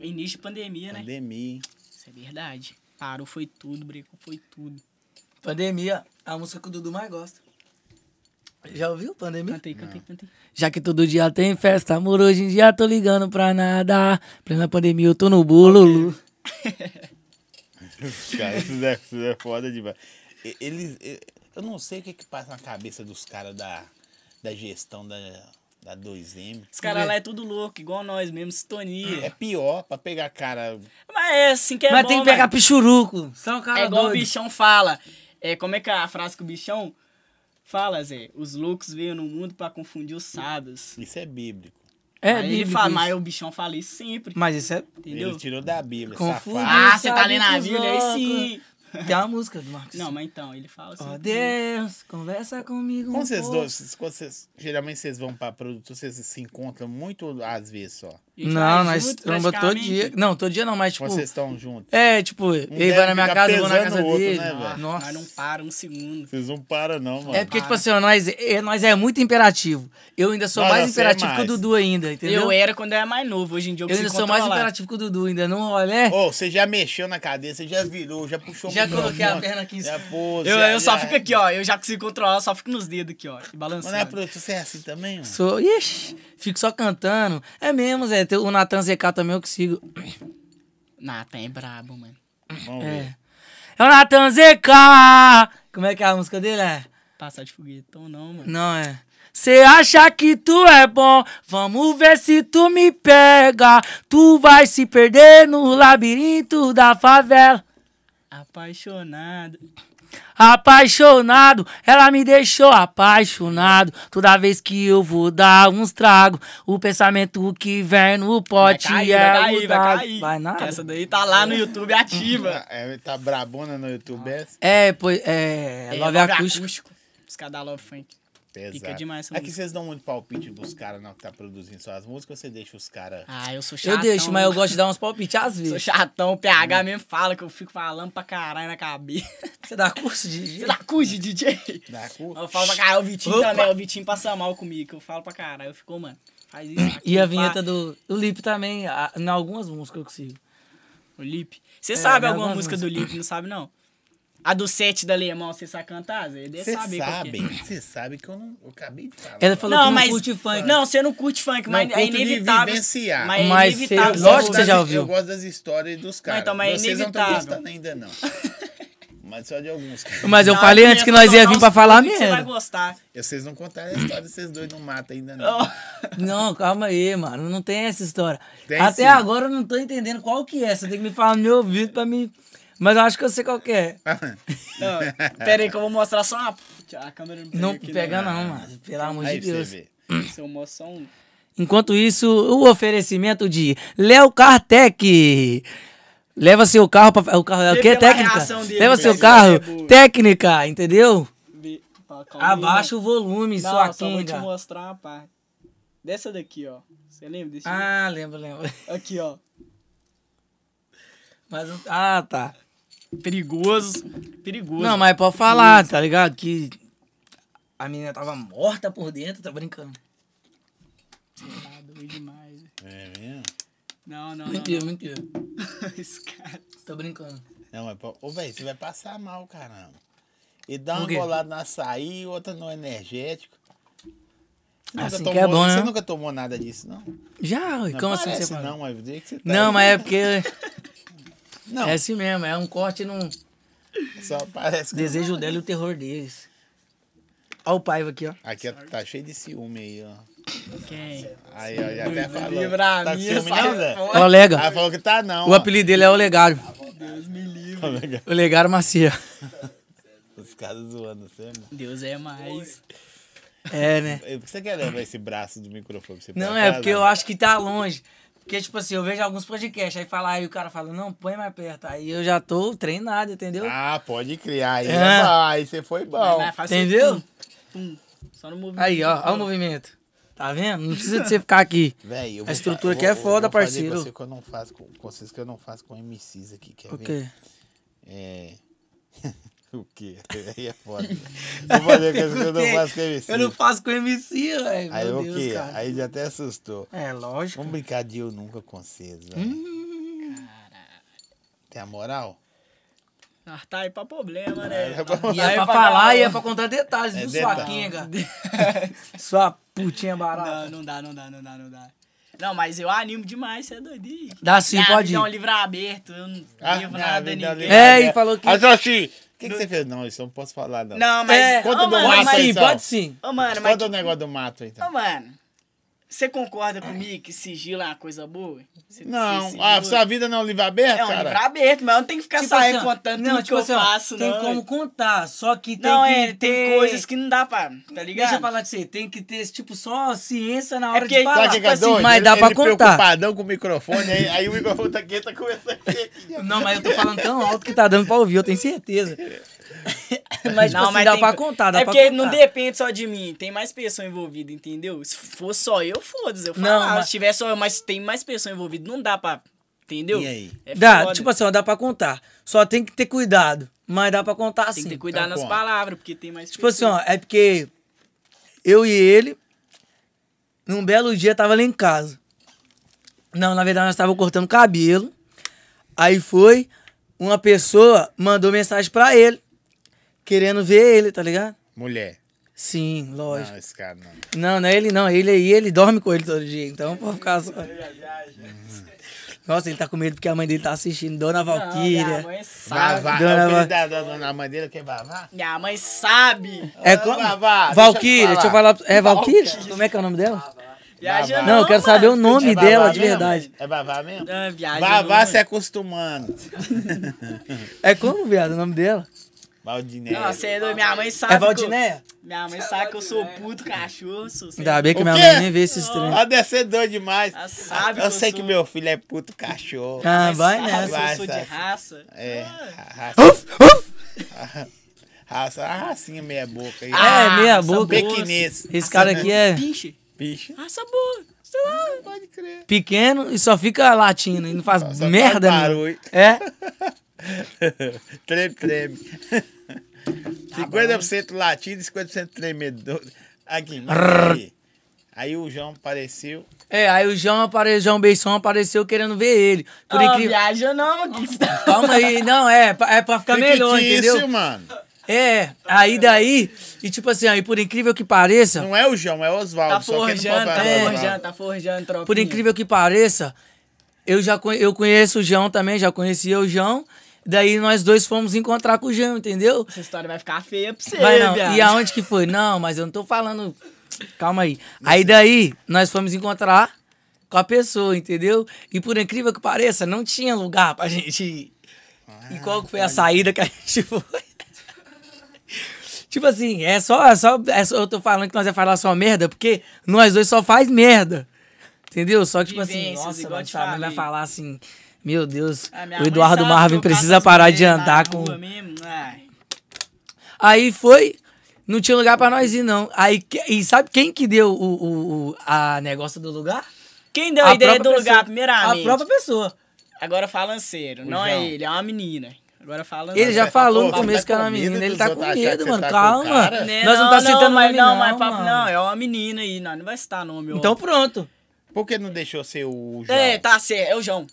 Speaker 3: Início de pandemia, né?
Speaker 2: Pandemia.
Speaker 3: Isso é verdade. Parou, foi tudo, brecou, foi tudo.
Speaker 1: Pandemia, a música que o Dudu mais gosta. Já ouviu Pandemia?
Speaker 3: Cantei, cantei, cantei.
Speaker 1: Já que todo dia tem festa, amor, hoje em dia tô ligando pra nada. Plena pandemia, eu tô no bolo.
Speaker 2: Cara, isso é, isso é foda demais. E- Eles. e- Eu não sei o que que passa na cabeça dos caras da, da gestão da, da 2M.
Speaker 3: Os caras lá é tudo louco, igual nós mesmo, sintonia.
Speaker 2: É pior pra pegar cara.
Speaker 3: Mas é assim que é
Speaker 1: Mas
Speaker 3: bom,
Speaker 1: tem que pegar
Speaker 3: mano.
Speaker 1: pichuruco. Só o cara
Speaker 3: É igual
Speaker 1: doido.
Speaker 3: o bichão fala. É, como é que é a frase que o bichão fala, Zé? Os loucos veio no mundo pra confundir os sábios.
Speaker 2: Isso é bíblico.
Speaker 1: É,
Speaker 3: Aí ele
Speaker 1: bíblico
Speaker 3: fala,
Speaker 1: isso.
Speaker 3: mas o bichão fala isso sempre,
Speaker 1: Mas isso é...
Speaker 3: entendeu?
Speaker 2: Ele tirou da Bíblia,
Speaker 1: Confunde.
Speaker 2: safado.
Speaker 3: Ah, você tá
Speaker 1: sabe
Speaker 3: lendo a
Speaker 1: dos
Speaker 3: Bíblia aí
Speaker 1: loucos.
Speaker 3: sim.
Speaker 1: Tem uma música do Marcos.
Speaker 3: Não, mas então, ele fala assim.
Speaker 1: Ó Deus, conversa comigo um
Speaker 2: Quando
Speaker 3: Ah,
Speaker 2: vocês
Speaker 1: pouco.
Speaker 2: dois, quando vocês, geralmente vocês vão pra produto, vocês se encontram muito às vezes só.
Speaker 3: Ele
Speaker 1: Não,
Speaker 3: ajuda
Speaker 1: nós tromba todo
Speaker 3: praticamente.
Speaker 1: dia. Não, todo dia não, mas tipo...
Speaker 2: Quando vocês estão juntos.
Speaker 1: É, tipo, ele
Speaker 2: deve
Speaker 1: vai na minha
Speaker 2: ficar
Speaker 1: casa, eu vou na
Speaker 2: pesando
Speaker 1: casa
Speaker 2: o outro,
Speaker 1: dele.
Speaker 2: né, velho?
Speaker 1: Nossa.
Speaker 3: Mas não para um segundo.
Speaker 2: Vocês não param, não, mano.
Speaker 1: É porque, tipo assim, ó, nós é, nós é muito imperativo. Eu ainda sou
Speaker 2: Nós,
Speaker 1: mais
Speaker 2: você é
Speaker 1: imperativo que o
Speaker 2: mais.
Speaker 1: Dudu ainda, entendeu?
Speaker 3: Eu era quando eu era mais novo, hoje em dia eu
Speaker 1: Eu ainda
Speaker 3: consigo
Speaker 1: sou mais
Speaker 3: controlar.
Speaker 1: imperativo que o Dudu, ainda não olha. é.
Speaker 2: Ô, você já mexeu na cadeira, você já virou, já puxou
Speaker 1: Já
Speaker 2: o
Speaker 1: coloquei
Speaker 2: microfone,
Speaker 1: a perna aqui em
Speaker 2: já
Speaker 1: cima.
Speaker 2: pôs,
Speaker 3: Eu,
Speaker 2: já-
Speaker 3: eu só
Speaker 2: já- é.
Speaker 1: é.
Speaker 3: fico aqui, ó. Eu já consigo controlar, eu só fico nos dedos aqui, ó. E
Speaker 2: Mas não é
Speaker 3: balançando.
Speaker 2: produto, você é assim também, mano?
Speaker 1: Sou. Ixi, fico só cantando. É mesmo, Zé. Tem o Natan ZK também eu que sigo.
Speaker 3: Nathan é brabo, mano.
Speaker 2: Vamos
Speaker 1: É.
Speaker 2: ver.
Speaker 1: É o Natan ZK! Como é que é a música dele? É?
Speaker 3: Passar de foguetão não, mano.
Speaker 1: Não é. Cê acha que tu é bom? Vamos ver se tu me pega. Tu vai se perder no labirinto da favela.
Speaker 3: Apaixonado.
Speaker 1: Apaixonado, ela me deixou apaixonado. Toda vez que eu vou dar uns tragos, o pensamento que vem no pote é o dado. Vai nada.
Speaker 3: Essa daí tá lá no YouTube ativa.
Speaker 2: É, tá brabona no YouTube, é
Speaker 1: É, pois é,
Speaker 3: É,
Speaker 1: Love Acústico.
Speaker 3: Os caras da Love Funk.
Speaker 2: pesado.
Speaker 3: demais essa
Speaker 2: Aqui
Speaker 3: música.
Speaker 2: vocês dão muito palpite dos caras não que tá produzindo suas músicas, ou você deixa os caras...
Speaker 3: Ah, eu sou chatão.
Speaker 1: Eu deixo, mas eu gosto de dar uns palpites às
Speaker 3: Sou
Speaker 1: vezes.
Speaker 3: chatão, o PH mesmo fala que eu fico falando pra caralho na cabeça.
Speaker 1: Você dá curso de.
Speaker 3: Você dá cujo, DJ?
Speaker 2: Na cu...
Speaker 3: Eu falo pra caralho, o Vitinho
Speaker 1: Opa.
Speaker 3: também, o Vitinho passa mal comigo, que eu falo pra caralho. Eu fico, "Ô, mano, faz isso.
Speaker 1: E a
Speaker 3: aquilo, pá."
Speaker 1: vinheta do, do Lip também, a- em algumas músicas eu consigo.
Speaker 3: O Lipe. Você sabe
Speaker 1: né,
Speaker 3: alguma
Speaker 1: algumas
Speaker 3: música do Lipe, não sabe não? A do 7 da Alemão, você sabe cantar? Zé? Deve
Speaker 2: Vocês
Speaker 3: saber qual que é.
Speaker 2: sabem, vocês sabem que eu não... Eu acabei de falar.
Speaker 1: Ela falou
Speaker 3: não,
Speaker 1: que não
Speaker 3: mas,
Speaker 1: curte funk.
Speaker 3: Não, você não curte funk, mas
Speaker 2: Não,
Speaker 3: é
Speaker 2: curto de
Speaker 3: inevitável.
Speaker 2: vivenciar.
Speaker 3: Mas, é
Speaker 1: Mas
Speaker 3: inevitável.
Speaker 1: você-
Speaker 3: você
Speaker 1: lógico que
Speaker 3: ouvir.
Speaker 1: você já
Speaker 2: das-
Speaker 1: ouviu.
Speaker 2: Eu gosto das histórias dos caras.
Speaker 3: então, mas é
Speaker 2: Vocês não estão
Speaker 3: inevitável.
Speaker 2: gostando ainda, não. Mas só de alguns, cara.
Speaker 1: Mas eu
Speaker 3: Não,
Speaker 1: falei
Speaker 3: eu
Speaker 1: antes que
Speaker 3: penso,
Speaker 1: nós ia
Speaker 3: não,
Speaker 1: vir
Speaker 3: não,
Speaker 1: pra falar
Speaker 3: que Você vai
Speaker 1: mesmo.
Speaker 3: gostar.
Speaker 2: Vocês não contaram a história, vocês dois não matam ainda, não.
Speaker 1: Não, calma aí, mano. Não tem essa história.
Speaker 2: Tem
Speaker 1: Até
Speaker 2: sim.
Speaker 1: agora eu não tô entendendo qual que é. Você tem que me falar no meu ouvido pra mim. Mas eu acho que eu sei qual que é.
Speaker 3: Não, pera aí que eu vou mostrar só uma... A câmera não pega
Speaker 1: Não
Speaker 3: aqui, né?
Speaker 1: pega não, mano. Pelo amor
Speaker 2: Aí
Speaker 1: de
Speaker 2: pra você
Speaker 1: Deus.
Speaker 2: ver.
Speaker 3: Se eu mostrar um...
Speaker 1: Enquanto isso, o oferecimento de Léo Kartek. Leva seu carro pra. O carro é o
Speaker 3: Vê
Speaker 1: quê?
Speaker 3: pela
Speaker 1: Técnica?
Speaker 3: reação dele,
Speaker 1: Leva
Speaker 3: né?
Speaker 1: seu
Speaker 3: Se
Speaker 1: carro.
Speaker 3: ele é burro.
Speaker 1: Técnica, entendeu?
Speaker 3: Vê- tá, calma aí,
Speaker 1: Abaixa o volume,
Speaker 3: Não,
Speaker 1: sua
Speaker 3: só vou te
Speaker 1: quenga.
Speaker 3: mostrar uma parte. Dessa daqui, ó. Você lembra desse?
Speaker 1: Ah, lembro, lembro.
Speaker 3: Aqui, ó.
Speaker 1: Mas, não- ah, tá.
Speaker 3: Perigoso. Perigoso.
Speaker 1: Não, mas pode falar, tá ligado? Que a menina tava morta por dentro, tá brincando.
Speaker 3: Tá doido demais. velho.
Speaker 2: É mesmo?
Speaker 3: Não, não, não.
Speaker 1: Mentira, mentira.
Speaker 3: não. Esse cara.
Speaker 1: Tô brincando.
Speaker 2: Não, mas. pô- Ô, velho, você vai passar mal, caramba. E dá
Speaker 1: Por
Speaker 2: uma
Speaker 1: quê?
Speaker 2: bolada no açaí, outra no energético. Você nunca
Speaker 1: Assim que
Speaker 2: tomou,
Speaker 1: é bom,
Speaker 2: Você
Speaker 1: né?
Speaker 2: nunca tomou nada disso, não?
Speaker 1: Já, ué,
Speaker 2: Não
Speaker 1: como assim
Speaker 2: parece,
Speaker 1: você fala?
Speaker 2: Não, mas do jeito que você tá
Speaker 1: Não,
Speaker 2: aí,
Speaker 1: mas é porque.
Speaker 2: Não,
Speaker 1: É assim mesmo, é um corte num
Speaker 2: só parece que.
Speaker 1: desejo dela e o terror deles. Olha o paiva aqui, ó.
Speaker 2: Aqui ó, tá cheio de ciúme aí, ó.
Speaker 3: Quem?
Speaker 2: Aí, ó, já até falou.
Speaker 3: livra
Speaker 2: tá
Speaker 3: a
Speaker 2: com
Speaker 3: minha,
Speaker 2: ciúme,
Speaker 3: sai
Speaker 2: não, Zé?
Speaker 1: Ó, o Lego.
Speaker 2: Ela falou que tá, não.
Speaker 1: O
Speaker 2: ó.
Speaker 1: apelido dele é o Legário.
Speaker 3: Deus me livre.
Speaker 1: O Legário Macia.
Speaker 2: Os caras zoando você, mano.
Speaker 3: Deus é mais.
Speaker 1: É, né?
Speaker 2: E Por que você quer levar esse braço do microfone? pra Você
Speaker 1: Não,
Speaker 2: pra
Speaker 1: é
Speaker 2: casa?
Speaker 1: porque eu acho que tá longe. Porque, tipo assim, eu vejo alguns podcasts, aí fala, aí o cara fala, não, põe mais perto. Aí eu já tô treinado, entendeu?
Speaker 2: Ah, pode criar. Aí
Speaker 1: É.
Speaker 2: é. vai, você foi bom.
Speaker 3: Vai, Né? faz
Speaker 1: entendeu?
Speaker 3: Pum, pum. Só no movimento.
Speaker 1: Aí, ó, ó o movimento. Tá vendo? Não precisa de você ficar aqui.
Speaker 2: Véi, eu
Speaker 1: A
Speaker 2: vou
Speaker 1: estrutura
Speaker 2: fa-
Speaker 1: aqui é
Speaker 2: eu vou-
Speaker 1: foda,
Speaker 2: eu vou fazer
Speaker 1: parceiro.
Speaker 2: com Você que eu não faço com, com vocês que eu não faço com MCs aqui, quer
Speaker 1: O
Speaker 2: ver?
Speaker 1: quê?
Speaker 2: É. o quê? Aí é foda. Vou fazer coisa que eu não faço com MC.
Speaker 1: Eu não faço com MC, velho.
Speaker 2: Aí
Speaker 1: Meu
Speaker 2: o
Speaker 1: Deus,
Speaker 2: quê?
Speaker 1: cara.
Speaker 2: Aí já até assustou.
Speaker 1: É, lógico.
Speaker 2: Vamos brincar de eu nunca com vocês, velho.
Speaker 1: Hum.
Speaker 2: Tem a moral?
Speaker 3: Ah, tá aí pra problema, né?
Speaker 1: E é pra
Speaker 3: pra né?
Speaker 1: falar
Speaker 3: dar
Speaker 1: e é
Speaker 3: aula.
Speaker 1: pra contar detalhes,
Speaker 2: É
Speaker 1: viu, sua
Speaker 2: detalhe.
Speaker 1: quenga? sua putinha barata.
Speaker 3: Não, não dá, não dá, não dá, não dá. Não, mas eu animo demais, você é doidinho.
Speaker 1: Dá sim,
Speaker 3: Ah,
Speaker 1: pode
Speaker 3: me dá um
Speaker 1: ir.
Speaker 3: livro aberto, eu não
Speaker 2: Ah,
Speaker 3: devo
Speaker 2: não,
Speaker 3: nada a
Speaker 2: me dá
Speaker 3: ninguém.
Speaker 2: livro.
Speaker 1: É, e falou que.
Speaker 2: Ah, Joshi, o que, que você fez? Não, isso eu não posso falar, não.
Speaker 3: Não, mas.
Speaker 1: É,
Speaker 2: Conta
Speaker 3: Ô,
Speaker 2: do
Speaker 3: mano,
Speaker 2: mato
Speaker 1: Pode
Speaker 3: mas-
Speaker 2: aí,
Speaker 1: sim,
Speaker 2: então.
Speaker 1: pode sim.
Speaker 3: Ô, mano, mas. tipo
Speaker 2: Conta o um negócio do mato, então.
Speaker 3: Ô, mano. Você concorda comigo que sigilo é uma coisa boa? Você-
Speaker 2: Não,
Speaker 3: você-
Speaker 2: ah,
Speaker 3: sigilo-
Speaker 2: sua vida não é um livro aberto,
Speaker 3: É um
Speaker 2: cara?
Speaker 3: livro aberto, mas eu não tenho que ficar Tipo saindo
Speaker 1: assim, ó,
Speaker 3: contando tudo que eu
Speaker 1: ó,
Speaker 3: faço,
Speaker 1: Tem
Speaker 3: não.
Speaker 1: como contar, só que tem
Speaker 3: Não,
Speaker 1: que
Speaker 3: é,
Speaker 1: ter...
Speaker 3: tem coisas que não dá pra. Tá ligado?
Speaker 1: Deixa eu falar com você, tem que ter, tipo, só ciência na
Speaker 3: É
Speaker 1: hora
Speaker 3: porque-
Speaker 1: de falar.
Speaker 2: Sabe o que que é
Speaker 1: Assim,
Speaker 2: doido?
Speaker 1: mas
Speaker 2: Ele-
Speaker 1: dá pra
Speaker 2: ele
Speaker 1: contar.
Speaker 2: preocupadão com o microfone, aí, aí o microfone tá aqui, tá começando aqui.
Speaker 1: Não, mas eu tô falando tão alto que tá dando pra ouvir, eu tenho certeza. mas, tipo, assim, dá
Speaker 3: tem
Speaker 1: pra
Speaker 3: co-
Speaker 1: contar, dá
Speaker 3: é
Speaker 1: pra
Speaker 3: porque
Speaker 1: contar.
Speaker 3: não depende só de mim, tem mais pessoa envolvida, entendeu? Se fosse só eu, foda-se, eu
Speaker 1: Não,
Speaker 3: falava.
Speaker 1: mas-
Speaker 3: Se tiver só eu, mas tem mais pessoa envolvida, não dá pra, entendeu?
Speaker 2: E aí?
Speaker 3: É
Speaker 1: Dá,
Speaker 3: foda.
Speaker 1: tipo assim, ó, dá pra contar. Só tem que ter cuidado, mas dá pra contar
Speaker 3: Tem
Speaker 1: assim.
Speaker 3: que ter cuidado
Speaker 2: então
Speaker 3: nas
Speaker 2: conta.
Speaker 3: palavras, porque tem mais
Speaker 1: Tipo assim, ó, é porque eu e ele, num belo dia, tava lá em casa. Não, na verdade, nós tava cortando cabelo. Aí foi, uma pessoa mandou mensagem pra ele, querendo ver ele, tá ligado?
Speaker 2: Mulher.
Speaker 1: Sim, lógico.
Speaker 2: Não, esse cara não.
Speaker 1: Não, não é ele não, ele aí, ele dorme com ele todo dia, então pode ficar só... Nossa, ele tá com medo porque a mãe dele tá assistindo, Dona
Speaker 3: Não, minha
Speaker 1: Valquíria.
Speaker 3: mãe sabe.
Speaker 2: Vavá.
Speaker 1: Dona
Speaker 2: é o
Speaker 1: Vavá.
Speaker 2: filho da dona mãe dele que é Vavá?
Speaker 3: Minha mãe sabe.
Speaker 1: É
Speaker 2: Ah,
Speaker 1: como?
Speaker 2: Vavá, deixa eu
Speaker 1: Valquíria, deixa eu falar.
Speaker 2: falar.
Speaker 1: pra- É Valquíria? Como é que é o nome dela?
Speaker 3: Viaja
Speaker 1: Não, eu quero
Speaker 3: mano.
Speaker 1: saber o nome
Speaker 2: É Vavá
Speaker 1: dela, de
Speaker 2: mesmo?
Speaker 1: verdade.
Speaker 2: É Vavá mesmo?
Speaker 3: Ah, viaja
Speaker 2: Vavá
Speaker 3: não,
Speaker 2: se acostumando.
Speaker 1: É como, viado, o nome dela?
Speaker 2: Valdinei.
Speaker 3: Não, você é doido, minha mãe sabe.
Speaker 1: É
Speaker 3: que eu-
Speaker 1: Valdinéia?
Speaker 3: Minha mãe sabe que eu sou puto é cachorro, sou sei
Speaker 1: Ainda bem que
Speaker 2: O
Speaker 1: minha
Speaker 2: quê?
Speaker 1: mãe nem vê esses trem.
Speaker 2: Ela deve ser é doido demais.
Speaker 3: Ela sabe
Speaker 2: eu
Speaker 3: que eu
Speaker 2: sei
Speaker 3: sou.
Speaker 2: que meu filho é puto cachorro.
Speaker 1: Ah,
Speaker 3: Mas
Speaker 1: vai
Speaker 3: sabe
Speaker 1: nessa.
Speaker 3: que Eu sou de
Speaker 2: Vai, sabe.
Speaker 3: raça.
Speaker 2: É.
Speaker 3: Ah,
Speaker 2: ra- ra-
Speaker 1: Uf, uf!
Speaker 2: Raça, uma racinha meia boca
Speaker 1: É,
Speaker 2: aí.
Speaker 1: meia
Speaker 3: Ah, essa
Speaker 1: boca.
Speaker 2: Pequinês.
Speaker 1: Esse cara aqui é
Speaker 3: Pinche.
Speaker 2: Bicho. Ah,
Speaker 3: Raça boa. Sei lá.
Speaker 2: Pode crer.
Speaker 1: pequeno e só fica latindo e não faz
Speaker 2: Só
Speaker 1: merda nenhuma.
Speaker 2: faz barulho.
Speaker 1: É,
Speaker 2: treme, treme.
Speaker 3: Tá
Speaker 2: 50% latido e 50% tremedor. Aqui, manda aí. Aí o João apareceu.
Speaker 1: é, aí o João apareceu, João Beisson apareceu querendo ver ele. Por
Speaker 3: Ah,
Speaker 1: incrível.
Speaker 3: viaja não, que tá.
Speaker 1: Calma aí, não, é, pra- é pra ficar melhor,
Speaker 2: Fictício,
Speaker 1: entendeu?
Speaker 2: mano.
Speaker 1: É, aí daí, e tipo assim, aí por incrível que pareça,
Speaker 2: Não é o João, é o Oswaldo.
Speaker 3: Tá
Speaker 2: só que não
Speaker 3: forjando,
Speaker 2: pode
Speaker 3: tá
Speaker 2: falar
Speaker 1: É.
Speaker 2: Oswaldo.
Speaker 3: forjando, tá forjando, tropa.
Speaker 1: por incrível que pareça, eu já conhe- eu conheço o João também, já conhecia o João. Daí nós dois fomos encontrar com o João, entendeu?
Speaker 3: Essa história vai ficar feia pra você,
Speaker 1: Vai não.
Speaker 3: viado.
Speaker 1: E aonde que foi? Não, mas eu não tô falando. Calma aí. Aí daí, nós fomos encontrar com a pessoa, entendeu? E por incrível que pareça, não tinha lugar pra gente ir. E qual que foi
Speaker 3: Ah,
Speaker 1: a saída que a gente foi? tipo assim, é só, é só, é só- Eu tô falando que nós ia falar só merda, porque nós dois só faz merda. Entendeu? Só que, tipo assim,
Speaker 3: Vivências,
Speaker 1: nossa,
Speaker 3: igual
Speaker 1: mano,
Speaker 3: eu te
Speaker 1: sabe, vai
Speaker 3: falei.
Speaker 1: falar assim. Meu Deus,
Speaker 3: Ah, minha
Speaker 1: o
Speaker 3: mãe
Speaker 1: Eduardo
Speaker 3: sabe
Speaker 1: Marvin
Speaker 3: trocar
Speaker 1: precisa
Speaker 3: essas
Speaker 1: parar de
Speaker 3: mulheres na
Speaker 1: andar com.
Speaker 3: rua mesmo, né? ai.
Speaker 1: Aí foi, não tinha lugar pra nós ir, não. Aí, que- e sabe quem que deu o, o, o- a negócio do lugar?
Speaker 3: Quem deu
Speaker 1: a
Speaker 3: a ideia do
Speaker 1: própria
Speaker 3: lugar,
Speaker 1: pessoa.
Speaker 3: primeiramente?
Speaker 1: A própria pessoa.
Speaker 3: Agora falando sério, não é ele, é uma menina. Agora é falando
Speaker 1: Ele já
Speaker 2: Mas,
Speaker 1: falou no
Speaker 2: pô,
Speaker 1: começo
Speaker 2: tá
Speaker 1: que era
Speaker 2: com
Speaker 1: uma
Speaker 2: medo
Speaker 1: menina,
Speaker 2: dos
Speaker 1: ele tá
Speaker 2: outros
Speaker 1: com
Speaker 2: achar que
Speaker 1: medo,
Speaker 2: você
Speaker 1: mano.
Speaker 2: tá com
Speaker 1: Calma.
Speaker 2: cara.
Speaker 3: Né,
Speaker 1: Nós não tá citando
Speaker 3: mas
Speaker 1: nome,
Speaker 3: não,
Speaker 1: não,
Speaker 3: mas papo-
Speaker 1: mano.
Speaker 3: não, é uma menina aí, não, não vai citar nome. ó.
Speaker 1: Então pronto.
Speaker 2: Por que não deixou ser o João?
Speaker 3: É, tá certo, é o João.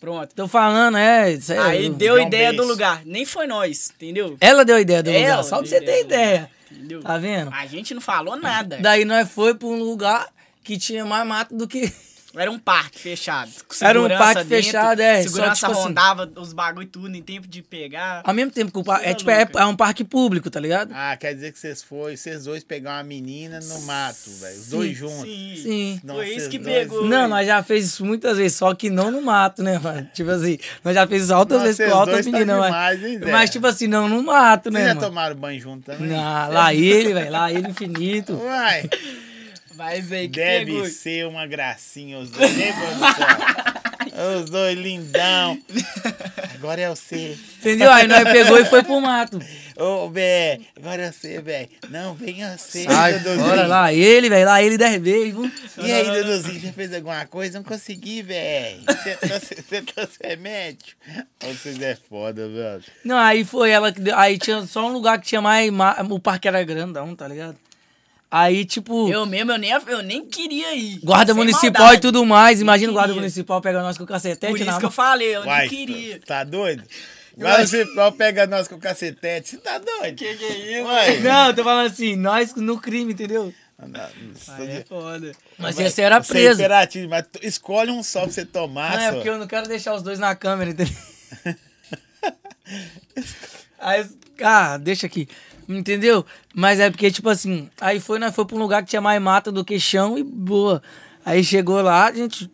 Speaker 3: Pronto.
Speaker 1: Tô falando, é. isso
Speaker 3: Aí
Speaker 1: eu-
Speaker 3: deu a
Speaker 2: João
Speaker 3: ideia do
Speaker 2: Beijo.
Speaker 3: lugar, nem foi nós, entendeu?
Speaker 1: Ela deu a ideia É, do
Speaker 3: Ela
Speaker 1: lugar, só pra
Speaker 3: deu
Speaker 1: você ter
Speaker 3: do lugar,
Speaker 1: ideia.
Speaker 3: Entendeu?
Speaker 1: Tá vendo?
Speaker 3: A gente não falou nada.
Speaker 1: Daí nós foi pra um lugar que tinha mais mato do que.
Speaker 3: Era um parque fechado. com
Speaker 1: Era um
Speaker 3: segurança
Speaker 1: parque fechado, é, só,
Speaker 3: Segurança
Speaker 1: tipo assim-
Speaker 3: rondava os bagulho tudo em tempo de pegar.
Speaker 1: Ao mesmo tempo que o parque. É,
Speaker 3: Coisa
Speaker 1: tipo, é,
Speaker 3: louca.
Speaker 1: é um parque público, tá ligado?
Speaker 2: Ah, quer dizer que vocês foram, vocês dois pegaram uma menina no mato, velho. Os
Speaker 1: Sim,
Speaker 2: dois juntos.
Speaker 3: Sim.
Speaker 1: Sim.
Speaker 2: Nossa,
Speaker 3: Foi isso que
Speaker 2: vocês dois-
Speaker 3: pegou.
Speaker 1: Não, nós já fez isso muitas vezes, só que não no mato, né, mano? Tipo assim, nós já fez isso altas
Speaker 2: Nossa,
Speaker 1: vezes
Speaker 2: vocês
Speaker 1: com altas
Speaker 2: dois tá
Speaker 1: meninas,
Speaker 2: demais, hein,
Speaker 1: mas,
Speaker 2: Zé?
Speaker 1: mas tipo assim, não no mato,
Speaker 2: Vocês
Speaker 1: né,
Speaker 2: já
Speaker 1: mano?
Speaker 2: tomaram banho junto também?
Speaker 1: Não, lá ele, velho, lá ele infinito.
Speaker 2: Uai,
Speaker 3: Mas aí que
Speaker 2: deve
Speaker 3: pegou.
Speaker 2: ser uma gracinha os dois. né, produção? os dois lindão. Agora é você.
Speaker 1: Entendeu? Aí nós pegou e foi pro mato.
Speaker 2: Ô, Bé, agora é você, Bé. Não, venha você,
Speaker 1: Sai
Speaker 2: Duduzinho.
Speaker 1: fora, lá ele, velho, lá ele dez vezes, viu?
Speaker 2: E aí, Duduzinho, já fez alguma coisa? Não consegui, velho. Você trouxe, você trouxe remédio? Vocês é foda, velho.
Speaker 1: Não, aí foi ela que deu, aí tinha só um lugar que tinha mais, ma- o parque era grandão, tá ligado? Aí, tipo,
Speaker 3: Eu mesmo, eu nem, eu nem queria ir.
Speaker 1: guarda
Speaker 3: Sem
Speaker 1: municipal
Speaker 3: maldade.
Speaker 1: e tudo mais, imagina o guarda
Speaker 3: queria.
Speaker 1: municipal pegando nós com o cacetete
Speaker 3: Por isso
Speaker 1: na
Speaker 3: que eu
Speaker 1: mão.
Speaker 3: falei, eu
Speaker 2: Uai,
Speaker 3: não queria.
Speaker 2: Tá doido? Vai você só pega nós com o cacetete. Você tá doido?
Speaker 3: Que que é isso?
Speaker 2: Uai.
Speaker 1: Não, eu tô falando assim, nós no crime, entendeu?
Speaker 3: Aí é foda.
Speaker 1: Mas esse era
Speaker 2: Você é
Speaker 1: preso.
Speaker 2: imperativo, mas tu- escolhe um só pra você tomar.
Speaker 1: Não, é
Speaker 2: só.
Speaker 1: porque eu não quero deixar os dois na câmera, entendeu? aí, os- ah, deixa aqui. Entendeu? Mas é porque, tipo assim, aí foi, nós foi pra um lugar que tinha mais mata do que chão e boa. Aí chegou lá, a gente,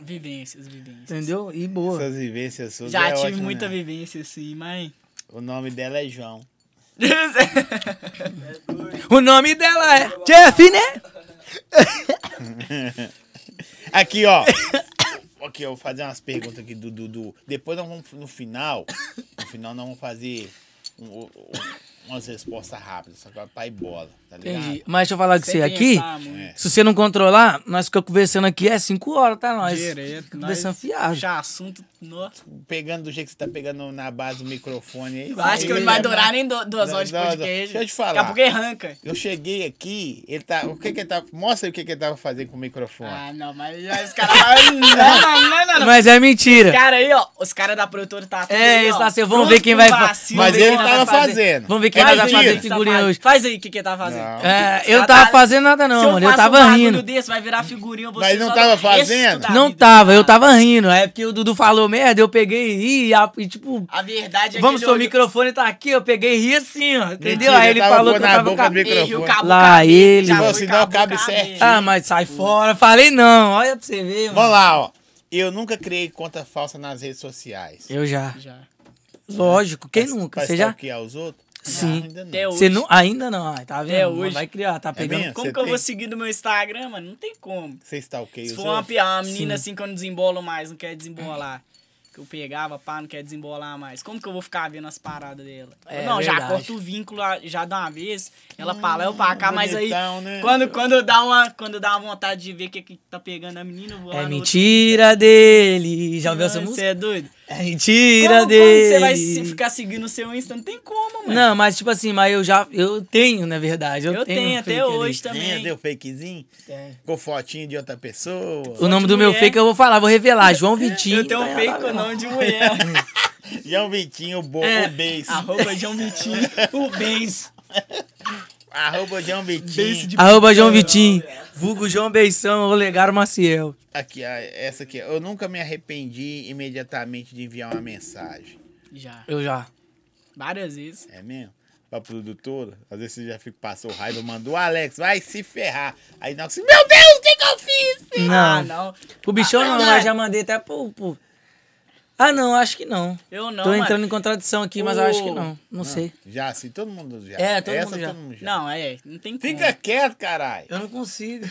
Speaker 3: Vivências, vivências.
Speaker 1: entendeu? E boa.
Speaker 2: Essas vivências suas.
Speaker 3: Já
Speaker 2: é
Speaker 3: tive
Speaker 2: ótimo,
Speaker 3: muita
Speaker 2: né?
Speaker 3: vivência assim, mãe.
Speaker 2: O nome dela é João.
Speaker 1: O nome dela é Jeff, né?
Speaker 2: Aqui, ó. Aqui, eu vou fazer umas perguntas aqui do Dudu. Depois nós vamos no final. No final nós vamos fazer um- um- umas respostas rápidas. Só que pra ir bola, tá ligado?
Speaker 1: Entendi. Mas deixa eu falar com você
Speaker 3: Sem
Speaker 1: aqui.
Speaker 3: pensar muito.
Speaker 1: Se você não controlar, nós ficamos conversando aqui é cinco horas, tá? Nós
Speaker 3: Direto,
Speaker 1: ficamos conversando
Speaker 3: nós
Speaker 1: fiado.
Speaker 3: puxar assunto. Nossa.
Speaker 2: Pegando do jeito que você tá pegando na base do microfone aí. é
Speaker 3: Eu acho que
Speaker 2: eu
Speaker 3: ele não vai durar nem do- duas
Speaker 2: Não,
Speaker 3: horas de
Speaker 2: não, não.
Speaker 3: podcast.
Speaker 2: Deixa eu te falar.
Speaker 3: Daqui a pouco ele arranca.
Speaker 2: Eu cheguei aqui, ele tá. O que que ele tá. Mostra aí o que que ele tava fazendo com o microfone.
Speaker 3: Ah, não, mas já os caras. não, não, não, não, não.
Speaker 1: Mas é
Speaker 3: Os
Speaker 1: mentira.
Speaker 3: caras aí, ó. Os caras da produtora tá tudo
Speaker 1: É,
Speaker 3: aí,
Speaker 1: eles
Speaker 3: ó,
Speaker 1: tá assim, vamos
Speaker 3: pronto
Speaker 1: ver quem
Speaker 3: pro
Speaker 1: vai fa-
Speaker 3: vacilo,
Speaker 2: Mas
Speaker 3: vamos
Speaker 2: ele
Speaker 3: ver
Speaker 1: nós
Speaker 2: tava
Speaker 1: vai fazer.
Speaker 2: fazendo.
Speaker 1: Vamos ver quem
Speaker 2: É
Speaker 1: nós vai
Speaker 2: mentira.
Speaker 1: fazer figurinha
Speaker 3: Safado.
Speaker 1: hoje.
Speaker 3: Faz aí o que que ele tá fazendo.
Speaker 2: Não.
Speaker 1: É,
Speaker 3: Os
Speaker 1: eu não
Speaker 3: caras
Speaker 1: tava
Speaker 3: tá-
Speaker 1: fazendo nada
Speaker 3: Se
Speaker 1: não,
Speaker 3: eu
Speaker 1: mano. Eu
Speaker 3: faço um
Speaker 1: tava
Speaker 3: bagulho
Speaker 1: rindo.
Speaker 3: Desse, vai virar figurinha, você
Speaker 2: Mas não
Speaker 3: só
Speaker 2: tava
Speaker 3: do resto
Speaker 2: fazendo?
Speaker 3: da
Speaker 1: Não
Speaker 3: vida.
Speaker 1: tava, eu tava rindo. É porque o Dudu falou merda, eu peguei e ri, e, a- e tipo...
Speaker 3: A verdade é
Speaker 1: Vamos,
Speaker 3: que
Speaker 1: seu
Speaker 3: ele
Speaker 1: microfone tá aqui, eu peguei e ri assim, ó. Entendeu?
Speaker 2: Mentira,
Speaker 1: Aí ele
Speaker 2: tava
Speaker 1: falou que eu
Speaker 2: pondo na
Speaker 1: tava...
Speaker 2: boca do
Speaker 1: com-
Speaker 2: microfone.
Speaker 3: olhou- Ih, o cabo
Speaker 1: Lá
Speaker 3: cabe,
Speaker 1: ele.
Speaker 3: já
Speaker 1: Pô,
Speaker 3: foi
Speaker 2: senão
Speaker 3: cabo
Speaker 2: cabe
Speaker 3: cabe.
Speaker 2: certinho.
Speaker 1: Ah, mas sai fora. Falei não, olha pra você ver,
Speaker 2: Vamos
Speaker 1: mano.
Speaker 2: lá, ó. Eu nunca criei conta falsa nas redes sociais.
Speaker 1: Eu já.
Speaker 3: Já.
Speaker 1: Lógico, quem nunca?
Speaker 2: Pra
Speaker 1: Você já? Ah,
Speaker 2: stalkear os outros?
Speaker 1: Sim.
Speaker 2: Não, ainda não.
Speaker 3: Até hoje.
Speaker 1: Você não... Ainda não, ai, tá vendo?
Speaker 3: hoje.
Speaker 1: Vai criar, tá pegando...
Speaker 2: mesmo?
Speaker 3: Como
Speaker 2: Você
Speaker 3: que eu
Speaker 2: tem?
Speaker 3: vou seguir do meu Instagram, mano? Não tem como.
Speaker 2: Você stalkeia
Speaker 3: Se
Speaker 2: os
Speaker 3: for uma,
Speaker 2: outros?
Speaker 3: pia- uma menina assim que eu não desembolo mais, não quer desembolar. Que eu pegava, pá, não quer desembolar mais. Como que eu vou ficar vendo as paradas dela?
Speaker 1: É,
Speaker 3: não, já
Speaker 1: verdade. Hum,
Speaker 3: corta o vínculo a- já de uma vez. Ela pra lá, eu pra cá, mas aí.
Speaker 2: Tá bonitão, né?
Speaker 3: Quando, quando, dá uma, quando dá uma vontade de ver o que, que tá pegando a menina, eu vou
Speaker 1: É
Speaker 3: lá no outro.
Speaker 1: mentira dele. Já ouviu essa
Speaker 3: Ai, Você
Speaker 1: música?
Speaker 3: é doido?
Speaker 1: É mentira
Speaker 3: como,
Speaker 1: dele.
Speaker 3: Como que você vai se- ficar seguindo o seu Insta? Não tem como, mano.
Speaker 1: Não, mas tipo assim, mas eu já. Eu tenho, na verdade. Eu,
Speaker 3: eu, tenho, até
Speaker 1: fake ali.
Speaker 3: hoje
Speaker 2: Né?
Speaker 3: também.
Speaker 2: Deu fakezinho?
Speaker 3: É.
Speaker 1: Tem.
Speaker 2: Com fotinho de outra pessoa.
Speaker 1: O nome do
Speaker 3: tá mulher.
Speaker 1: meu fake eu vou falar, vou revelar. João Vitinho.
Speaker 3: Eu tenho um
Speaker 1: tá
Speaker 3: fake
Speaker 1: lá,
Speaker 3: com o
Speaker 1: não.
Speaker 3: nome de mulher.
Speaker 2: João Vitinho, o bo...
Speaker 1: É.
Speaker 2: o Beis.
Speaker 3: Arroba João Vitinho.
Speaker 1: O Beis.
Speaker 2: Arroba João Vitinho.
Speaker 1: Arroba João Vitinho. Vulgo João Beição, Olegário Maciel.
Speaker 2: Aqui, ó, essa aqui. Eu nunca me arrependi imediatamente de enviar uma mensagem.
Speaker 3: Já.
Speaker 1: Eu já.
Speaker 3: Várias vezes.
Speaker 2: É mesmo? Pra produtora. Às vezes você já fica, passou raiva, mandou, Alex, vai se ferrar. Aí não, assim, meu Deus, o que, que eu fiz?
Speaker 1: Não.
Speaker 3: Ah, não.
Speaker 1: Pro bichão
Speaker 3: Ah,
Speaker 1: não,
Speaker 3: não.
Speaker 1: mas já mandei até pro, pro- Ah, não, acho que não.
Speaker 3: Eu não,
Speaker 1: Tô
Speaker 3: mano.
Speaker 1: entrando em contradição aqui, mas eu acho que não. Não, sei.
Speaker 2: Já, assim, todo mundo já.
Speaker 1: É, todo mundo já.
Speaker 3: Não, é, não tem como.
Speaker 2: Fica quieto, caralho.
Speaker 1: Eu não consigo.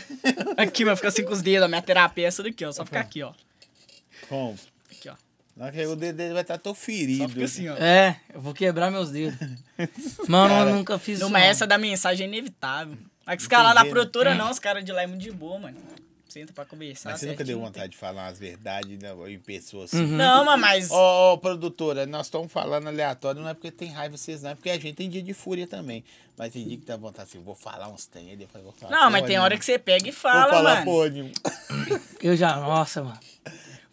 Speaker 3: aqui, mas fica assim com os dedos. A minha terapia é essa daqui, ó. Só ficar aqui, ó.
Speaker 2: Como?
Speaker 3: Aqui, ó.
Speaker 2: Na hora que o dedo dele vai estar todo ferido.
Speaker 3: Só fica assim, ó.
Speaker 1: É, eu vou quebrar meus dedos. Mano,
Speaker 2: Cara,
Speaker 1: eu nunca fiz
Speaker 3: Não,
Speaker 1: isso.
Speaker 3: mas
Speaker 1: não.
Speaker 3: essa da mensagem é inevitável. Mas que os caras lá da
Speaker 2: Entendi, né?
Speaker 3: produtora, não, os caras de lá é muito de boa, mano. Senta pra conversar.
Speaker 2: Mas você nunca
Speaker 3: tá certinho. Uhum.
Speaker 2: deu vontade de falar as verdades né, em pessoa assim.
Speaker 3: Não, mas- mas.
Speaker 2: Ô, ô, produtora, nós estamos falando aleatório, não é porque tem raiva vocês, não, é porque a gente tem dia de fúria também. Mas tem dia que dá vontade assim, vou falar uns tem, aí depois eu vou falar.
Speaker 3: não, mas tem hora que você pega e
Speaker 2: fala,
Speaker 3: fala,
Speaker 2: Vou falar
Speaker 3: mano.
Speaker 2: porra nenhuma.
Speaker 1: Eu já, nossa, mano.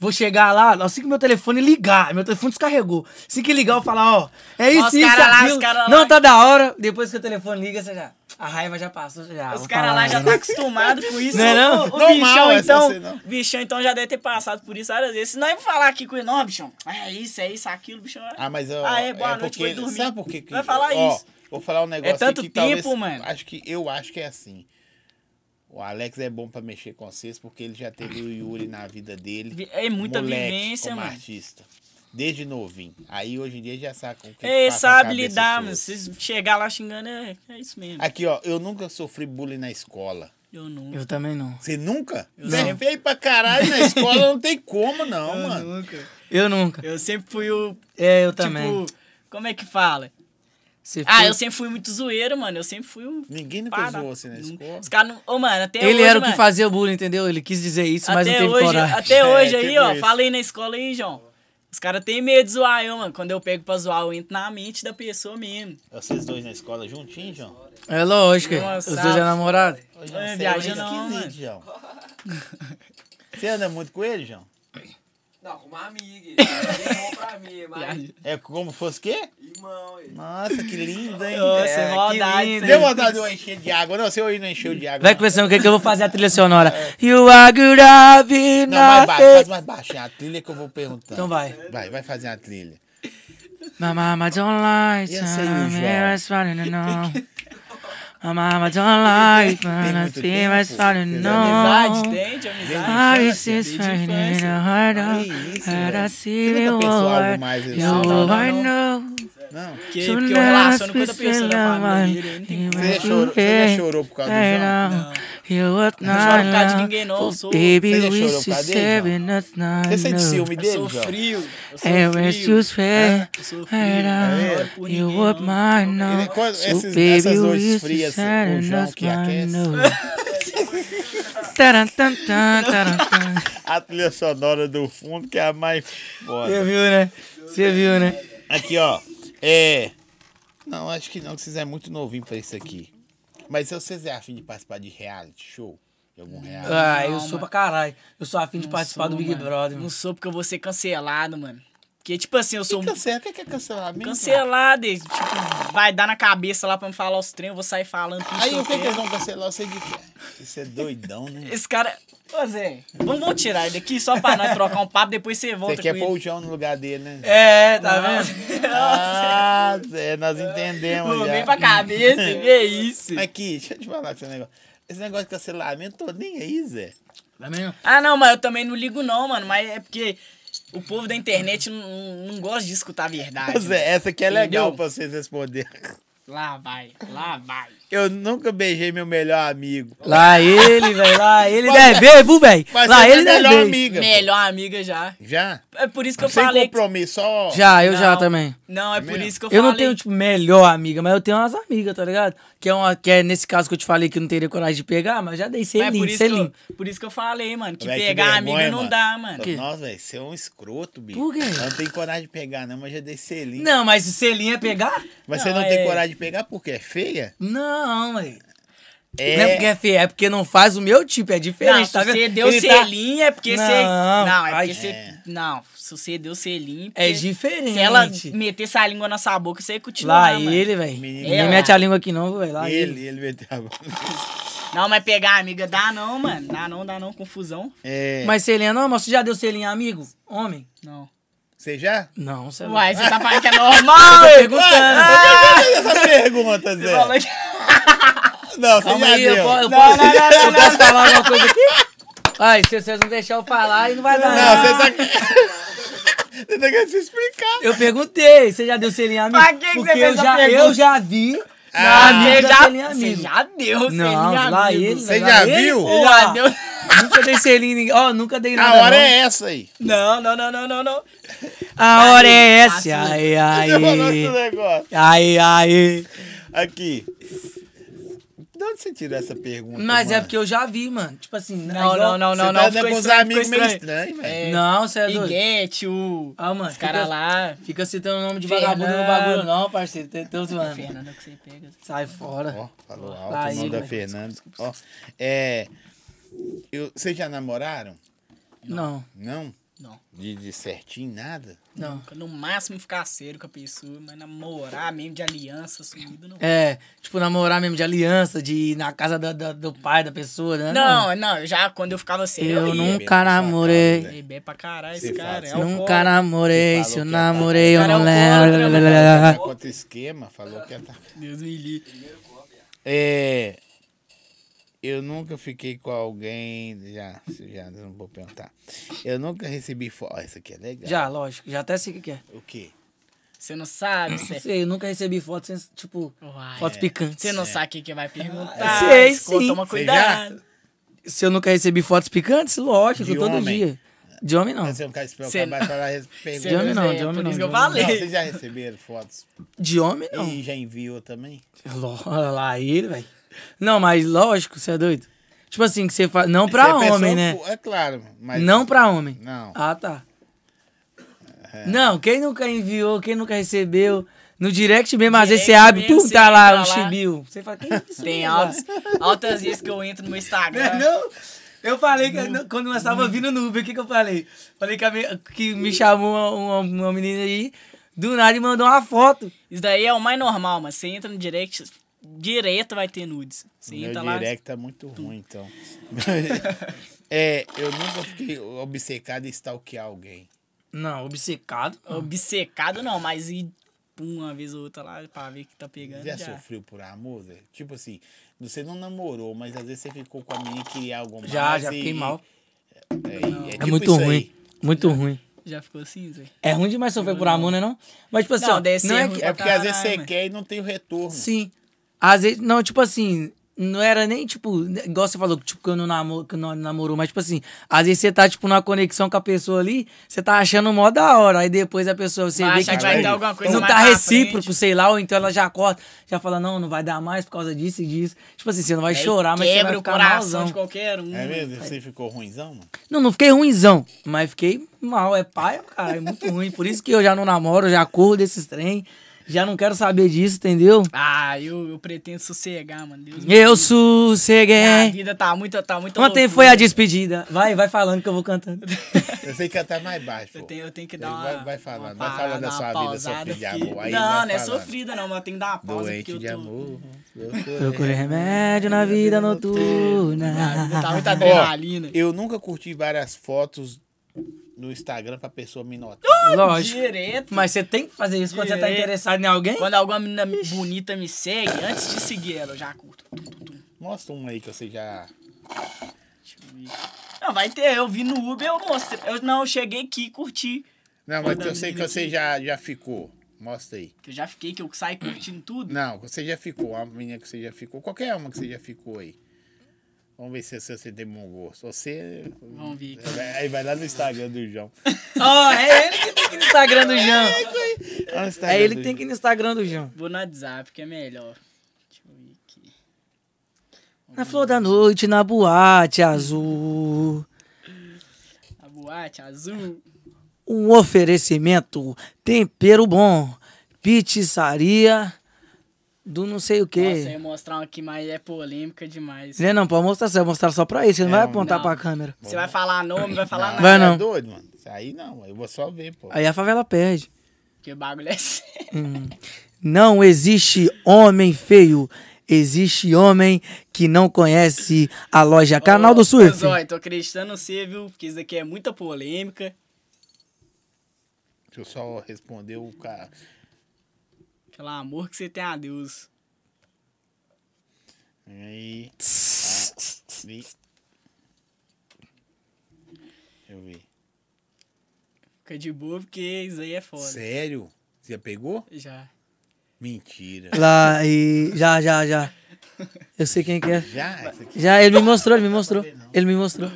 Speaker 1: Vou chegar lá, assim que meu telefone ligar, meu telefone descarregou. Assim que ligar, eu falar, ó, é isso,
Speaker 3: Ó, os
Speaker 1: isso,
Speaker 3: cara lá,
Speaker 1: aquilo.
Speaker 3: os cara lá.
Speaker 1: Não, tá da hora. Depois que o telefone liga, você já... A raiva já passou, você já...
Speaker 3: Os
Speaker 1: vou
Speaker 3: caras
Speaker 1: falar
Speaker 3: lá
Speaker 1: nada,
Speaker 3: já
Speaker 1: né?
Speaker 3: tá acostumado com isso.
Speaker 1: Não é não?
Speaker 3: O, o
Speaker 2: Normal
Speaker 3: bichão,
Speaker 2: essa
Speaker 3: então.
Speaker 2: cena.
Speaker 3: o bichão, então, já deve ter passado por isso várias vezes. Se nós vamos falar aqui com ele, não, bichão. É isso, é isso, aquilo, bichão.
Speaker 2: Ah, mas ó,
Speaker 3: Ah, é, boa noite,
Speaker 2: porque,
Speaker 3: vou dormir.
Speaker 2: Sabe por que que-
Speaker 3: Vai falar
Speaker 2: ó,
Speaker 3: isso. É
Speaker 2: Vou falar um negócio aqui
Speaker 3: tanto
Speaker 2: que talvez-
Speaker 3: tempo, mano.
Speaker 2: Acho que, eu acho que é assim. O Alex é bom pra mexer com vocês porque ele já teve o Yuri na vida dele.
Speaker 3: Vi- é muita
Speaker 2: moleque,
Speaker 3: vivência,
Speaker 2: como
Speaker 3: mano.
Speaker 2: artista. Desde novinho. Aí hoje em dia já sabe com o que que
Speaker 3: Ei,
Speaker 2: passa na
Speaker 3: sabe
Speaker 2: cabeça
Speaker 3: lidar,
Speaker 2: sua.
Speaker 3: mano. Se chegar lá xingando, é, é isso mesmo.
Speaker 2: Aqui, ó, eu nunca sofri bullying na escola.
Speaker 3: Eu não.
Speaker 1: Eu também não.
Speaker 2: Você nunca?
Speaker 3: Eu
Speaker 2: Você
Speaker 3: não.
Speaker 2: veio pra caralho na escola, não tem como, não,
Speaker 3: eu
Speaker 2: mano.
Speaker 3: nunca.
Speaker 1: Eu nunca.
Speaker 3: Eu sempre fui o.
Speaker 1: É, eu também.
Speaker 3: Tipo, como é que fala?
Speaker 1: Você
Speaker 3: Ah,
Speaker 1: fez-
Speaker 3: eu sempre fui muito zoeiro, mano. Eu sempre fui o.
Speaker 2: Ninguém nunca
Speaker 3: Para.
Speaker 2: zoou você na escola.
Speaker 3: Os caras não. Ô, mano, até
Speaker 1: assim, Ele
Speaker 3: hoje,
Speaker 1: era o
Speaker 3: mano,
Speaker 1: que fazia o bullying, entendeu? Ele quis dizer isso, mas não
Speaker 3: até
Speaker 1: teve
Speaker 3: hoje,
Speaker 1: coragem.
Speaker 2: É,
Speaker 3: Até hoje aí,
Speaker 2: tipo
Speaker 3: ó.
Speaker 2: isso.
Speaker 3: Fala aí na escola aí, João. Os caras têm medo de zoar eu, mano. Quando eu pego pra zoar, eu entro na mente da pessoa mesmo.
Speaker 2: Vocês dois na escola juntinhos, João?
Speaker 1: É lógico, os
Speaker 3: Nossa.
Speaker 1: dois é namorado.
Speaker 2: Ô, João,
Speaker 3: É,
Speaker 2: você muito
Speaker 3: viaja não,
Speaker 2: esquisito, João. Você anda muito com ele, João?
Speaker 6: Não, com uma amiga. Irmão pra mim, mas.
Speaker 2: É como fosse o quê?
Speaker 6: Irmão, ele.
Speaker 2: Nossa, que lindo, hein? É.
Speaker 3: Nossa,
Speaker 1: É, que
Speaker 3: maldade.
Speaker 1: lindo.
Speaker 3: né?
Speaker 2: Deu vontade de eu encher de água. Não, seu aí não encheu de água.
Speaker 1: Vai
Speaker 2: não.
Speaker 1: conversando o que, que eu vou fazer a trilha sonora.
Speaker 3: É.
Speaker 1: You are good at being
Speaker 2: Não, mais baixo, faz
Speaker 1: nothing.
Speaker 2: mais baixo. É a trilha que eu vou perguntar.
Speaker 1: Então vai.
Speaker 2: Vai, vai fazer a trilha.
Speaker 1: My mama don't like
Speaker 2: Eu sei o
Speaker 1: I'm
Speaker 2: João.
Speaker 1: here, it's falling to know. My mama don't like when I
Speaker 2: muito
Speaker 1: feel it's
Speaker 2: tempo.
Speaker 1: falling to
Speaker 2: Fez
Speaker 3: Amizade,
Speaker 1: know.
Speaker 3: tem de amizade.
Speaker 1: Ah,
Speaker 2: infância,
Speaker 1: it's just
Speaker 3: desde a
Speaker 1: falling in
Speaker 3: infância.
Speaker 1: the heart of
Speaker 2: Que isso,
Speaker 1: and I
Speaker 2: velho.
Speaker 1: see
Speaker 2: Você
Speaker 1: the
Speaker 2: nunca pensou algo
Speaker 1: world.
Speaker 2: mais assim?
Speaker 1: You
Speaker 2: Não, não,
Speaker 1: are
Speaker 3: não.
Speaker 1: know.
Speaker 2: Não.
Speaker 3: Porque,
Speaker 1: to
Speaker 3: porque eu
Speaker 1: last
Speaker 3: relaciono com outra
Speaker 1: with
Speaker 3: pessoa da família.
Speaker 1: someone.
Speaker 3: Ele não tem
Speaker 2: Você já chorou, você já chorou por causa do João?
Speaker 1: Não. Eu não
Speaker 3: choro por causa de ninguém, não, eu sou-
Speaker 1: Baby,
Speaker 2: Você já
Speaker 1: we
Speaker 2: chorou por causa dele,
Speaker 1: seven
Speaker 2: Você sente ciúme
Speaker 3: Eu
Speaker 2: dele,
Speaker 3: sou
Speaker 2: João?
Speaker 3: frio. Eu sou
Speaker 1: É, eu sou
Speaker 3: frio.
Speaker 1: frio.
Speaker 3: Eu sou frio.
Speaker 1: É,
Speaker 3: Eu
Speaker 2: é.
Speaker 3: não oro por
Speaker 1: You
Speaker 3: ninguém,
Speaker 1: up
Speaker 3: não.
Speaker 1: my no.
Speaker 2: Ele- quando-
Speaker 1: So
Speaker 2: esses-
Speaker 1: baby,
Speaker 2: essas noites
Speaker 1: we
Speaker 2: frias,
Speaker 1: should shine
Speaker 2: o João
Speaker 1: us
Speaker 2: que
Speaker 1: my
Speaker 2: aquece.
Speaker 1: nose. Taran, tan, tan, taran, tan.
Speaker 2: A trilha sonora do fundo, que é a mais
Speaker 1: Você
Speaker 2: foda.
Speaker 1: viu, né? Você viu, né?
Speaker 2: Aqui, ó. É. Não, acho que não, que vocês é muito novinho pra isso aqui. Mas se vocês é afim de participar de reality show, de algum reality.
Speaker 1: Ah, eu
Speaker 3: Não,
Speaker 1: sou
Speaker 3: mano.
Speaker 1: pra caralho. Eu sou afim de
Speaker 3: Não
Speaker 1: participar
Speaker 3: sou,
Speaker 1: do Big
Speaker 3: mano.
Speaker 1: Brother.
Speaker 3: Não
Speaker 1: mano.
Speaker 3: sou porque eu vou ser cancelado, mano. Porque, tipo assim, eu sou
Speaker 2: Que cancela, o que que é cancelamento?
Speaker 3: cancelado. e, Tipo, vai dar na cabeça lá pra me falar os trem, eu vou sair falando tudo.
Speaker 2: Aí
Speaker 3: eu
Speaker 2: o que, que
Speaker 3: quero.
Speaker 2: eles vão cancelar? Eu sei de quê. Isso é doidão, né?
Speaker 3: Esse cara. Ô, Zé, vamos, vamos tirar ele daqui só pra nós trocar um papo, depois você volta
Speaker 2: Você quer
Speaker 3: com
Speaker 2: pôr o
Speaker 3: ele.
Speaker 2: João no lugar dele, né?
Speaker 1: É, tá vendo?
Speaker 2: Ah, Zé, nós entendemos.
Speaker 3: Pô,
Speaker 2: já.
Speaker 3: Vem pra cabeça, que isso.
Speaker 2: Mas aqui, deixa eu te falar com esse negócio. Esse negócio de cancelamento, tô nem aí, Zé. é
Speaker 1: Tá vendo?
Speaker 3: Ah, não, mas eu também não ligo, não, mano. Mas é porque o povo da internet não, não- não gosta de escutar a verdade.
Speaker 2: Ô, Zé, essa aqui é legal
Speaker 3: Entendeu?
Speaker 2: pra vocês responderem.
Speaker 3: Lá vai, lá vai.
Speaker 2: Eu nunca beijei meu melhor amigo.
Speaker 1: Lá ele, velho. Lá ele
Speaker 2: Mas- é
Speaker 1: deve ver, viu, velho?
Speaker 2: Mas
Speaker 1: Lá
Speaker 2: você é
Speaker 1: ele
Speaker 2: minha
Speaker 1: deve
Speaker 2: melhor
Speaker 1: ver.
Speaker 2: amiga. pô.
Speaker 3: Melhor amiga já.
Speaker 2: Já?
Speaker 3: É por isso que eu
Speaker 2: Sem
Speaker 3: falei. que-
Speaker 2: compromisso, só.
Speaker 1: Já, eu já
Speaker 3: Não.
Speaker 1: também.
Speaker 3: Não, é por
Speaker 2: mesmo?
Speaker 3: isso que eu,
Speaker 1: Eu
Speaker 3: falei.
Speaker 1: não tenho, tipo, melhor amiga, mas eu tenho umas amigas, tá ligado? Que é, uma, que é nesse caso que eu te falei que eu não teria coragem de pegar, mas eu já dei
Speaker 3: Mas é
Speaker 1: selinho,
Speaker 3: por, isso que
Speaker 1: selinho.
Speaker 3: eu, por isso que eu falei, mano, que
Speaker 2: Véi,
Speaker 3: pegar
Speaker 2: vergonha,
Speaker 3: amiga não dá, mano.
Speaker 1: Que-
Speaker 2: Nossa, velho, você é um escroto, bicho.
Speaker 1: Por quê?
Speaker 2: Eu não tenho coragem de pegar, não, mas já dei selinho.
Speaker 1: Não, mas o selinho é pegar?
Speaker 2: Mas você
Speaker 3: Não,
Speaker 2: não tem
Speaker 3: é-
Speaker 2: coragem de pegar porque é feia?
Speaker 1: Não, ué.
Speaker 2: É.
Speaker 1: Não é porque é feio, é porque não faz o meu tipo, é diferente,
Speaker 3: Não, se
Speaker 1: tá vendo?
Speaker 3: você deu
Speaker 1: Ele tá-
Speaker 3: selinho é porque você.
Speaker 1: Não,
Speaker 3: Não, é
Speaker 1: ai,
Speaker 3: porque
Speaker 2: é.
Speaker 3: você. Não, se você deu selinho.
Speaker 1: É
Speaker 3: porque
Speaker 1: diferente.
Speaker 3: Se ela metesse a língua na sua boca, você ia continuar.
Speaker 1: Lá
Speaker 3: mano. é.
Speaker 1: ele, velho.
Speaker 2: Menino.
Speaker 1: Ninguém
Speaker 3: Ela.
Speaker 1: mete a língua aqui não, velho. Lá ele.
Speaker 2: Ele, ele meteu a bola.
Speaker 3: Não, mas pegar amiga dá não, mano. Dá não, dá não. Confusão.
Speaker 2: É.
Speaker 1: Mas selinho, não, mas você já deu selinho, a amigo? Homem?
Speaker 3: Não.
Speaker 2: Você já?
Speaker 1: Não, você
Speaker 3: Uai,
Speaker 1: vai.
Speaker 3: você tá falando que é normal, ah, eu
Speaker 1: Perguntando.
Speaker 2: Eu tenho essa pergunta, Zé.
Speaker 3: falando que-
Speaker 2: Não, você
Speaker 1: Calma
Speaker 2: já
Speaker 1: aí, eu,
Speaker 2: deu.
Speaker 1: po- eu
Speaker 2: Não,
Speaker 1: posso, eu posso falar alguma coisa aqui? Ai, se vocês não deixarem eu falar, aí não vai dar não.
Speaker 2: você tá. Você tá querendo se explicar.
Speaker 1: Eu perguntei, você já deu selinho amigo?
Speaker 3: Pra que que você
Speaker 1: Porque
Speaker 3: fez
Speaker 1: eu
Speaker 3: a
Speaker 1: já,
Speaker 3: pergunta?
Speaker 1: eu já vi
Speaker 2: Ah,
Speaker 1: na
Speaker 3: Você
Speaker 1: é amiga
Speaker 3: já,
Speaker 1: selinho
Speaker 3: você
Speaker 1: amigo.
Speaker 3: já deu,
Speaker 1: Não, lá ele.
Speaker 2: Você
Speaker 1: lá
Speaker 2: já
Speaker 1: ele,
Speaker 2: viu?
Speaker 1: pô.
Speaker 3: Você já deu.
Speaker 1: Nunca dei selinho em ninguém. Ó, nunca dei nada.
Speaker 2: A hora
Speaker 1: não.
Speaker 2: é essa aí.
Speaker 3: Não, não, não, não, não, não.
Speaker 1: A hora é
Speaker 3: Assim.
Speaker 1: essa. Ai, ai.
Speaker 2: Você falou né? esse negócio.
Speaker 1: Ai, ai.
Speaker 2: Aqui. De onde você tirou essa pergunta?
Speaker 1: Mas é
Speaker 2: mano?
Speaker 1: porque eu já vi, mano. Tipo assim,
Speaker 3: Não, não, não,
Speaker 2: Você tá
Speaker 3: não, não.
Speaker 2: andando
Speaker 3: Ficou
Speaker 2: com os
Speaker 3: estranho, ficou
Speaker 2: amigos meio
Speaker 3: estranho.
Speaker 2: estranho, velho.
Speaker 1: Não, você é doido.
Speaker 3: Iguete, o...
Speaker 1: Ah, mano,
Speaker 3: Os caras
Speaker 1: fica-
Speaker 3: lá...
Speaker 1: Fica citando o nome de vagabundo no bagulho, não, parceiro. Tem tem outro mano.
Speaker 3: Fernando, que você pega.
Speaker 1: Sai fora.
Speaker 2: Ó, falou alto
Speaker 1: Lá,
Speaker 2: o nome
Speaker 1: Igor.
Speaker 2: da Fernanda. Ó, é. eu- Vocês já namoraram?
Speaker 1: Não,
Speaker 2: Não?
Speaker 3: Não.
Speaker 2: De, de certinho, nada?
Speaker 1: não.
Speaker 3: No máximo ficar sério com a pessoa, mas namorar mesmo de aliança, sumido, não.
Speaker 1: É, tipo, namorar mesmo de aliança, de ir na casa da- da- do pai da pessoa, né?
Speaker 3: Não, não, eu já quando eu ficava
Speaker 2: né?
Speaker 3: sério, eu,
Speaker 1: Eu
Speaker 3: ia.
Speaker 1: nunca namorei.
Speaker 3: Ele bebe pra caralho
Speaker 2: Você
Speaker 3: esse cara.
Speaker 2: faz,
Speaker 3: É
Speaker 2: você
Speaker 1: Nunca
Speaker 3: alcoólatra.
Speaker 1: namorei,
Speaker 2: Falou
Speaker 1: se eu
Speaker 2: que é
Speaker 1: namorei, eu
Speaker 3: cara
Speaker 1: não
Speaker 3: é alcoólatra,
Speaker 2: Tá
Speaker 1: lembro.
Speaker 2: com outro esquema, falou que ia tá.
Speaker 3: Deus me livre.
Speaker 2: É. Eu nunca fiquei com alguém. Já, já não vou perguntar. Eu nunca recebi foto. Ó, isso aqui é legal.
Speaker 1: Já, lógico, já até sei o que que é.
Speaker 2: O quê?
Speaker 3: Você não sabe,
Speaker 2: É.
Speaker 3: você.
Speaker 1: Sei, eu nunca recebi foto sem, tipo,
Speaker 2: Ah,
Speaker 3: Uai,
Speaker 1: fotos picantes.
Speaker 3: Você não sabe o que, que vai perguntar.
Speaker 1: Sei,
Speaker 3: escuta,
Speaker 1: é, sim.
Speaker 3: Toma
Speaker 2: Você
Speaker 3: cuidado.
Speaker 1: Se eu nunca recebi fotos picantes, lógico,
Speaker 2: De
Speaker 1: todo
Speaker 2: homem.
Speaker 1: dia. De homem não.
Speaker 2: Mas é- Você não quer um se
Speaker 3: Cê-
Speaker 2: preocupar, vai falar a respeito.
Speaker 3: Você
Speaker 1: De homem não,
Speaker 3: é,
Speaker 1: de homem
Speaker 3: Por
Speaker 1: não,
Speaker 3: isso
Speaker 1: de
Speaker 3: que
Speaker 1: homem
Speaker 3: eu
Speaker 1: não.
Speaker 2: Não,
Speaker 3: falei.
Speaker 2: vocês já receberam fotos?
Speaker 1: De homem não.
Speaker 2: E já enviou também?
Speaker 1: Ló- Lá ele, velho. Não, mas lógico, você é doido. Tipo assim, que você faz. Não pra
Speaker 2: Você é pessoa
Speaker 1: homem, né?
Speaker 2: pu- É claro, mas.
Speaker 1: Não pra homem.
Speaker 2: Não.
Speaker 1: Ah, tá. Não, quem nunca enviou, quem nunca recebeu. No direct mesmo, às vezes você
Speaker 3: Direct
Speaker 1: abre,
Speaker 3: mesmo,
Speaker 1: pum,
Speaker 3: você
Speaker 1: tá lá,
Speaker 3: entra
Speaker 1: um
Speaker 3: lá.
Speaker 1: chibiu. Você fala, quem é isso?
Speaker 3: Tem
Speaker 1: mesmo,
Speaker 3: altas, altas vezes que eu entro no meu
Speaker 1: velho?
Speaker 3: Instagram.
Speaker 1: Não, É. eu falei que não, quando nós tava vindo no Uber, o que, que eu falei? Falei que, a me, que me chamou uma, uma, uma menina aí, do nada e mandou uma foto.
Speaker 3: Isso daí é o mais normal, mas você entra no direct, direto vai ter nudes. Você
Speaker 2: Meu
Speaker 3: entra lá.
Speaker 2: direct tá muito ruim, então. é, eu nunca fiquei obcecado em stalkear alguém.
Speaker 1: Não, obcecado.
Speaker 3: Obcecado não, mas e pum, uma vez ou outra lá pra ver que tá pegando.
Speaker 2: Já,
Speaker 3: Já,
Speaker 2: sofreu por amor? Zé? Tipo assim, você não namorou, mas às vezes você ficou com a menina e queria algo mais.
Speaker 1: Já, já
Speaker 2: e-
Speaker 1: fiquei mal.
Speaker 2: É, é tipo
Speaker 1: É muito
Speaker 2: isso aí.
Speaker 1: ruim. Muito ruim.
Speaker 3: já ficou assim, Zé?
Speaker 1: É ruim demais sofrer por amor, né não? Mas, tipo assim,
Speaker 3: Não,
Speaker 1: ó,
Speaker 3: deve
Speaker 1: não
Speaker 3: ser
Speaker 1: é
Speaker 3: ruim
Speaker 1: que...
Speaker 2: É
Speaker 3: pra
Speaker 2: porque às vezes
Speaker 3: Caralho,
Speaker 2: você
Speaker 3: mas-
Speaker 2: quer e não tem o retorno.
Speaker 1: Sim. Às vezes, não, tipo assim, não era nem, tipo, igual você falou, tipo, que eu não, namoro, que eu não namorou, mas, tipo assim, às vezes você tá, tipo, numa conexão com a pessoa ali, você tá achando mó da hora, aí depois a pessoa, você
Speaker 3: Vai
Speaker 1: vê
Speaker 3: achar
Speaker 1: que,
Speaker 3: que
Speaker 2: vai
Speaker 1: tipo,
Speaker 2: dar
Speaker 3: alguma coisa
Speaker 1: não
Speaker 3: mais
Speaker 1: tá
Speaker 3: pra
Speaker 1: recíproco,
Speaker 3: frente.
Speaker 1: sei lá, ou então ela já corta, já fala, não, não vai dar mais por causa disso e disso. Tipo assim, você não vai
Speaker 3: Aí
Speaker 1: chorar, mas você vai
Speaker 3: quebra o
Speaker 1: ficar
Speaker 3: coração
Speaker 1: malzão.
Speaker 3: de qualquer um.
Speaker 2: É mesmo? Você ficou ruimzão, mano?
Speaker 1: Não, não fiquei ruimzão, mas fiquei mal. É paia, cara, é muito ruim. Por isso que eu já não namoro, já corro desses trem, já não quero saber disso, entendeu?
Speaker 3: Ah, eu, eu pretendo sossegar, mano. Deus me
Speaker 1: Eu
Speaker 3: livre. Minha
Speaker 1: sosseguei.
Speaker 3: vida tá muito, tá muito
Speaker 1: É. Ontem
Speaker 3: loucura.
Speaker 1: foi a despedida. Vai, vai falando que eu vou cantando.
Speaker 2: Eu sei que ela tá mais baixo.
Speaker 3: Eu
Speaker 2: pô.
Speaker 3: tenho, eu tenho que dar uma.
Speaker 2: Vai- vai falando, vai falando da
Speaker 3: uma
Speaker 2: sua vida,
Speaker 3: pausada
Speaker 2: sofrida de
Speaker 3: aqui.
Speaker 2: amor, aí
Speaker 3: não,
Speaker 2: vai
Speaker 3: não é
Speaker 2: falando.
Speaker 3: sofrida, não, mas eu tenho que dar uma pausa
Speaker 2: Doente
Speaker 3: porque
Speaker 2: de
Speaker 3: eu tô. Uhum.
Speaker 2: amor. É.
Speaker 1: Procurei remédio na vida
Speaker 3: Minha vida tá
Speaker 1: noturna.
Speaker 3: muita
Speaker 2: Ó,
Speaker 3: adrenalina.
Speaker 2: eu nunca curti várias fotos no Instagram pra pessoa me notar.
Speaker 1: Lógico.
Speaker 3: Direto.
Speaker 1: Mas você tem que fazer isso quando você tá
Speaker 3: Direto.
Speaker 1: interessado em alguém?
Speaker 3: É. Quando alguma menina bonita me segue, antes de seguir ela, eu já curto.
Speaker 2: Mostra um aí que você já.
Speaker 3: tipo, Não, vai ter. Eu vi no Uber, eu mostrei. Eu, não, eu cheguei aqui e curti.
Speaker 2: Não, mas eu sei que você já, já ficou. Mostra aí.
Speaker 3: Que eu já fiquei, que eu saí curtindo tudo.
Speaker 2: Não, você já ficou. A menina que você já ficou. Qualquer uma que você já ficou aí. Vamos ver se se você tem bom gosto. Você.
Speaker 3: Vamos ver aqui.
Speaker 2: Aí vai lá no Instagram do João.
Speaker 1: Ó, é ele que tem que ir no Instagram do João.
Speaker 2: Lá no
Speaker 3: Tá
Speaker 2: Instagram
Speaker 1: É ele que
Speaker 2: do
Speaker 1: tem que ir no Instagram do João.
Speaker 3: Vou no WhatsApp, que é melhor. Deixa eu ver aqui.
Speaker 1: Na flor da noite, na boate azul.
Speaker 3: A boate azul.
Speaker 1: Um oferecimento, tempero bom, pizzaria do não sei o
Speaker 3: Nossa, eu ia
Speaker 1: quê.
Speaker 3: mostrar uma aqui, mas é polêmica demais.
Speaker 1: Né, não, pode mostrar, você vai mostrar só pra isso, você não vai apontar
Speaker 3: É, não.
Speaker 1: pra câmera.
Speaker 3: Você vai falar nome, vai
Speaker 2: Não,
Speaker 3: falar nada.
Speaker 1: Vai
Speaker 2: você é
Speaker 1: não.
Speaker 2: doido, mano. Isso Aí não, eu vou só ver, pô.
Speaker 1: Aí a favela perde.
Speaker 3: Porque o bagulho é sério.
Speaker 1: Não existe homem feio, existe homem que não conhece a loja Canal
Speaker 3: Ô,
Speaker 1: do Surf.
Speaker 3: Zói, tô acreditando em você, viu? Porque isso daqui é muita polêmica.
Speaker 2: Deixa eu só responder o cara.
Speaker 3: Pelo amor que você tem a Deus.
Speaker 2: Aí. Ali. Eu vi.
Speaker 3: Fica de boa, porque isso aí é foda.
Speaker 2: Sério? Você já pegou?
Speaker 3: Já.
Speaker 2: Mentira.
Speaker 1: Lá e. Já, já, já. Eu sei quem que é.
Speaker 2: Já? Isso aqui
Speaker 1: Já, ele me mostrou, ele me mostrou. Ele me mostrou.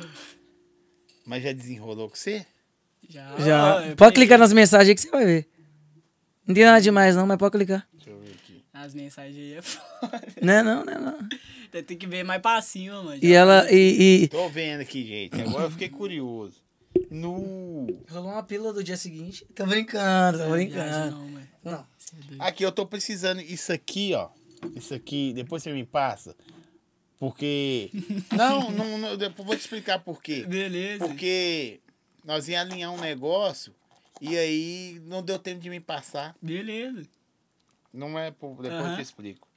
Speaker 2: Mas já desenrolou com você?
Speaker 3: Já.
Speaker 1: Já.
Speaker 3: eu
Speaker 1: pode
Speaker 3: peguei
Speaker 1: clicar nas mensagens aí que você vai ver. Não tem nada demais, não, mas pode clicar.
Speaker 2: Deixa eu ver aqui.
Speaker 3: As mensagens aí é foda.
Speaker 1: Não é não, não é não.
Speaker 3: Tem que ver mais pra cima, mano.
Speaker 1: E ela. E, e-
Speaker 2: Tô vendo aqui, gente. Agora eu fiquei curioso. No.
Speaker 1: Rolou uma pílula do dia seguinte. Tô brincando, tô
Speaker 3: Viagem
Speaker 1: brincando.
Speaker 3: não, mano.
Speaker 1: Não.
Speaker 3: Cê é doido.
Speaker 2: Aqui, eu tô precisando. Isso aqui, ó. Isso aqui, depois você me passa. Porque. Não, não, não depois eu vou te explicar por quê.
Speaker 3: Beleza.
Speaker 2: Porque nós ia alinhar um negócio e aí não deu tempo de me passar.
Speaker 3: Beleza.
Speaker 2: Não é por. Depois eu
Speaker 3: Aham.
Speaker 2: te explico.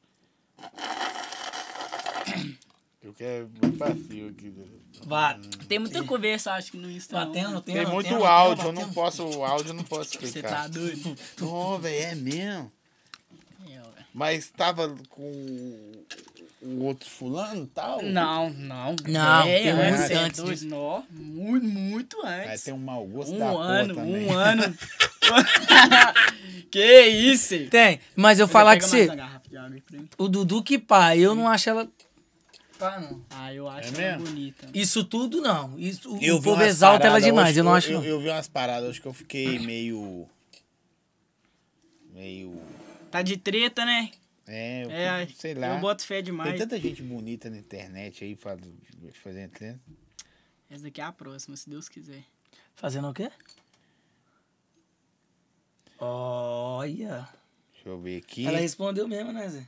Speaker 2: Eu quero um passinho aqui.
Speaker 1: Vá.
Speaker 3: Tem muita conversa, acho que no Insta. não,
Speaker 1: Batendo,
Speaker 3: mano.
Speaker 2: Tem
Speaker 1: batendo,
Speaker 2: muito
Speaker 1: batendo,
Speaker 2: áudio, eu
Speaker 1: batendo.
Speaker 2: não posso. O áudio eu não posso
Speaker 3: Você tá
Speaker 2: explicar.
Speaker 3: doido?
Speaker 2: Ô, velho, é mesmo.
Speaker 3: É, ué.
Speaker 2: Mas tava com o outro fulano e tal?
Speaker 3: Não, não.
Speaker 1: Não,
Speaker 3: é,
Speaker 1: tem
Speaker 3: antes,
Speaker 1: muito
Speaker 3: cê é
Speaker 1: antes
Speaker 3: doido.
Speaker 1: disso.
Speaker 3: Nó, muito, muito
Speaker 2: Mas
Speaker 3: antes.
Speaker 2: tem um mau gosto da
Speaker 3: um
Speaker 2: porra
Speaker 3: ano,
Speaker 2: também.
Speaker 3: um ano. que isso, hein?
Speaker 1: Tem, mas eu falar que você.
Speaker 3: você.
Speaker 1: O Dudu que pá, eu não acho ela. Pá, não.
Speaker 3: Ah, eu acho
Speaker 2: É
Speaker 3: ela
Speaker 2: mesmo?
Speaker 3: bonita.
Speaker 1: Isso tudo não. Isso, o-
Speaker 2: Eu
Speaker 1: o
Speaker 2: vi
Speaker 1: povo
Speaker 2: umas
Speaker 1: exalta ela
Speaker 2: paradas
Speaker 1: demais,
Speaker 2: hoje
Speaker 1: eu não
Speaker 2: que
Speaker 1: acho
Speaker 2: Eu,
Speaker 1: não.
Speaker 2: eu vi umas paradas hoje que eu fiquei meio. Meio.
Speaker 3: Tá de treta, né?
Speaker 2: É, eu
Speaker 3: É,
Speaker 2: fico- sei lá.
Speaker 3: eu boto fé
Speaker 2: Tem
Speaker 3: demais.
Speaker 2: tanta gente bonita na internet aí faz- fazendo treta.
Speaker 3: Essa daqui é a próxima, se Deus quiser.
Speaker 1: Fazendo o quê? Olha.
Speaker 2: Deixa eu ver aqui.
Speaker 1: Ela respondeu mesmo, né, Zé?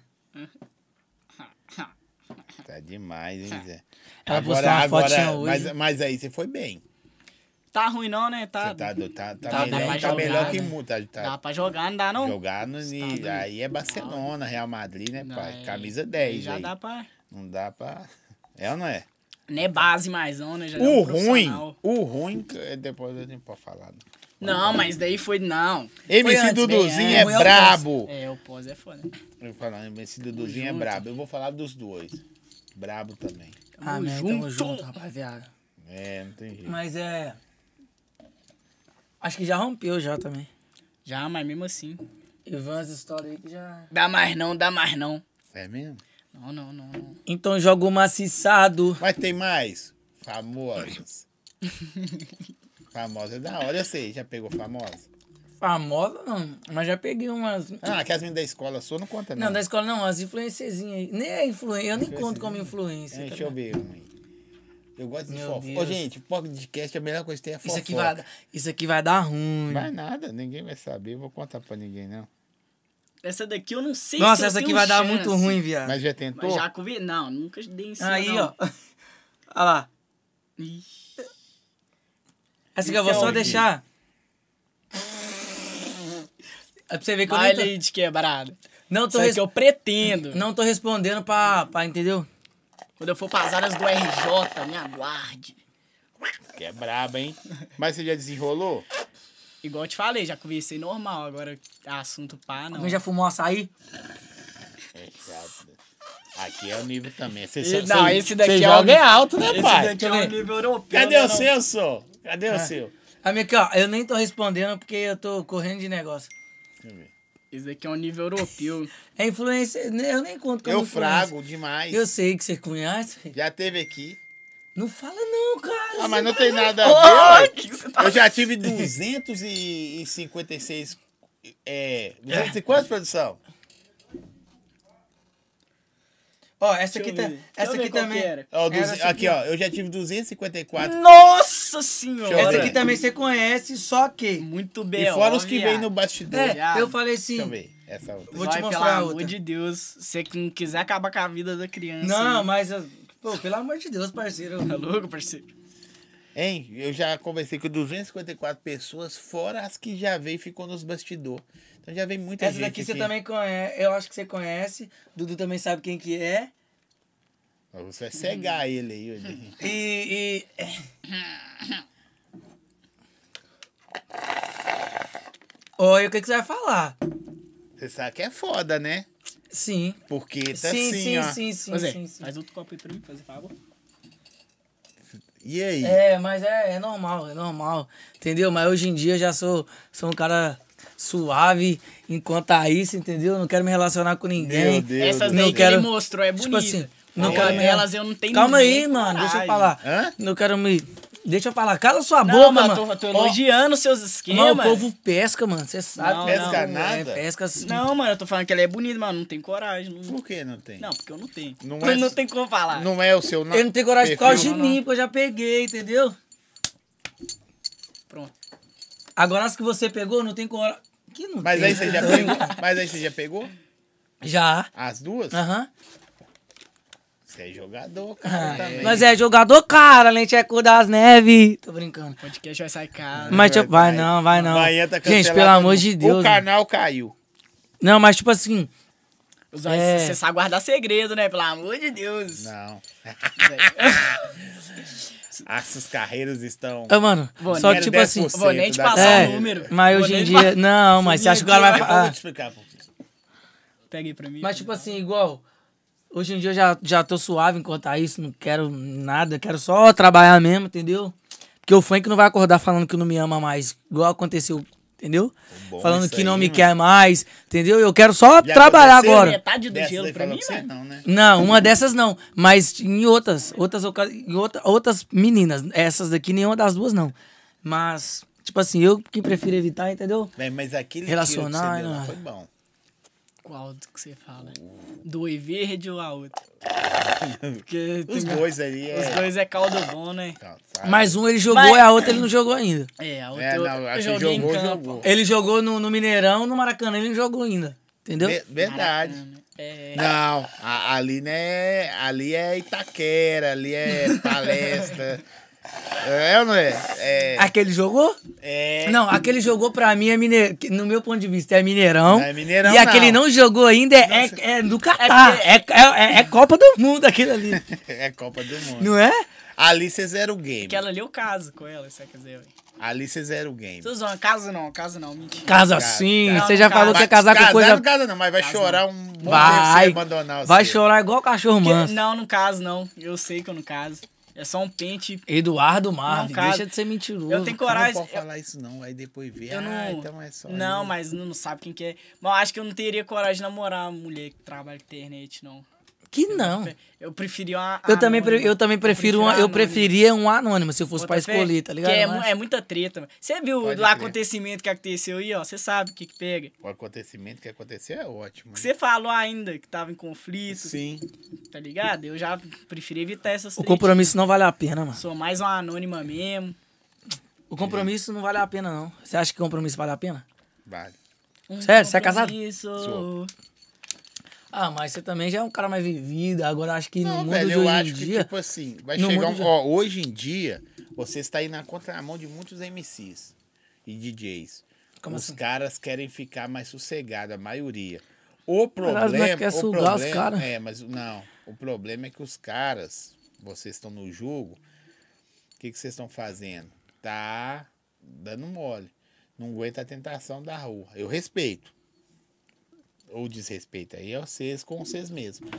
Speaker 2: Tá demais, hein, Zé?
Speaker 1: Ela postou uma fotinha hoje.
Speaker 2: mas, mas aí você foi bem.
Speaker 3: Tá ruim não, né? Tá,
Speaker 2: Você tá, do- tá, tá,
Speaker 1: Tá
Speaker 2: melhor,
Speaker 1: bem
Speaker 2: tá melhor
Speaker 1: jogado.
Speaker 2: que muito. Tá, tá
Speaker 3: Dá pra jogar, não dá não?
Speaker 2: jogando e
Speaker 3: doido.
Speaker 2: aí é Barcelona, Real Madrid, né,
Speaker 3: Não,
Speaker 2: pai?
Speaker 3: é-
Speaker 2: Camisa 10
Speaker 3: Já
Speaker 2: aí.
Speaker 3: dá pra...
Speaker 2: Não dá pra. É ou não é?
Speaker 3: Não é base mais não, né? Já é
Speaker 2: O
Speaker 3: um
Speaker 2: ruim,
Speaker 3: profissional.
Speaker 2: o ruim, que é depois eu nem posso falar. não.
Speaker 3: Não, mas daí foi... Não.
Speaker 2: MC
Speaker 3: né?
Speaker 1: antes,
Speaker 2: Duduzinho
Speaker 1: bem
Speaker 2: é
Speaker 1: antes.
Speaker 2: brabo.
Speaker 3: É, o pós é foda.
Speaker 2: Eu vou falar, MC Duduzinho é
Speaker 3: junto.
Speaker 2: brabo. Eu vou falar dos dois. Brabo também.
Speaker 3: Tamo
Speaker 1: Ah, né? Tamo junto,
Speaker 3: junto.
Speaker 1: rapaziada.
Speaker 2: É, não tem jeito.
Speaker 1: Mas é. Acho que já rompeu já também.
Speaker 3: Já, mas mesmo assim.
Speaker 1: Eu vi umas histórias aí que já.
Speaker 3: Dá mais não, dá mais não.
Speaker 2: É mesmo?
Speaker 3: Não, não, não, não.
Speaker 1: Então joga o maciçado.
Speaker 2: Mas tem mais? Famosas. Famosa é da hora, eu sei, já pegou famosa?
Speaker 1: Famosa não, mas já peguei umas.
Speaker 2: Ah, aquelas meninas da escola sua não conta, não.
Speaker 1: Não, da escola não, as influenciazinhas aí. Nem é influência, eu nem conto como influência.
Speaker 2: É,
Speaker 1: tá
Speaker 2: deixa eu
Speaker 1: ligado?
Speaker 2: ver uma aí. Eu gosto de
Speaker 1: Meu
Speaker 2: fofoca. Ô,
Speaker 1: Deus.
Speaker 2: gente, podcast é a melhor coisa que tem é fofoca.
Speaker 1: Isso aqui, Hum. vai, dar- isso aqui vai dar ruim.
Speaker 2: Vai nada, ninguém vai saber, vou contar pra ninguém, não.
Speaker 3: Essa daqui eu não sei se
Speaker 1: Nossa,
Speaker 3: eu
Speaker 1: essa aqui
Speaker 3: tenho
Speaker 1: vai dar
Speaker 3: um chance.
Speaker 1: muito ruim, viado.
Speaker 2: Mas já tentou?
Speaker 3: Mas já convi... Não, nunca dei em cima,
Speaker 1: Aí,
Speaker 3: não.
Speaker 1: ó. Olha lá.
Speaker 3: Ih,
Speaker 1: Essa aqui eu vou
Speaker 3: Isso é
Speaker 1: só
Speaker 3: horrível.
Speaker 1: deixar. É pra você ver que eu nem
Speaker 3: Baile
Speaker 1: tô,
Speaker 3: de quebrada.
Speaker 1: não, tô
Speaker 3: Isso é
Speaker 1: res-
Speaker 3: que eu pretendo.
Speaker 1: não tô respondendo pra, pra. Entendeu?
Speaker 3: Quando eu for pras áreas do RJ, me aguarde.
Speaker 2: Que é braba, hein? Mas você já desenrolou?
Speaker 3: Igual eu te falei, já conversei normal. Agora, assunto pá, não.
Speaker 1: Alguém já fumou açaí?
Speaker 2: É chato. Aqui é o nível também. Você,
Speaker 3: Esse-
Speaker 2: só-
Speaker 3: não,
Speaker 2: você-
Speaker 3: esse daqui
Speaker 2: você
Speaker 3: é
Speaker 2: joga
Speaker 3: o-
Speaker 2: é alto, né,
Speaker 3: Esse
Speaker 2: pai?
Speaker 3: daqui é
Speaker 1: Deixa
Speaker 3: um
Speaker 1: eu ver.
Speaker 3: nível europeu.
Speaker 2: Cadê
Speaker 3: né,
Speaker 2: o
Speaker 3: não?
Speaker 2: seu, só? Cadê o seu?
Speaker 1: A minha aqui, ó. Eu nem tô respondendo porque eu tô correndo de negócio.
Speaker 2: Deixa eu ver.
Speaker 3: Esse daqui é um nível europeu.
Speaker 1: É influência. né, Eu nem conto como
Speaker 2: Eu
Speaker 1: influência.
Speaker 2: frago demais.
Speaker 1: Eu sei que você conhece.
Speaker 2: Já teve aqui.
Speaker 1: Não fala não, cara.
Speaker 2: Ah, mas não tem nada a ver.
Speaker 3: que que você
Speaker 2: ué. Eu já tive 256. É. 200 e quantos, produção?
Speaker 1: Ó, essa aqui,
Speaker 3: Deixa
Speaker 1: tá,
Speaker 3: eu ver. Deixa
Speaker 1: essa
Speaker 3: eu ver
Speaker 1: aqui
Speaker 3: qual que
Speaker 1: também.
Speaker 3: era.
Speaker 2: Ó,
Speaker 1: Era
Speaker 2: duze-
Speaker 1: essa
Speaker 2: Aqui, ó. Eu já tive 254.
Speaker 3: Nossa senhora!
Speaker 2: Deixa eu
Speaker 1: Essa
Speaker 2: ver.
Speaker 1: aqui também você conhece, só que.
Speaker 3: tá Muito
Speaker 2: E
Speaker 3: bem,
Speaker 2: fora os que vêm no bastidor.
Speaker 1: É,
Speaker 3: viado.
Speaker 1: eu falei assim.
Speaker 2: ah, Deixa eu ver. Essa outra.
Speaker 1: Vou te
Speaker 3: Vai,
Speaker 1: mostrar
Speaker 3: pelo
Speaker 1: a
Speaker 3: amor
Speaker 1: outra.
Speaker 3: de Deus, se você que não quiser acabar com a vida da criança.
Speaker 1: Não,
Speaker 3: aí,
Speaker 1: mas. eu- Pô, pelo amor de Deus, parceiro.
Speaker 3: Tá louco, parceiro?
Speaker 2: Hein? Eu já conversei com 254 pessoas, fora as que já veio e ficou nos bastidores. Então já veio muita
Speaker 1: Essa
Speaker 2: gente.
Speaker 1: daqui você também conhece. Eu acho que você conhece. Dudu também sabe quem que é.
Speaker 2: Você vai cegar
Speaker 1: Hum.
Speaker 2: ele aí. olha.
Speaker 1: E. é. e... Olha, o que, que você vai falar?
Speaker 2: Você sabe que é foda, né?
Speaker 1: Sim.
Speaker 2: Porque tá
Speaker 1: sim,
Speaker 2: assim,
Speaker 1: sim,
Speaker 2: ó.
Speaker 1: sim, sim,
Speaker 3: Pois é,
Speaker 1: sim, sim.
Speaker 3: faz outro copo aí pra mim, fazer favor.
Speaker 2: E aí?
Speaker 1: É, mas é, é normal, é normal. Entendeu? Mas hoje em dia eu já sou, sou um cara suave enquanto a isso, entendeu? Não quero me relacionar com ninguém.
Speaker 2: Meu Deus.
Speaker 3: Essas
Speaker 1: não
Speaker 3: daí que
Speaker 1: quero-
Speaker 3: ele mostrou é bonita.
Speaker 1: Tipo assim, não
Speaker 3: Com
Speaker 1: quero me-
Speaker 3: elas eu não tenho
Speaker 1: Calma
Speaker 3: nem
Speaker 1: aí, mano, deixa eu
Speaker 3: coragem.
Speaker 1: falar.
Speaker 2: Hã?
Speaker 1: Não quero me Deixa eu falar, cala sua
Speaker 3: Não,
Speaker 1: boca,
Speaker 3: mano,
Speaker 1: mano.
Speaker 3: tô, tô
Speaker 1: Ó,
Speaker 3: elogiando seus
Speaker 1: não,
Speaker 3: esquemas.
Speaker 1: o povo pesca, mano. Você sabe.
Speaker 3: Não,
Speaker 1: que
Speaker 2: não. Pesca nada?
Speaker 1: É, pesca assim.
Speaker 3: Não, mano, eu tô falando que ele é bonito, mas eu não tem coragem. Não,
Speaker 2: Por que não tem?
Speaker 3: não, porque eu não tenho.
Speaker 2: Não
Speaker 3: Não,
Speaker 2: é-
Speaker 3: não tem como falar.
Speaker 2: Não é o seu não.
Speaker 1: Eu não tenho coragem por causa de
Speaker 2: perfil?
Speaker 1: mim, porque eu já peguei, entendeu?
Speaker 3: Pronto.
Speaker 1: Agora as que você pegou, não tem coragem. Que não
Speaker 2: Mas
Speaker 1: tem.
Speaker 2: aí você já pegou? Mas aí você já pegou?
Speaker 1: Já.
Speaker 2: As duas?
Speaker 1: Aham.
Speaker 2: Você é jogador, cara. também.
Speaker 1: Nós é jogador, cara. A gente é cor das neves. Tô brincando.
Speaker 3: O podcast vai sair caro.
Speaker 1: Mas, tipo, vai não, vai não.
Speaker 2: Amanhã tá
Speaker 1: gente,
Speaker 2: cancelado
Speaker 1: pelo amor de
Speaker 2: tudo.
Speaker 1: Deus.
Speaker 2: O canal caiu.
Speaker 1: Não, mas, tipo assim,
Speaker 3: Os olhos,
Speaker 1: É.
Speaker 3: Você sabe guardar segredo, né? Pelo amor de Deus.
Speaker 2: Não.
Speaker 3: Véi.
Speaker 2: As suas carreiras estão.
Speaker 1: ah, mano,
Speaker 3: Bom,
Speaker 1: só
Speaker 3: era
Speaker 1: que, tipo assim.
Speaker 2: 10%.
Speaker 3: Vou nem te
Speaker 2: da
Speaker 3: passar
Speaker 1: É,
Speaker 3: o número.
Speaker 1: mas
Speaker 3: Vou
Speaker 1: hoje
Speaker 3: nem
Speaker 1: em
Speaker 3: te
Speaker 1: dia.
Speaker 3: pa-
Speaker 1: Não, mas você acha que o cara vai. ah,
Speaker 2: Mas eu vou
Speaker 1: falar?
Speaker 2: te explicar, pô.
Speaker 3: Pega aí pra mim.
Speaker 1: Mas, tipo assim, igual. Hoje em dia eu já, já tô suave em contar isso, não quero nada, quero só trabalhar mesmo, entendeu? Porque o funk não vai acordar falando que não me ama mais, igual aconteceu, entendeu?
Speaker 2: Bom
Speaker 1: falando
Speaker 2: isso
Speaker 1: que não
Speaker 2: aí,
Speaker 1: me
Speaker 2: mano.
Speaker 1: quer mais, entendeu? Eu quero só trabalhar
Speaker 2: aconteceu,
Speaker 1: agora.
Speaker 3: metade do
Speaker 2: Dessa
Speaker 3: gelo
Speaker 2: daí
Speaker 3: pra
Speaker 2: falou
Speaker 3: mim,
Speaker 2: pra você,
Speaker 3: mano.
Speaker 2: não, né?
Speaker 1: Não, uma dessas não, mas em outras, outras, oca- em outra- outras meninas, essas daqui nenhuma das duas não. Mas, tipo assim, eu que prefiro evitar, entendeu?
Speaker 2: Véi, mas aquele
Speaker 1: Relacionar,
Speaker 2: tiro que você deu lá
Speaker 1: né?
Speaker 2: foi bom.
Speaker 3: Qual do que você fala? Do oi verde ou a outra? Porque tem-
Speaker 2: Os dois ali é.
Speaker 3: os dois é caldo bom, né?
Speaker 2: Não, sabe?
Speaker 1: Mas um ele jogou
Speaker 3: Mas-
Speaker 1: e a outra ele não jogou ainda.
Speaker 3: É, a outra
Speaker 2: É,
Speaker 3: eu-
Speaker 2: não,
Speaker 3: eu
Speaker 2: acho que
Speaker 3: joguei em
Speaker 2: jogou,
Speaker 3: campo.
Speaker 2: jogou.
Speaker 1: Ele jogou no, no Mineirão, no Maracanã, ele não jogou ainda. Entendeu?
Speaker 2: Ve- Verdade.
Speaker 3: É,
Speaker 2: Não, a- ali né, ali é Itaquera, ali é palestra. É ou não é? É.
Speaker 1: Ah, Aquele jogou?
Speaker 2: é
Speaker 1: Não, aquele jogou pra mim é Mineirão. No meu ponto de vista, é Mineirão.
Speaker 2: Não é Mineirão,
Speaker 1: E aquele
Speaker 2: não.
Speaker 1: não jogou ainda é, é, é do Catar. É, é, é- é Copa do Mundo aquilo ali.
Speaker 2: é Copa do Mundo.
Speaker 1: Não é?
Speaker 2: Ali você zera o game.
Speaker 3: Porque ela ali eu caso com ela, se você quiser. ué.
Speaker 2: Ali você zera o game.
Speaker 3: Tô zoando, caso não, caso não, mentira.
Speaker 1: Casa assim.
Speaker 3: cara.
Speaker 1: Você já
Speaker 3: Não,
Speaker 1: falou que
Speaker 2: Vai-
Speaker 1: ia casar com coisa.
Speaker 2: Não casa não, mas vai chorar um bom tempo
Speaker 1: Vai.
Speaker 2: sem abandonar assim.
Speaker 1: Vai
Speaker 2: você.
Speaker 1: chorar igual cachorro
Speaker 3: Porque-
Speaker 1: manso.
Speaker 3: não, não caso não. Eu sei que eu não caso. É só um pente.
Speaker 1: Eduardo Marvin,
Speaker 3: casa.
Speaker 1: deixa de ser mentiroso.
Speaker 3: Eu tenho
Speaker 2: Você Não
Speaker 3: coragem.
Speaker 2: é pode falar isso não, aí depois vê.
Speaker 3: Eu não.
Speaker 2: Ah, então é só.
Speaker 3: não, mas não, não sabe quem que é. Mas eu acho que eu não teria coragem de namorar uma mulher que trabalha com internet, não.
Speaker 1: Que não.
Speaker 3: Eu preferia uma.
Speaker 1: Eu também, pre-
Speaker 3: anônima.
Speaker 1: eu também prefiro, uma, eu
Speaker 3: anônima.
Speaker 1: preferia um anônimo se eu fosse pra
Speaker 3: Bota fé,
Speaker 1: escolher, tá ligado?
Speaker 3: Que é,
Speaker 1: Mas-
Speaker 3: mu- é muita treta. mano. Você viu
Speaker 2: Pode
Speaker 3: do
Speaker 2: crer.
Speaker 3: acontecimento que aconteceu aí, ó? Você sabe o que, que pega.
Speaker 2: O acontecimento que aconteceu é ótimo.
Speaker 3: Que você falou ainda que tava em conflito,
Speaker 2: Sim.
Speaker 3: tá ligado? Eu já preferi evitar essas
Speaker 1: O
Speaker 3: tretas.
Speaker 1: compromisso não vale a pena, mano.
Speaker 3: Sou mais uma anônima mesmo.
Speaker 1: O compromisso não vale a pena, não. Você acha que compromisso vale a pena?
Speaker 2: Vale.
Speaker 3: Um
Speaker 1: Sério? Você é casado?
Speaker 3: compromisso.
Speaker 2: Sou.
Speaker 1: Ah, mas você também já é um cara mais vivido. Agora acho que no
Speaker 2: Não,
Speaker 1: mundo
Speaker 2: É, velho,
Speaker 1: de
Speaker 2: eu
Speaker 1: hoje
Speaker 2: acho
Speaker 1: em
Speaker 2: que,
Speaker 1: dia.
Speaker 2: tipo assim, vai
Speaker 1: No
Speaker 2: chegar
Speaker 1: mundo
Speaker 2: um.
Speaker 1: de-
Speaker 2: Ó, hoje em dia, você está indo na contramão de muitos MCs e DJs.
Speaker 1: Como
Speaker 2: os
Speaker 1: assim?
Speaker 2: caras querem ficar mais sossegado, a maioria. O
Speaker 1: Caralho, os
Speaker 2: problema.
Speaker 1: moleques querem
Speaker 2: o
Speaker 1: é sugar os
Speaker 2: problema
Speaker 1: caras.
Speaker 2: É, mas não. O problema é que os caras, vocês estão no jogo, o que, que vocês estão fazendo? Tá dando mole. Não aguenta a tentação da rua. Eu respeito. Ou desrespeito aí é vocês com vocês mesmos.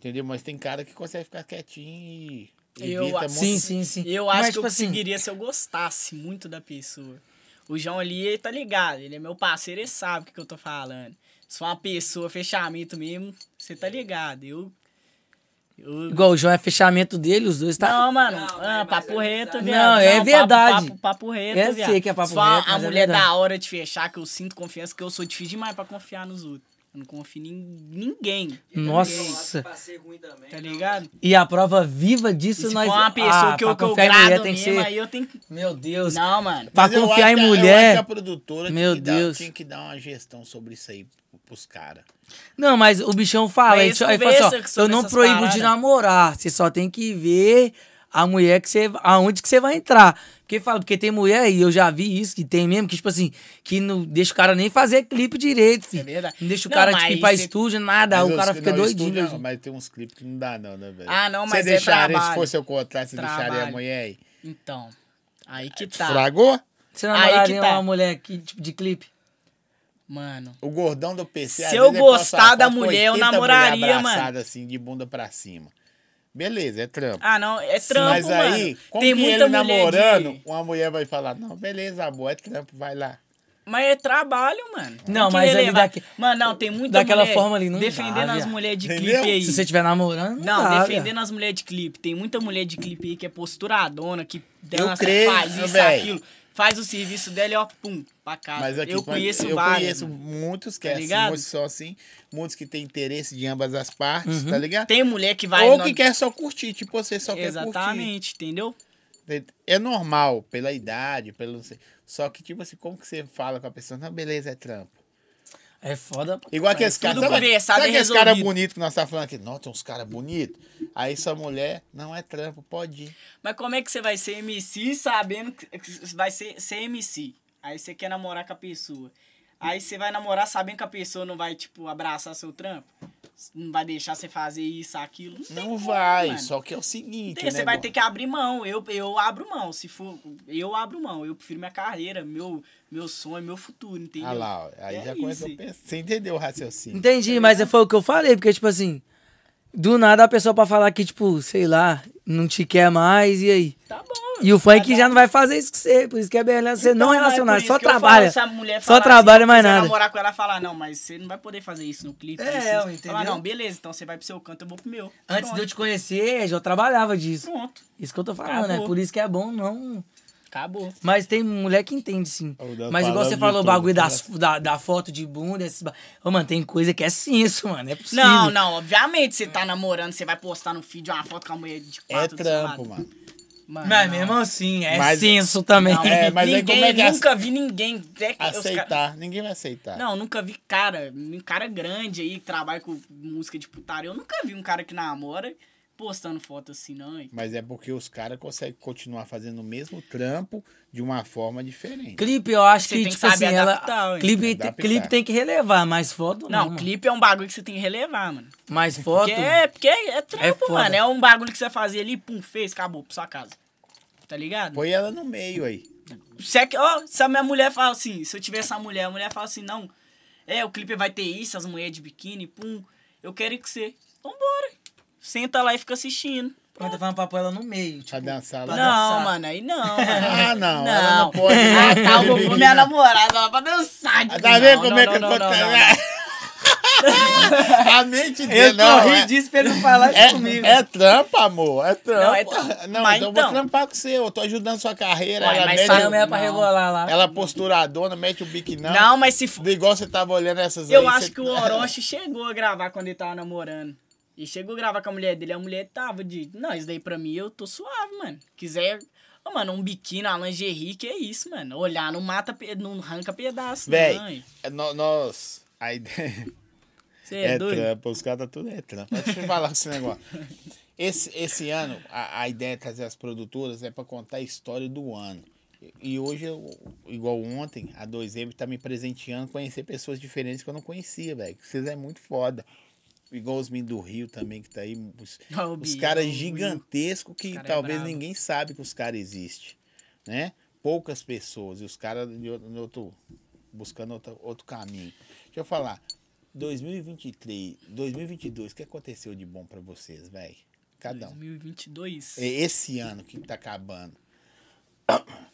Speaker 2: Entendeu? Mas tem cara que consegue ficar quietinho e
Speaker 3: Eu
Speaker 2: evita
Speaker 3: acho-
Speaker 2: muito.
Speaker 1: Sim, sim, sim.
Speaker 3: Eu acho
Speaker 1: Mas,
Speaker 3: que eu
Speaker 1: tipo assim,
Speaker 3: conseguiria se eu gostasse muito da pessoa. O João ali, ele tá ligado. Ele é meu parceiro, ele sabe o que, que eu tô falando. Se for uma pessoa, fechamento mesmo, você tá ligado. Eu. eu-
Speaker 1: Igual o João é fechamento dele, os dois tá.
Speaker 3: Não, mano.
Speaker 6: Não,
Speaker 3: ah,
Speaker 6: mas
Speaker 3: papo
Speaker 6: é
Speaker 3: reto,
Speaker 6: verdade.
Speaker 3: viado.
Speaker 1: Não, é
Speaker 3: papo-
Speaker 1: verdade.
Speaker 3: Papo, papo reto,
Speaker 1: Eu
Speaker 3: viado.
Speaker 1: sei que é papo
Speaker 3: Só a-
Speaker 1: reto,
Speaker 3: A
Speaker 1: mas é
Speaker 3: mulher
Speaker 1: verdade.
Speaker 3: da hora de fechar, que eu sinto confiança, que eu sou difícil demais pra confiar nos outros. Eu não confio em ninguém.
Speaker 1: Nossa.
Speaker 6: Passei ruim também.
Speaker 3: Tá ligado?
Speaker 1: E a prova viva
Speaker 3: E
Speaker 1: disso
Speaker 3: se for
Speaker 1: nós.
Speaker 3: uma pessoa
Speaker 1: Ah,
Speaker 3: que eu,
Speaker 1: pra
Speaker 3: que eu
Speaker 1: confiar em mulher
Speaker 3: grado
Speaker 1: tem que
Speaker 3: mesmo,
Speaker 1: ser.
Speaker 3: aí eu tenho que...
Speaker 1: Meu Deus.
Speaker 3: Não, mano.
Speaker 1: Pra
Speaker 2: Mas eu
Speaker 1: confiar
Speaker 2: acho
Speaker 1: em
Speaker 2: que a- eu
Speaker 1: mulher.
Speaker 2: acho que a produtora
Speaker 1: Meu
Speaker 2: tinha,
Speaker 1: Deus.
Speaker 2: Que dar, tinha que dar uma gestão sobre isso aí pros caras.
Speaker 1: Não, mas o bichão fala,
Speaker 3: Mas
Speaker 1: ele,
Speaker 3: eles
Speaker 1: só- ele fala assim,
Speaker 3: conversam
Speaker 1: ó, eu
Speaker 3: sobre
Speaker 1: não
Speaker 3: essas
Speaker 1: proíbo de
Speaker 3: paradas.
Speaker 1: namorar, você só tem que ver a mulher que você, aonde que você vai entrar. Porque fala, porque tem mulher, e eu já vi isso, que tem mesmo, que tipo assim, que não deixa o cara nem fazer clipe direito, filho.
Speaker 3: É verdade.
Speaker 1: Não deixa o
Speaker 3: Não,
Speaker 1: cara
Speaker 3: mas
Speaker 1: tipo, ir pra
Speaker 3: cê-
Speaker 1: estúdio, nada,
Speaker 2: Mas
Speaker 1: o
Speaker 2: os
Speaker 1: cara
Speaker 2: que-
Speaker 1: fica
Speaker 2: não,
Speaker 1: doidinho.
Speaker 2: estúdio é não,
Speaker 1: doidinho.
Speaker 2: mas tem uns clipes que não dá, não, né, velho?
Speaker 3: Ah, não,
Speaker 2: Você
Speaker 3: mas é
Speaker 2: deixaria, se
Speaker 3: trabalho.
Speaker 2: fosse o contrário, você deixaria a
Speaker 3: Trabalho.
Speaker 2: mulher aí?
Speaker 3: Então, aí
Speaker 2: É
Speaker 3: que tá.
Speaker 2: Fragou?
Speaker 1: Você
Speaker 3: Aí
Speaker 1: namoraria
Speaker 3: que tá.
Speaker 1: uma mulher que, tipo, de clipe?
Speaker 3: Mano,
Speaker 2: O gordão do PC. às
Speaker 3: Se eu
Speaker 2: vezes, ele posta
Speaker 3: gostar
Speaker 2: uma
Speaker 3: da
Speaker 2: foto com
Speaker 3: mulher, eu
Speaker 2: 80 mulher
Speaker 3: namoraria,
Speaker 2: abraçada,
Speaker 3: mano.
Speaker 2: assim, de bunda pra cima. Beleza, é trampo.
Speaker 3: ah não, é trampo,
Speaker 2: Mas aí,
Speaker 3: mano.
Speaker 2: como
Speaker 3: Tem
Speaker 2: que ele
Speaker 3: muita mulher
Speaker 2: namorando,
Speaker 3: de...
Speaker 2: uma mulher vai falar, não, beleza, amor, é trampo, vai lá.
Speaker 3: Mas é trabalho, mano.
Speaker 1: Não,
Speaker 3: Tem que
Speaker 1: mas ali
Speaker 3: relevar.
Speaker 1: daque-
Speaker 3: Mano, não, tem muita
Speaker 1: daquela
Speaker 3: mulher
Speaker 1: forma ali, não dá,
Speaker 3: defendendo as
Speaker 1: viado.
Speaker 3: mulheres de
Speaker 2: Entendeu?
Speaker 3: clipe aí.
Speaker 1: Se você estiver namorando,
Speaker 3: Não,
Speaker 1: dá,
Speaker 3: defendendo
Speaker 1: viado.
Speaker 3: as mulheres de clipe. Tem muita mulher de clipe aí que é posturadona, que dança,
Speaker 2: creio,
Speaker 3: faz isso,
Speaker 2: véi.
Speaker 3: aquilo. Faz o serviço dela e ó, pum, pra casa.
Speaker 2: Mas aqui,
Speaker 3: eu
Speaker 2: quando-
Speaker 3: conheço
Speaker 2: eu
Speaker 3: várias.
Speaker 2: conheço
Speaker 3: mano.
Speaker 2: muitos que
Speaker 3: Tá
Speaker 2: é assim,
Speaker 3: ligado?
Speaker 2: muitos são assim, muitos que têm interesse de ambas as partes, tá ligado?
Speaker 3: Uhum. Tem mulher que vai...
Speaker 2: Ou
Speaker 3: no-
Speaker 2: que quer só curtir, tipo, você só
Speaker 3: Exatamente, entendeu?
Speaker 2: quer curtir. É normal, pela idade, pelo não sei. Só que, tipo assim, como que você fala com a pessoa? Não, beleza, é trampo.
Speaker 1: É foda. pra
Speaker 2: Igual aqueles caras. Sabe,
Speaker 3: conversado
Speaker 2: sabe
Speaker 3: e
Speaker 2: aqueles caras
Speaker 3: resolvido.
Speaker 2: bonitos que nós tá falando aqui? Nossa, tem uns caras bonitos. Aí sua mulher, não é trampo, pode ir.
Speaker 3: Mas como é que você vai ser MC sabendo que que vai ser, ser MC? Aí você quer namorar com a pessoa. Aí você vai namorar sabendo que a pessoa não vai, tipo, abraçar seu trampo? Não vai deixar você fazer isso, aquilo? tem
Speaker 2: Não
Speaker 3: como,
Speaker 2: vai,
Speaker 3: mano.
Speaker 2: só que é o seguinte.
Speaker 3: Tem,
Speaker 2: o
Speaker 3: você vai
Speaker 2: negócio-
Speaker 3: ter que abrir mão. Eu, eu abro mão. Se for. Eu abro mão. Eu prefiro minha carreira, meu, meu sonho, meu futuro, entendeu?
Speaker 2: Ah lá, ó, aí
Speaker 3: É
Speaker 2: já começou a
Speaker 3: isso.
Speaker 2: pensar. Você entendeu o raciocínio?
Speaker 3: É
Speaker 1: Entendi, mas foi o que eu falei, porque, tipo assim, do nada a pessoa pra falar que, tipo, sei lá, não te quer mais, e aí?
Speaker 3: Tá bom.
Speaker 1: E o funk já não vai fazer isso com você, por isso que é melhor você não
Speaker 3: Então,
Speaker 1: relacionar,
Speaker 3: é por isso
Speaker 1: só
Speaker 3: que eu falo,
Speaker 1: trabalha.
Speaker 3: se a mulher
Speaker 1: Só
Speaker 3: falar
Speaker 1: trabalha
Speaker 3: assim,
Speaker 1: mais
Speaker 3: você
Speaker 1: nada.
Speaker 3: namorar com ela e falar, não, mas você não vai poder fazer isso no clipe.
Speaker 1: É,
Speaker 3: isso,
Speaker 1: eu
Speaker 3: isso."
Speaker 1: entendeu.
Speaker 3: Falar, não, beleza, então você vai pro seu canto, eu vou pro meu.
Speaker 1: Antes de eu
Speaker 3: Pronto.
Speaker 1: te conhecer, eu já trabalhava disso.
Speaker 3: Pronto,
Speaker 1: Isso que eu tô falando,
Speaker 3: Acabou.
Speaker 1: né? Por isso que é bom não.
Speaker 3: acabou.
Speaker 1: Mas tem mulher que entende, sim.
Speaker 2: Ou dá
Speaker 1: Mas igual
Speaker 2: palavra
Speaker 1: você
Speaker 2: de
Speaker 1: falou, o
Speaker 2: todo,
Speaker 1: bagulho das, da, da foto de bunda, esses. ba- Ô, mano, tem coisa que é sim isso, mano. É possível.
Speaker 3: Não, não, obviamente você tá namorando, você vai postar no feed uma foto com a mulher de
Speaker 2: É
Speaker 3: quatro do seu
Speaker 2: trampo,
Speaker 3: lado.
Speaker 2: mano.
Speaker 3: Mano,
Speaker 1: Mas
Speaker 3: não.
Speaker 1: mesmo assim, é
Speaker 2: Mas-
Speaker 1: senso também.
Speaker 3: Não,
Speaker 2: É, mas aí
Speaker 3: ninguém,
Speaker 2: como é que é-
Speaker 3: nunca vi ninguém. até que os ca-
Speaker 2: Aceitar, ninguém vai aceitar.
Speaker 3: Não, nunca vi cara, um cara grande aí que trabalha com música de putaria. Eu nunca vi um cara que namora postando foto assim, não. hein?
Speaker 2: Mas é porque os caras conseguem continuar fazendo o mesmo trampo de uma forma diferente.
Speaker 1: Clipe, eu acho
Speaker 3: Você
Speaker 1: que,
Speaker 3: tem que
Speaker 1: tipo assim,
Speaker 3: saber
Speaker 1: ela.
Speaker 3: adaptar, ué.
Speaker 1: clipe,
Speaker 2: Adaptar.
Speaker 1: clipe tem que relevar, mas foto não.
Speaker 3: Não,
Speaker 1: mano.
Speaker 3: clipe é um bagulho que você tem que relevar, mano.
Speaker 1: Mas foto.
Speaker 3: Porque é, porque é trampo,
Speaker 1: foda.
Speaker 3: mano. É um bagulho que você fazia ali, pum, fez, acabou, pra sua casa. Tá ligado?
Speaker 2: Põe ela no meio aí.
Speaker 3: Se, é que, ó, se a minha mulher fala assim, se eu tiver essa mulher, a mulher fala assim, não, é, o clipe vai ter isso, as mulheres de biquíni, pum, eu quero ir com você. Vambora. Senta lá e fica assistindo.
Speaker 1: Mas tá falando papo ela no meio,
Speaker 2: Pra
Speaker 1: tipo.
Speaker 2: dançar
Speaker 1: pra
Speaker 2: lá.
Speaker 3: Não,
Speaker 1: dançar.
Speaker 3: mano, aí não. mano.
Speaker 2: Ah, não,
Speaker 3: Não.
Speaker 2: ela não pode.
Speaker 3: Ah, tá, eu vou pôr minha namorada lá pra dançar.
Speaker 2: Ah,
Speaker 3: digo,
Speaker 2: Tá vendo
Speaker 3: não,
Speaker 2: como
Speaker 3: não,
Speaker 2: é que eu
Speaker 3: não,
Speaker 2: conto?
Speaker 3: não, não, não.
Speaker 2: A mente dele, não. é-
Speaker 1: disso pra ele não falar
Speaker 2: É, é trampa, amor. É trampa. Não,
Speaker 3: Não, é trampa.
Speaker 2: então,
Speaker 3: Mas
Speaker 2: eu vou
Speaker 3: então-
Speaker 2: trampar com você. Eu tô ajudando sua carreira.
Speaker 3: Ué,
Speaker 2: ela,
Speaker 3: mas
Speaker 2: mete,
Speaker 3: sabe-
Speaker 1: Chama ela é pra
Speaker 3: Não.
Speaker 1: rebolar lá.
Speaker 2: ela posturadona, mete o bico não.
Speaker 3: Não, mas se for.
Speaker 2: Igual você tava olhando essas aí,
Speaker 3: Eu acho
Speaker 2: você-
Speaker 3: que o Orochi chegou a gravar quando ele tava namorando. E chegou a gravar com a mulher dele. A mulher tava de. Não, isso daí pra mim eu tô suave, mano. Quiser. Ô, mano, um biquíni, uma lingerie, que é isso, mano. Olhar não mata, pe- não arranca pedaço,
Speaker 2: Véi,
Speaker 3: não. hein?
Speaker 2: é no- nós... A ideia...
Speaker 3: Você é,
Speaker 2: É,
Speaker 3: doido?
Speaker 2: trampa, os caras tá tudo é trampa. Deixa eu falar esse negócio. Esse, esse ano, a, a ideia de trazer as produtoras é pra contar a história do ano. E- E hoje, eu, igual ontem, a 2M tá me presenteando conhecer pessoas diferentes que eu não conhecia, velho. que Vocês é muito foda. Igual os meninos do Rio também, que tá aí. Os,
Speaker 3: Ó, o
Speaker 2: os
Speaker 3: Bi,
Speaker 2: caras
Speaker 3: ó, o Will.
Speaker 2: gigantescos que
Speaker 3: Os cara é
Speaker 2: talvez
Speaker 3: brabo.
Speaker 2: ninguém sabe que os caras existem, né? Poucas pessoas. E os caras de outro- de outro- buscando outro, outro caminho. Deixa eu falar. 2023, 2022, o que aconteceu de bom pra vocês, velho? Cada um.
Speaker 3: 2022.
Speaker 2: É Esse ano que tá acabando.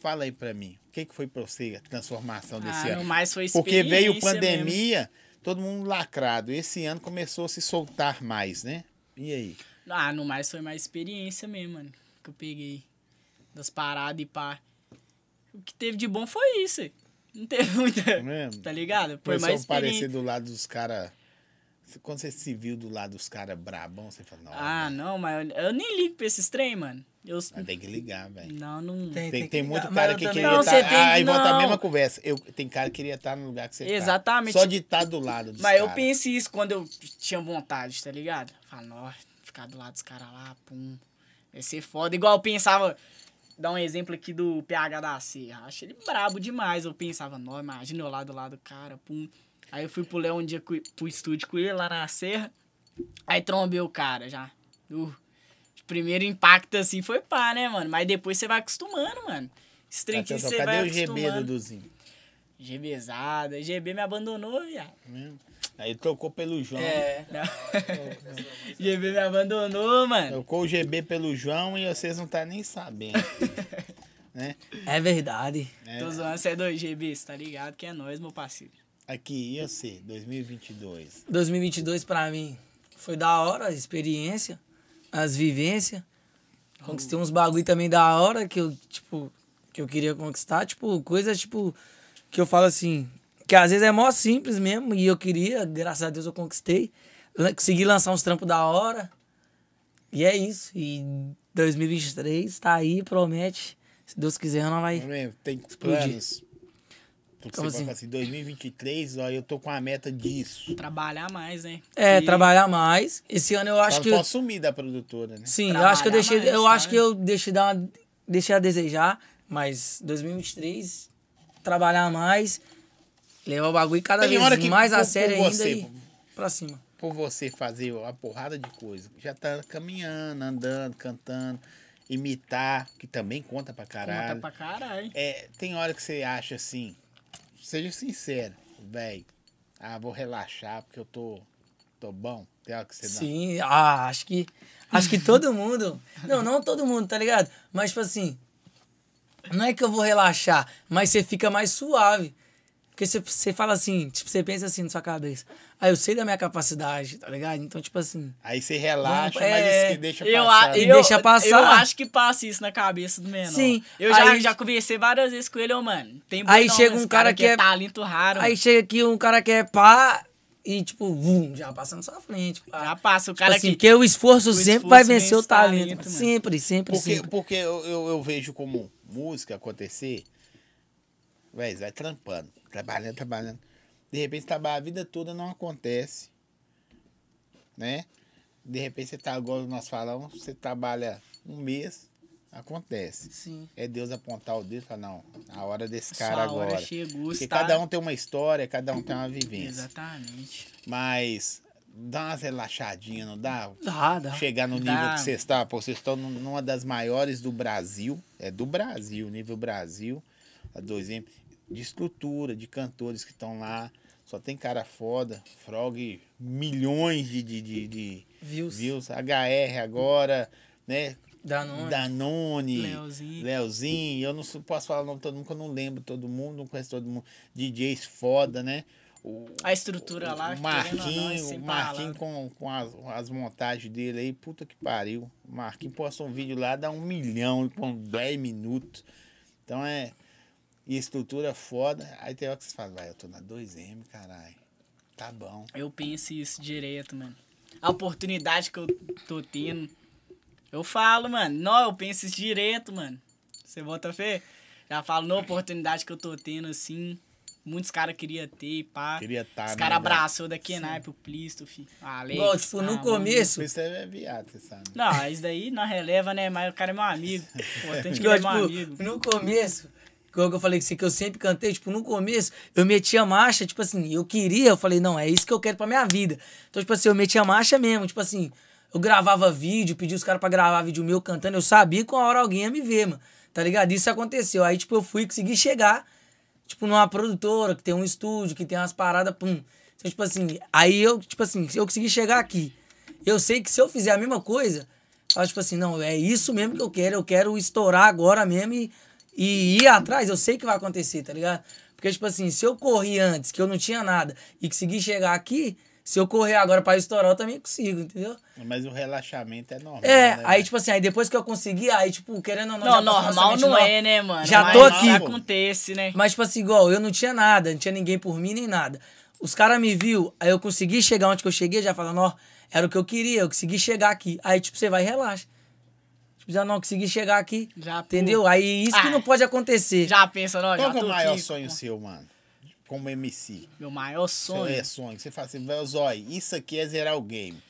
Speaker 2: Fala aí pra mim. O que, que foi pra você a transformação desse
Speaker 3: Ah,
Speaker 2: ano?
Speaker 3: não mais foi
Speaker 2: Porque veio
Speaker 3: experiência mesmo.
Speaker 2: pandemia, todo mundo lacrado. Esse ano começou a se soltar mais, né? E aí?
Speaker 3: Ah, no mais foi mais experiência mesmo, mano. Que eu peguei. Das paradas e pá. O que teve de bom foi isso. hein? Não teve muita.
Speaker 2: mesmo?
Speaker 3: Tá ligado? Foi
Speaker 2: Começou
Speaker 3: mais
Speaker 2: a parecer
Speaker 3: experiência.
Speaker 2: do lado dos caras. Quando você se viu do lado dos caras brabão, você fala, não,
Speaker 3: Ah, não, mas eu, eu nem ligo pra esses trem, mano. Eu.
Speaker 2: mas tem que ligar, velho.
Speaker 3: Não, não.
Speaker 1: Tem-
Speaker 2: Tem,
Speaker 1: que
Speaker 2: tem muito
Speaker 1: ligar. Mas
Speaker 2: cara
Speaker 1: eu
Speaker 2: que
Speaker 1: também-
Speaker 2: queria
Speaker 3: Não,
Speaker 2: tá-
Speaker 3: você tem-
Speaker 2: Aí volta a
Speaker 3: não.
Speaker 2: mesma conversa. Eu, tem cara que queria estar no lugar que você tá.
Speaker 3: Exatamente.
Speaker 2: Só de estar do lado dos
Speaker 3: Mas eu
Speaker 2: cara.
Speaker 3: penso isso quando eu tinha vontade, tá ligado? Falo, nossa, ficar do lado dos caras lá, pum. Vai ser foda. Igual eu pensava. Dá um exemplo aqui do PH da Serra. Achei ele brabo demais. Eu pensava, nossa, imagina eu lá do lado do cara, pum. Aí eu fui pro Léo um dia cu- pro estúdio com ele lá na Serra. Aí trombei o cara já. Uh, de primeiro impacto assim foi pá, né, mano? Mas depois você vai acostumando, mano. Esse trem aqui
Speaker 2: Atenção,
Speaker 3: você
Speaker 2: Tá Cadê
Speaker 3: vai
Speaker 2: o GB,
Speaker 3: acostumando.
Speaker 2: Duduzinho?
Speaker 3: GBzada. GB me abandonou, viado.
Speaker 2: Aí trocou pelo João.
Speaker 3: É.
Speaker 1: É.
Speaker 3: Não. GB me abandonou, mano.
Speaker 2: Trocou o GB pelo João e vocês não tá nem sabendo. né?
Speaker 1: É verdade.
Speaker 3: Tô zoando, você é 2G, bicho, tá ligado? Que é nós, meu parceiro.
Speaker 2: Aqui, ia ser 2022.
Speaker 1: 2022 pra mim foi da hora, a experiência, as vivências. Conquistei uns bagulho também da hora que eu, tipo, que eu queria conquistar, tipo, coisas tipo que eu falo assim, que às vezes é mó simples mesmo e eu queria, graças a Deus eu conquistei, Lan- consegui lançar uns trampos da hora. E é isso, e 2023 tá aí, promete. Se Deus quiser, não vai.
Speaker 2: Também Tá Tem
Speaker 1: Explodir.
Speaker 2: planos. Porque
Speaker 1: Como
Speaker 2: você
Speaker 1: assim?
Speaker 2: fala assim, 2023, ó, eu tô com a meta disso.
Speaker 3: Trabalhar mais, né?
Speaker 1: É,
Speaker 3: E-
Speaker 1: trabalhar mais. Esse ano eu acho
Speaker 2: Só
Speaker 1: que
Speaker 2: não
Speaker 1: eu-
Speaker 2: posso sumir da produtora, né?
Speaker 1: Sim, eu acho que eu
Speaker 3: trabalhar
Speaker 1: deixei,
Speaker 3: mais,
Speaker 1: eu
Speaker 3: tá,
Speaker 1: acho que
Speaker 3: né?
Speaker 1: eu deixei dar uma- deixei a desejar, mas 2023 trabalhar mais, levar o bagulho cada
Speaker 2: Tem hora
Speaker 1: vez
Speaker 2: que
Speaker 1: mais a
Speaker 2: por-
Speaker 1: sério
Speaker 2: por
Speaker 1: ainda
Speaker 2: você,
Speaker 1: e pra cima.
Speaker 2: Por você fazer uma porrada de coisa. Já tá caminhando, andando, cantando, imitar, que também conta pra
Speaker 3: Conta
Speaker 2: caralho.
Speaker 3: pra caralho.
Speaker 2: É, tem hora que você acha assim, seja sincero, velho. Ah, vou relaxar porque eu tô, tô bom. Tem hora que você não.
Speaker 1: Sim, ah, acho que acho que todo mundo, não, não todo mundo, tá ligado? Mas tipo assim, não é que eu vou relaxar, mas você fica mais suave. Porque você, você fala assim, tipo, você pensa assim na sua cabeça. Ah, eu sei da minha capacidade, tá ligado? Então, tipo assim,
Speaker 2: Aí você relaxa,
Speaker 1: Vamos-
Speaker 2: mas
Speaker 1: é,
Speaker 2: isso que deixa
Speaker 3: Eu,
Speaker 2: passar.
Speaker 3: a-
Speaker 1: E
Speaker 3: eu-
Speaker 1: deixa passar.
Speaker 3: Eu acho que passa isso na cabeça do menor.
Speaker 1: Sim,
Speaker 3: Eu já,
Speaker 1: aí-
Speaker 3: já conversei várias vezes com ele, ô, mano. Tem
Speaker 1: Aí
Speaker 3: boi
Speaker 1: chega um
Speaker 3: esse
Speaker 1: cara que é-
Speaker 3: talento raro.
Speaker 1: Aí
Speaker 3: mano.
Speaker 1: chega aqui um cara que é pá e tipo, vum, já passa na sua frente. Pá.
Speaker 3: Já passa o
Speaker 1: Tipo
Speaker 3: cara
Speaker 1: assim,
Speaker 3: que.
Speaker 1: porque o esforço sempre
Speaker 3: esforço
Speaker 1: vai vencer o
Speaker 3: vence o talento,
Speaker 1: talento.
Speaker 3: mano.
Speaker 1: sempre, sempre,
Speaker 2: Porque,
Speaker 1: sempre.
Speaker 2: porque eu, eu, eu vejo como música acontecer, velho, vai trampando, trabalhando, trabalhando. De repente trabalha a vida toda, não acontece. Né? De repente você tá agora, nós falamos, você trabalha um mês, acontece.
Speaker 1: Sim.
Speaker 2: É Deus apontar o dedo e falar, não, a hora desse
Speaker 3: Sua
Speaker 2: cara
Speaker 3: hora
Speaker 2: agora.
Speaker 3: chegou,
Speaker 2: Porque
Speaker 3: está-
Speaker 2: cada um tem uma história, cada um tem uma vivência.
Speaker 3: Exatamente.
Speaker 2: Mas dá umas relaxadinhas, não dá?
Speaker 1: Dá, Então, dá.
Speaker 2: Chegar no nível
Speaker 3: Dá.
Speaker 2: que vocês estão, pô, vocês estão num- numa das maiores do Brasil. É do Brasil, nível Brasil. A 2M. De estrutura, de cantores que estão lá. Só tem cara foda. Frog, milhões de, de, de, de
Speaker 1: Views.
Speaker 2: views. HR agora, né?
Speaker 1: Dá não.
Speaker 2: Danone,
Speaker 3: Leozinho.
Speaker 2: Leozinho, eu não sou- posso falar o nome de todo mundo, porque eu não lembro todo mundo, não conheço todo mundo. DJs foda, né? O,
Speaker 3: A estrutura
Speaker 2: o
Speaker 3: lá. querendo ou não, é
Speaker 2: Marquinhos,
Speaker 3: sem
Speaker 2: o Marquinhos
Speaker 3: palavra.
Speaker 2: com, com as, as montagens dele aí, puta que pariu. O Marquinhos posta um vídeo lá, dá um milhão, com 10 minutos. Então é. E estrutura foda. Aí tem hora que você fala, vai, eu tô na 2M, caralho. Tá bom.
Speaker 3: Eu penso isso direto, mano. A oportunidade que eu tô tendo. Eu falo, mano. Não, eu penso isso direto, mano. Você bota fé? Já falo na oportunidade que eu tô tendo, assim. Muitos caras queriam ter, pá.
Speaker 2: Queria tá, né, estar.
Speaker 3: Os caras abraçou da Kenai pro Plisto, fi. Alex.
Speaker 1: Igual, tipo, no
Speaker 3: Ramon.
Speaker 1: começo.
Speaker 2: Isso é viado, você sabe. né?
Speaker 3: Não, isso daí não releva, né? Mas o cara é meu amigo. O importante é que ele
Speaker 1: Igual,
Speaker 3: é meu amigo.
Speaker 1: tipo, no começo, igual que eu falei que você- que eu sempre cantei, tipo, no começo, eu metia marcha, tipo assim, eu queria, eu falei, não, é isso que eu quero pra minha vida. Então, tipo assim, eu metia marcha mesmo, tipo assim, eu gravava vídeo, pedia os caras pra gravar vídeo meu cantando, eu sabia que uma hora alguém ia me ver, mano. Tá ligado? Isso aconteceu. Aí, tipo, eu fui e consegui chegar, tipo, numa produtora, que tem um estúdio, que tem umas paradas, pum. Então, tipo assim, aí eu, tipo assim, eu consegui chegar aqui. Eu sei que se eu fizer a mesma coisa, fala tipo assim, não, é isso mesmo que eu quero, eu quero estourar agora mesmo e, e ir atrás, eu sei que vai acontecer, tá ligado? Porque, tipo assim, se eu corri antes, que eu não tinha nada, e conseguir chegar aqui, se eu correr agora pra estourar, eu também consigo, entendeu?
Speaker 2: né? Mas o relaxamento é normal.
Speaker 1: É,
Speaker 2: né,
Speaker 1: aí,
Speaker 2: velho?
Speaker 1: tipo assim, aí depois que eu consegui, aí, tipo, querendo ou não, já
Speaker 3: Não,
Speaker 1: passou na sua
Speaker 3: normal
Speaker 1: mente,
Speaker 3: não
Speaker 1: "Nó".
Speaker 3: é, né, mano?
Speaker 1: Já
Speaker 3: Mas
Speaker 1: tô aqui.
Speaker 3: Acontece, né?
Speaker 1: Mas, tipo assim, igual, eu não tinha nada, não tinha ninguém por mim nem nada. Os caras me viu, aí eu consegui chegar onde que eu cheguei, já falando, ó, era o que eu queria, eu consegui chegar aqui. Aí, tipo, você vai e relaxa. Tipo, já não consegui chegar aqui.
Speaker 3: Já, pô.
Speaker 1: entendeu? Aí isso que
Speaker 3: Ah.
Speaker 1: não pode acontecer.
Speaker 3: Já pensa, não, já
Speaker 2: Qual que é
Speaker 3: tô tipo,
Speaker 2: o maior
Speaker 3: aqui.
Speaker 2: sonho seu, mano? Como MC?
Speaker 3: Meu maior
Speaker 2: Sonho.
Speaker 3: sonho.
Speaker 2: É sonho. Você fala assim, velho, Zói, isso aqui é zerar o game.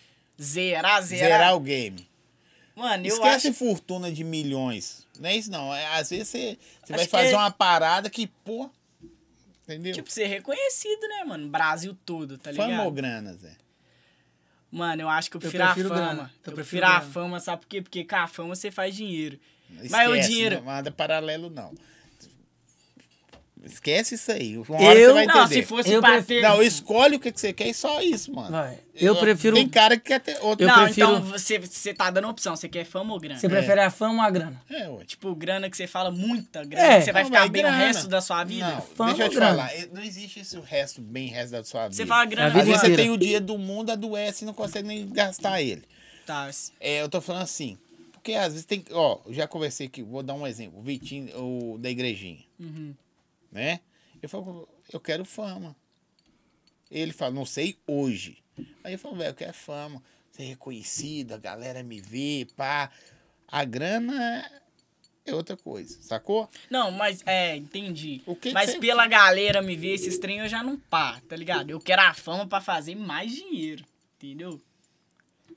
Speaker 3: Zerar, zerar.
Speaker 2: Zerar o game.
Speaker 3: Mano, eu
Speaker 2: Esquece
Speaker 3: acho.
Speaker 2: fortuna de milhões. Não é isso, não. É, às vezes você, você vai
Speaker 3: Acho que
Speaker 2: fazer
Speaker 3: é-
Speaker 2: uma parada que, pô. Entendeu?
Speaker 3: Tipo, ser reconhecido, né, mano? Brasil todo, tá ligado?
Speaker 2: Fama ou grana, Zé?
Speaker 3: Mano, eu acho que eu prefiro,
Speaker 1: prefiro
Speaker 3: a fama.
Speaker 1: grana.
Speaker 3: Eu,
Speaker 1: Eu
Speaker 3: prefiro,
Speaker 1: prefiro
Speaker 3: a
Speaker 1: grana.
Speaker 3: fama, sabe por quê? Porque com a fama você faz é dinheiro.
Speaker 2: Esquece,
Speaker 3: Mas o dinheiro.
Speaker 2: Não manda paralelo, não. Esquece isso aí. Uma hora você
Speaker 1: Eu-
Speaker 2: vai entender.
Speaker 3: Não, se fosse
Speaker 1: Eu
Speaker 3: bater.
Speaker 2: Não, escolhe o que que você quer e só isso, mano.
Speaker 1: Vai. Eu prefiro-
Speaker 2: Tem cara que quer ter outro.
Speaker 1: Eu
Speaker 3: não,
Speaker 1: prefiro-
Speaker 3: então você, você tá dando opção. Você quer fama ou grana?
Speaker 1: Você prefere a fama ou a grana?
Speaker 2: É, ué.
Speaker 3: Tipo, grana que você fala muita grana.
Speaker 1: É.
Speaker 3: que você vai
Speaker 2: Não,
Speaker 3: ficar
Speaker 2: mas
Speaker 3: bem
Speaker 2: grana.
Speaker 3: o resto da sua vida.
Speaker 2: Não,
Speaker 1: Fama
Speaker 2: deixa eu
Speaker 1: ou
Speaker 2: te
Speaker 1: grana?
Speaker 2: falar. eh, Não existe esse resto, bem resto da sua vida.
Speaker 3: Você fala grana.
Speaker 1: A
Speaker 2: Às
Speaker 1: vida
Speaker 2: vezes você
Speaker 1: inteira.
Speaker 2: tem o dinheiro do mundo, adoece e não consegue nem gastar ele.
Speaker 3: Tá, isso.
Speaker 2: É, eu tô falando assim. Porque às vezes tem. Ó, eu já conversei aqui, vou dar um exemplo. O Vitinho, o da igrejinha. Né? Eu falo, eu quero fama. Ele fala, não sei hoje. Aí eu falo, velho, eu quero fama. Ser reconhecido, a galera me vê, pá. A grana é outra coisa, sacou?
Speaker 3: Não, mas é, entendi.
Speaker 2: O que que
Speaker 3: mas
Speaker 2: você-
Speaker 3: pela galera me ver esses trem, eu já não pá, tá ligado? Eu quero a fama pra fazer mais dinheiro, entendeu?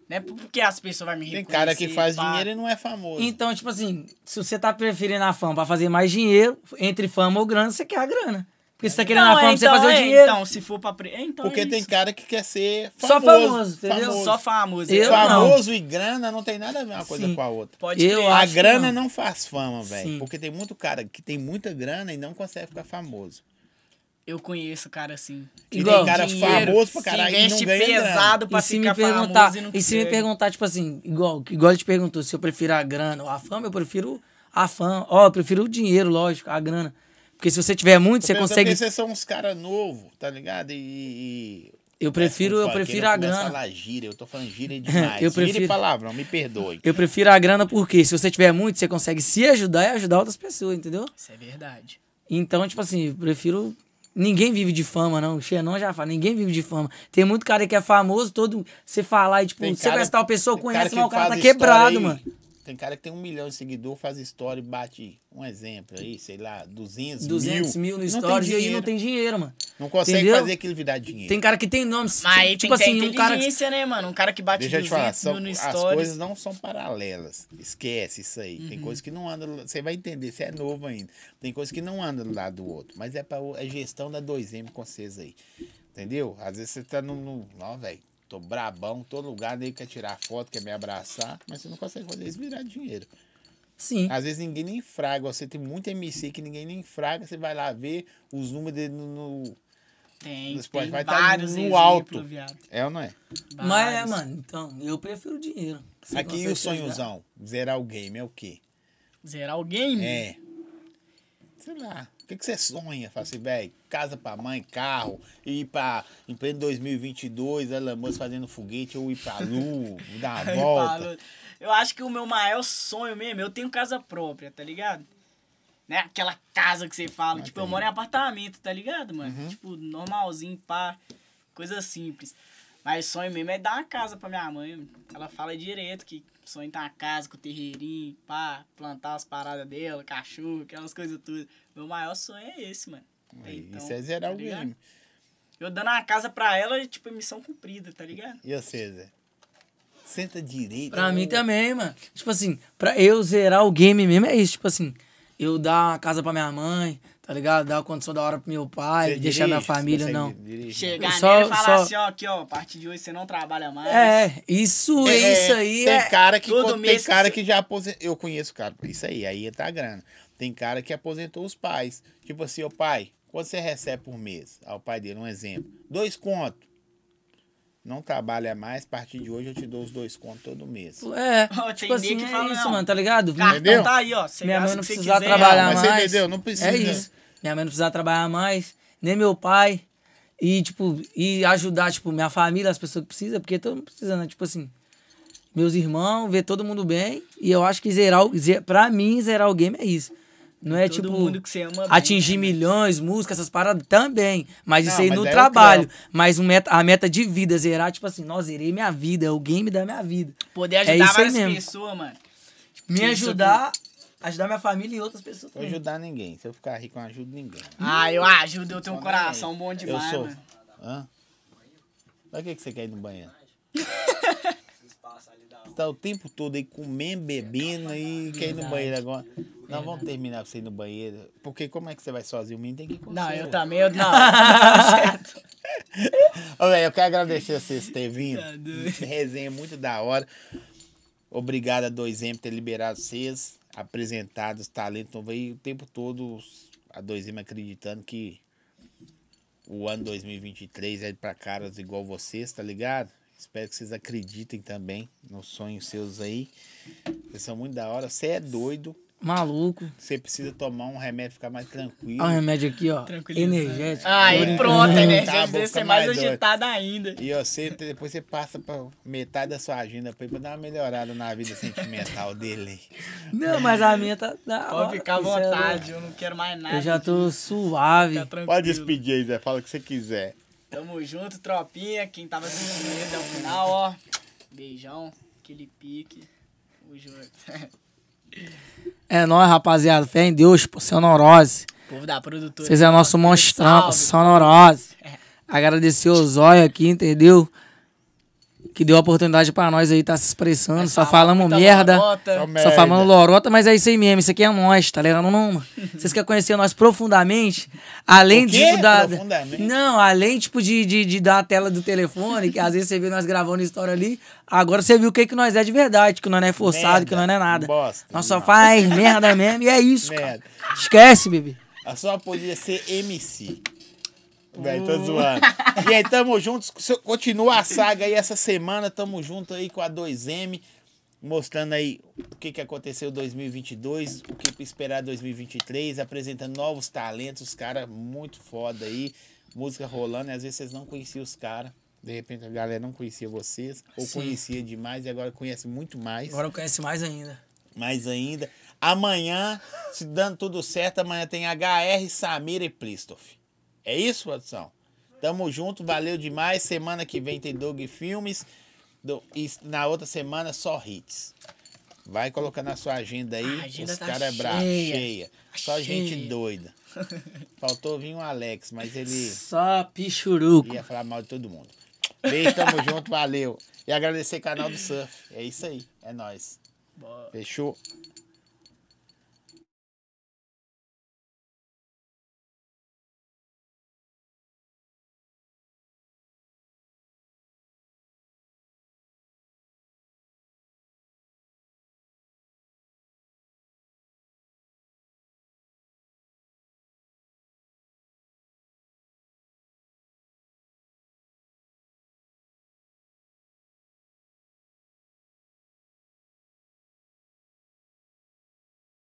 Speaker 3: Não é porque as pessoas vão me
Speaker 2: Tem
Speaker 3: reconhecer.
Speaker 2: cara que faz
Speaker 3: pá.
Speaker 2: dinheiro e não é famoso.
Speaker 1: Então, tipo assim, se você tá preferindo a fama pra fazer mais dinheiro, entre fama ou grana, você quer a grana. Porque você tá querendo
Speaker 3: não,
Speaker 1: a fama pra
Speaker 3: é,
Speaker 1: você fazer
Speaker 3: então,
Speaker 1: o
Speaker 3: é,
Speaker 1: dinheiro.
Speaker 3: Então, se for pra... pre- é, então
Speaker 2: Porque
Speaker 3: é
Speaker 2: tem
Speaker 3: isso.
Speaker 2: cara que quer ser
Speaker 1: Só
Speaker 2: famoso.
Speaker 1: famoso, entendeu?
Speaker 2: famoso.
Speaker 3: Só famoso.
Speaker 1: Eu
Speaker 3: Fala,
Speaker 1: não.
Speaker 2: famoso e grana não tem nada a ver uma coisa
Speaker 1: Sim.
Speaker 2: com a outra.
Speaker 3: Pode
Speaker 1: Eu
Speaker 3: crer.
Speaker 2: A
Speaker 1: acho que
Speaker 2: grana
Speaker 1: não.
Speaker 2: não. faz fama, velho.
Speaker 1: Sim.
Speaker 2: Porque tem muito cara que tem muita grana e não consegue ficar famoso.
Speaker 3: Eu conheço cara assim.
Speaker 2: Que
Speaker 1: Igual.
Speaker 2: tem cara
Speaker 3: Dinheiro,
Speaker 2: famoso pra
Speaker 3: se
Speaker 2: caralho e não
Speaker 3: investe
Speaker 2: ganha grana.
Speaker 3: pesado pra
Speaker 1: E se me
Speaker 3: ficar
Speaker 1: perguntar,
Speaker 3: famoso e não
Speaker 1: e, se me
Speaker 3: consegue.
Speaker 1: perguntar, tipo assim, igual, igual ele te perguntou, se eu prefiro a grana ou a fama, eu prefiro a fama. Ó, eu prefiro o dinheiro, lógico, a grana. Porque se você tiver muito, você
Speaker 2: Pensando
Speaker 1: consegue.
Speaker 2: que Vocês são uns caras novos, tá ligado? E... é, e-
Speaker 1: Eu prefiro, eu
Speaker 2: Funkeiro
Speaker 1: prefiro a
Speaker 2: começa
Speaker 1: grana.
Speaker 2: falar gíria, eu tô falando gíria demais.
Speaker 1: Eu
Speaker 2: Gíria e
Speaker 1: prefiro-
Speaker 2: palavrão, me perdoe.
Speaker 1: Eu prefiro a grana porque se você tiver muito, você consegue se ajudar e ajudar outras pessoas, entendeu?
Speaker 3: Isso é verdade.
Speaker 1: Então, tipo assim, eu prefiro. Ninguém vive de fama, não. O Xenon já fala, ninguém vive de fama. Tem muito cara que é famoso, todo. Você falar e, tipo,
Speaker 2: Tem
Speaker 1: você conhece tal pessoa,
Speaker 2: tem
Speaker 1: conhece,
Speaker 2: que
Speaker 1: mas o cara
Speaker 2: faz
Speaker 1: tá
Speaker 2: história
Speaker 1: quebrado,
Speaker 2: aí.
Speaker 1: mano.
Speaker 2: Tem cara que tem um milhão de seguidor, faz história e bate, um exemplo aí, sei lá, 200,
Speaker 1: 200 mil, no
Speaker 2: Não tem
Speaker 1: stories e aí não
Speaker 2: dinheiro.
Speaker 1: tem dinheiro, mano.
Speaker 2: Não consegue
Speaker 1: Entendeu?
Speaker 2: fazer aquilo virar dinheiro.
Speaker 1: Tem cara que tem nome.
Speaker 3: Mas aí
Speaker 1: tipo
Speaker 3: tem que
Speaker 1: assim,
Speaker 3: ter
Speaker 1: um cara. que-
Speaker 3: inteligência, né, mano? Um cara que bate
Speaker 2: Deixa eu te falar,
Speaker 3: 200
Speaker 2: são,
Speaker 3: mil no
Speaker 2: as
Speaker 3: stories. Uhum.
Speaker 2: coisas não são paralelas. Esquece isso aí. Tem coisas que não andam. Você vai entender, você é novo ainda. Tem coisas que não andam do lado do outro. Mas é para a gestão da 2M com vocês aí. Entendeu? Às vezes você tá no. no não, velho. Tô brabão, todo lugar, nem quer tirar foto, quer me abraçar, mas você não consegue fazer isso virar dinheiro.
Speaker 1: Sim.
Speaker 2: Às vezes ninguém nem fraga. Você tem muito MC que ninguém nem fraga. Você vai lá ver os números dele no. no-
Speaker 3: Tem,
Speaker 2: no
Speaker 3: tem
Speaker 2: Spotify tá
Speaker 3: vários
Speaker 2: no
Speaker 3: exemplos,
Speaker 2: alto.
Speaker 3: viado.
Speaker 2: É ou não é?
Speaker 1: Mas
Speaker 3: Ah,
Speaker 1: é,
Speaker 3: Vários.
Speaker 1: mano, então, eu prefiro o dinheiro. Você
Speaker 2: Aqui e
Speaker 1: consegue
Speaker 2: o
Speaker 1: se ajudar.
Speaker 2: sonhozão? Zerar o game é o quê?
Speaker 3: Zerar o game?
Speaker 2: É. Sei lá. O que, que você sonha? Fala assim, velho, casa pra mãe, carro, ir pra empresa 2022, Elon Musk fazendo foguete, ou ir pra lua, dar uma
Speaker 3: Ele
Speaker 2: volta.
Speaker 3: falou. Eu acho que o meu maior sonho mesmo, eu tenho casa própria, tá ligado? Né? Aquela casa que você
Speaker 2: Ah,
Speaker 3: fala. tipo, eu moro em apartamento, tá ligado, mano?
Speaker 2: Uhum.
Speaker 3: Tipo, normalzinho, pá. Coisa simples. Mas sonho mesmo é dar uma casa pra minha mãe. mano. Ela fala direto que sonho em ter uma casa com terreirinho, pá, plantar as paradas dela, cachorro, aquelas coisas tudo. Meu maior sonho é esse, mano. Até
Speaker 2: Aí,
Speaker 3: então,
Speaker 2: Isso é zerar
Speaker 3: tá
Speaker 2: o
Speaker 3: ligado?
Speaker 2: game.
Speaker 3: Eu dando uma casa pra ela, tipo, é missão cumprida, tá ligado?
Speaker 2: E você, Zé? Senta direito.
Speaker 1: Pra
Speaker 2: ô.
Speaker 1: mim também, mano. Tipo assim, pra eu zerar o game mesmo é isso. Tipo assim, eu dar uma casa pra minha mãe, tá ligado? Dar uma condição da hora pro meu pai,
Speaker 2: Você
Speaker 1: deixar minha
Speaker 2: dirige? Você
Speaker 1: família,
Speaker 2: consegue
Speaker 1: não.
Speaker 2: dirigir?
Speaker 3: Chegar
Speaker 1: Só-
Speaker 3: nela e falar
Speaker 1: só-
Speaker 3: assim, ó, aqui, ó, a partir de hoje você não trabalha mais.
Speaker 1: É, isso,
Speaker 2: É,
Speaker 1: isso aí
Speaker 2: tem
Speaker 1: é.
Speaker 2: Cara que,
Speaker 3: todo
Speaker 2: quando- tem
Speaker 3: mês que
Speaker 2: cara
Speaker 3: você-
Speaker 2: que já aposentou. Eu conheço cara. Isso aí, aí tá a grana. Tem cara que aposentou os pais. Tipo assim, ô pai, quanto você recebe por mês? Ao pai dele, um exemplo. Dois conto. Não trabalha mais, a partir de hoje eu te dou os dois contos todo mês.
Speaker 1: É,
Speaker 3: Ó, tem
Speaker 1: tipo assim,
Speaker 3: dia que
Speaker 1: é
Speaker 3: fala,
Speaker 1: isso,
Speaker 3: não.
Speaker 1: mano, tá ligado?
Speaker 3: Cartão
Speaker 2: Entendeu?
Speaker 3: tá aí, ó. Você
Speaker 1: minha mãe
Speaker 3: gasta o
Speaker 1: não
Speaker 3: que você
Speaker 1: precisar
Speaker 3: quiser.
Speaker 1: trabalhar
Speaker 2: mas você
Speaker 1: mais.
Speaker 2: entendeu? Não precisa.
Speaker 1: É isso. Minha mãe não precisar trabalhar mais, nem meu pai. E, tipo, e ajudar, tipo, minha família, as pessoas que precisam, porque todo mundo precisa, né? Tipo assim, meus irmãos, ver todo mundo bem. E eu acho que zerar o. Ze, pra mim, zerar o game é isso. Não é,
Speaker 3: Todo
Speaker 1: tipo,
Speaker 3: mundo que você ama bem,
Speaker 1: atingir
Speaker 3: né,
Speaker 1: milhões, música, essas paradas também. Mas
Speaker 2: Não,
Speaker 1: isso aí
Speaker 2: mas
Speaker 1: no
Speaker 2: aí é o
Speaker 1: trabalho.
Speaker 2: trampo.
Speaker 1: Mas um meta, a meta de vida, zerar, tipo assim, nossa, zerei minha vida, é o game da minha vida.
Speaker 3: né? Poder
Speaker 1: É
Speaker 3: ajudar
Speaker 1: isso aí
Speaker 3: várias
Speaker 1: mesmo.
Speaker 3: pessoas, mano.
Speaker 1: Me
Speaker 3: Isso aqui.
Speaker 1: ajudar, ajudar minha família e outras pessoas
Speaker 2: Não vou
Speaker 1: também.
Speaker 2: ajudar ninguém. Se eu ficar rico, eu não ajudo ninguém.
Speaker 3: Ah, eu ajudo, eu tenho um coração bom né?
Speaker 2: Eu
Speaker 3: demais,
Speaker 2: sou.
Speaker 3: mano.
Speaker 2: Hã? Pra que, que você quer ir no banheiro? Tá o tempo todo aí comendo, bebendo e quer ir no banheiro agora. Não, vamos terminar pra você ir no banheiro. Porque como é que você vai sozinho? O menino tem que ir com
Speaker 3: Não,
Speaker 2: você,
Speaker 3: eu
Speaker 2: ué.
Speaker 3: também, eu não. Tá certo.
Speaker 2: Ô, velho, eu quero agradecer a vocês por terem vindo.
Speaker 3: Tá doido.
Speaker 2: Resenha é muito da hora. Obrigado a 2M por ter liberado vocês, apresentado os talentos novos aí o tempo todo. os- a 2M acreditando que o ano 2023 é pra caras igual vocês, tá ligado? Espero que vocês acreditem também nos sonhos seus aí. Vocês são muito da hora. Você é doido.
Speaker 1: Maluco.
Speaker 2: Você precisa tomar um remédio, ficar mais tranquilo.
Speaker 1: Olha o remédio aqui, ó.
Speaker 3: Tranquilizante.
Speaker 1: Energético.
Speaker 3: né? Aí, pronto, a
Speaker 2: Tá,
Speaker 3: energia
Speaker 2: vou ficar
Speaker 3: deve ser mais
Speaker 2: mais doido.
Speaker 3: agitada ainda.
Speaker 2: E você, te- depois você passa pra metade da sua agenda pra, ele, pra dar uma melhorada na vida sentimental dele.
Speaker 1: Não, mas a minha tá. da hora,
Speaker 3: Pode ficar à
Speaker 1: parceiro.
Speaker 3: vontade, eu não quero mais nada.
Speaker 1: Eu já tô suave.
Speaker 3: Fica tranquilo.
Speaker 2: Pode despedir aí, Zé. Fala o que você quiser.
Speaker 3: Tamo junto, tropinha. Quem tava assistindo até o final, ó. Beijão, aquele pique. Tamo junto.
Speaker 1: É nóis, rapaziada. Fé em Deus, pô. Sonorose.
Speaker 3: Povo da produtora.
Speaker 1: Vocês é nosso monstrão, pô. Sonorose. Agradecer o Zóio aqui, entendeu? Que deu a oportunidade pra nós aí tá se expressando. Só falamos merda.
Speaker 2: Só
Speaker 1: Só
Speaker 2: merda.
Speaker 1: falando lorota, mas é isso aí mesmo. Isso aqui é nós, tá ligado? Não, não. Vocês querem conhecer nós profundamente? Além
Speaker 2: O quê?
Speaker 1: de tipo da,
Speaker 2: Profundamente?
Speaker 1: Não, além tipo de, de, de dar a tela do telefone, que às vezes você vê nós gravando história ali. Agora você viu o que, que nós é de verdade, que nós não é forçado,
Speaker 2: Merda,
Speaker 1: que nós não é nada.
Speaker 2: bosta,
Speaker 1: nós só
Speaker 2: não.
Speaker 1: faz merda mesmo e é isso, cara.
Speaker 2: Merda.
Speaker 1: Esquece, bebê.
Speaker 2: A sua podia ser MC. Véi, tô
Speaker 1: Hum.
Speaker 2: zoando. E aí, tamo juntos. Se- Continua a saga aí essa semana. Tamo junto aí com a 2M. Mostrando aí o que, que aconteceu em 2022, o que esperar em 2023, apresentando novos talentos, cara muito foda aí, música rolando, e às vezes vocês não conheciam os caras, de repente a galera não conhecia vocês, ou
Speaker 1: Sim.
Speaker 2: conhecia demais e agora conhece muito mais
Speaker 1: Agora eu conheço mais ainda.
Speaker 2: mais ainda. Amanhã, se dando tudo certo, amanhã tem HR, Samira e Plistoff. É isso, produção? Tamo junto, valeu demais. Semana que vem tem Doug Filmes. do- e na outra semana, só hits. Vai colocar na sua agenda aí.
Speaker 3: A agenda
Speaker 2: os
Speaker 3: tá
Speaker 2: caras é brabo,
Speaker 3: cheia. Tá
Speaker 2: cheia. Só gente
Speaker 1: Cheia.
Speaker 2: doida. Faltou vir o Alex, mas ele
Speaker 1: Só pichuruco.
Speaker 2: ia falar mal de todo mundo. Beijo, tamo junto, valeu. E agradecer canal do Surf. É isso aí, é nóis. Fechou?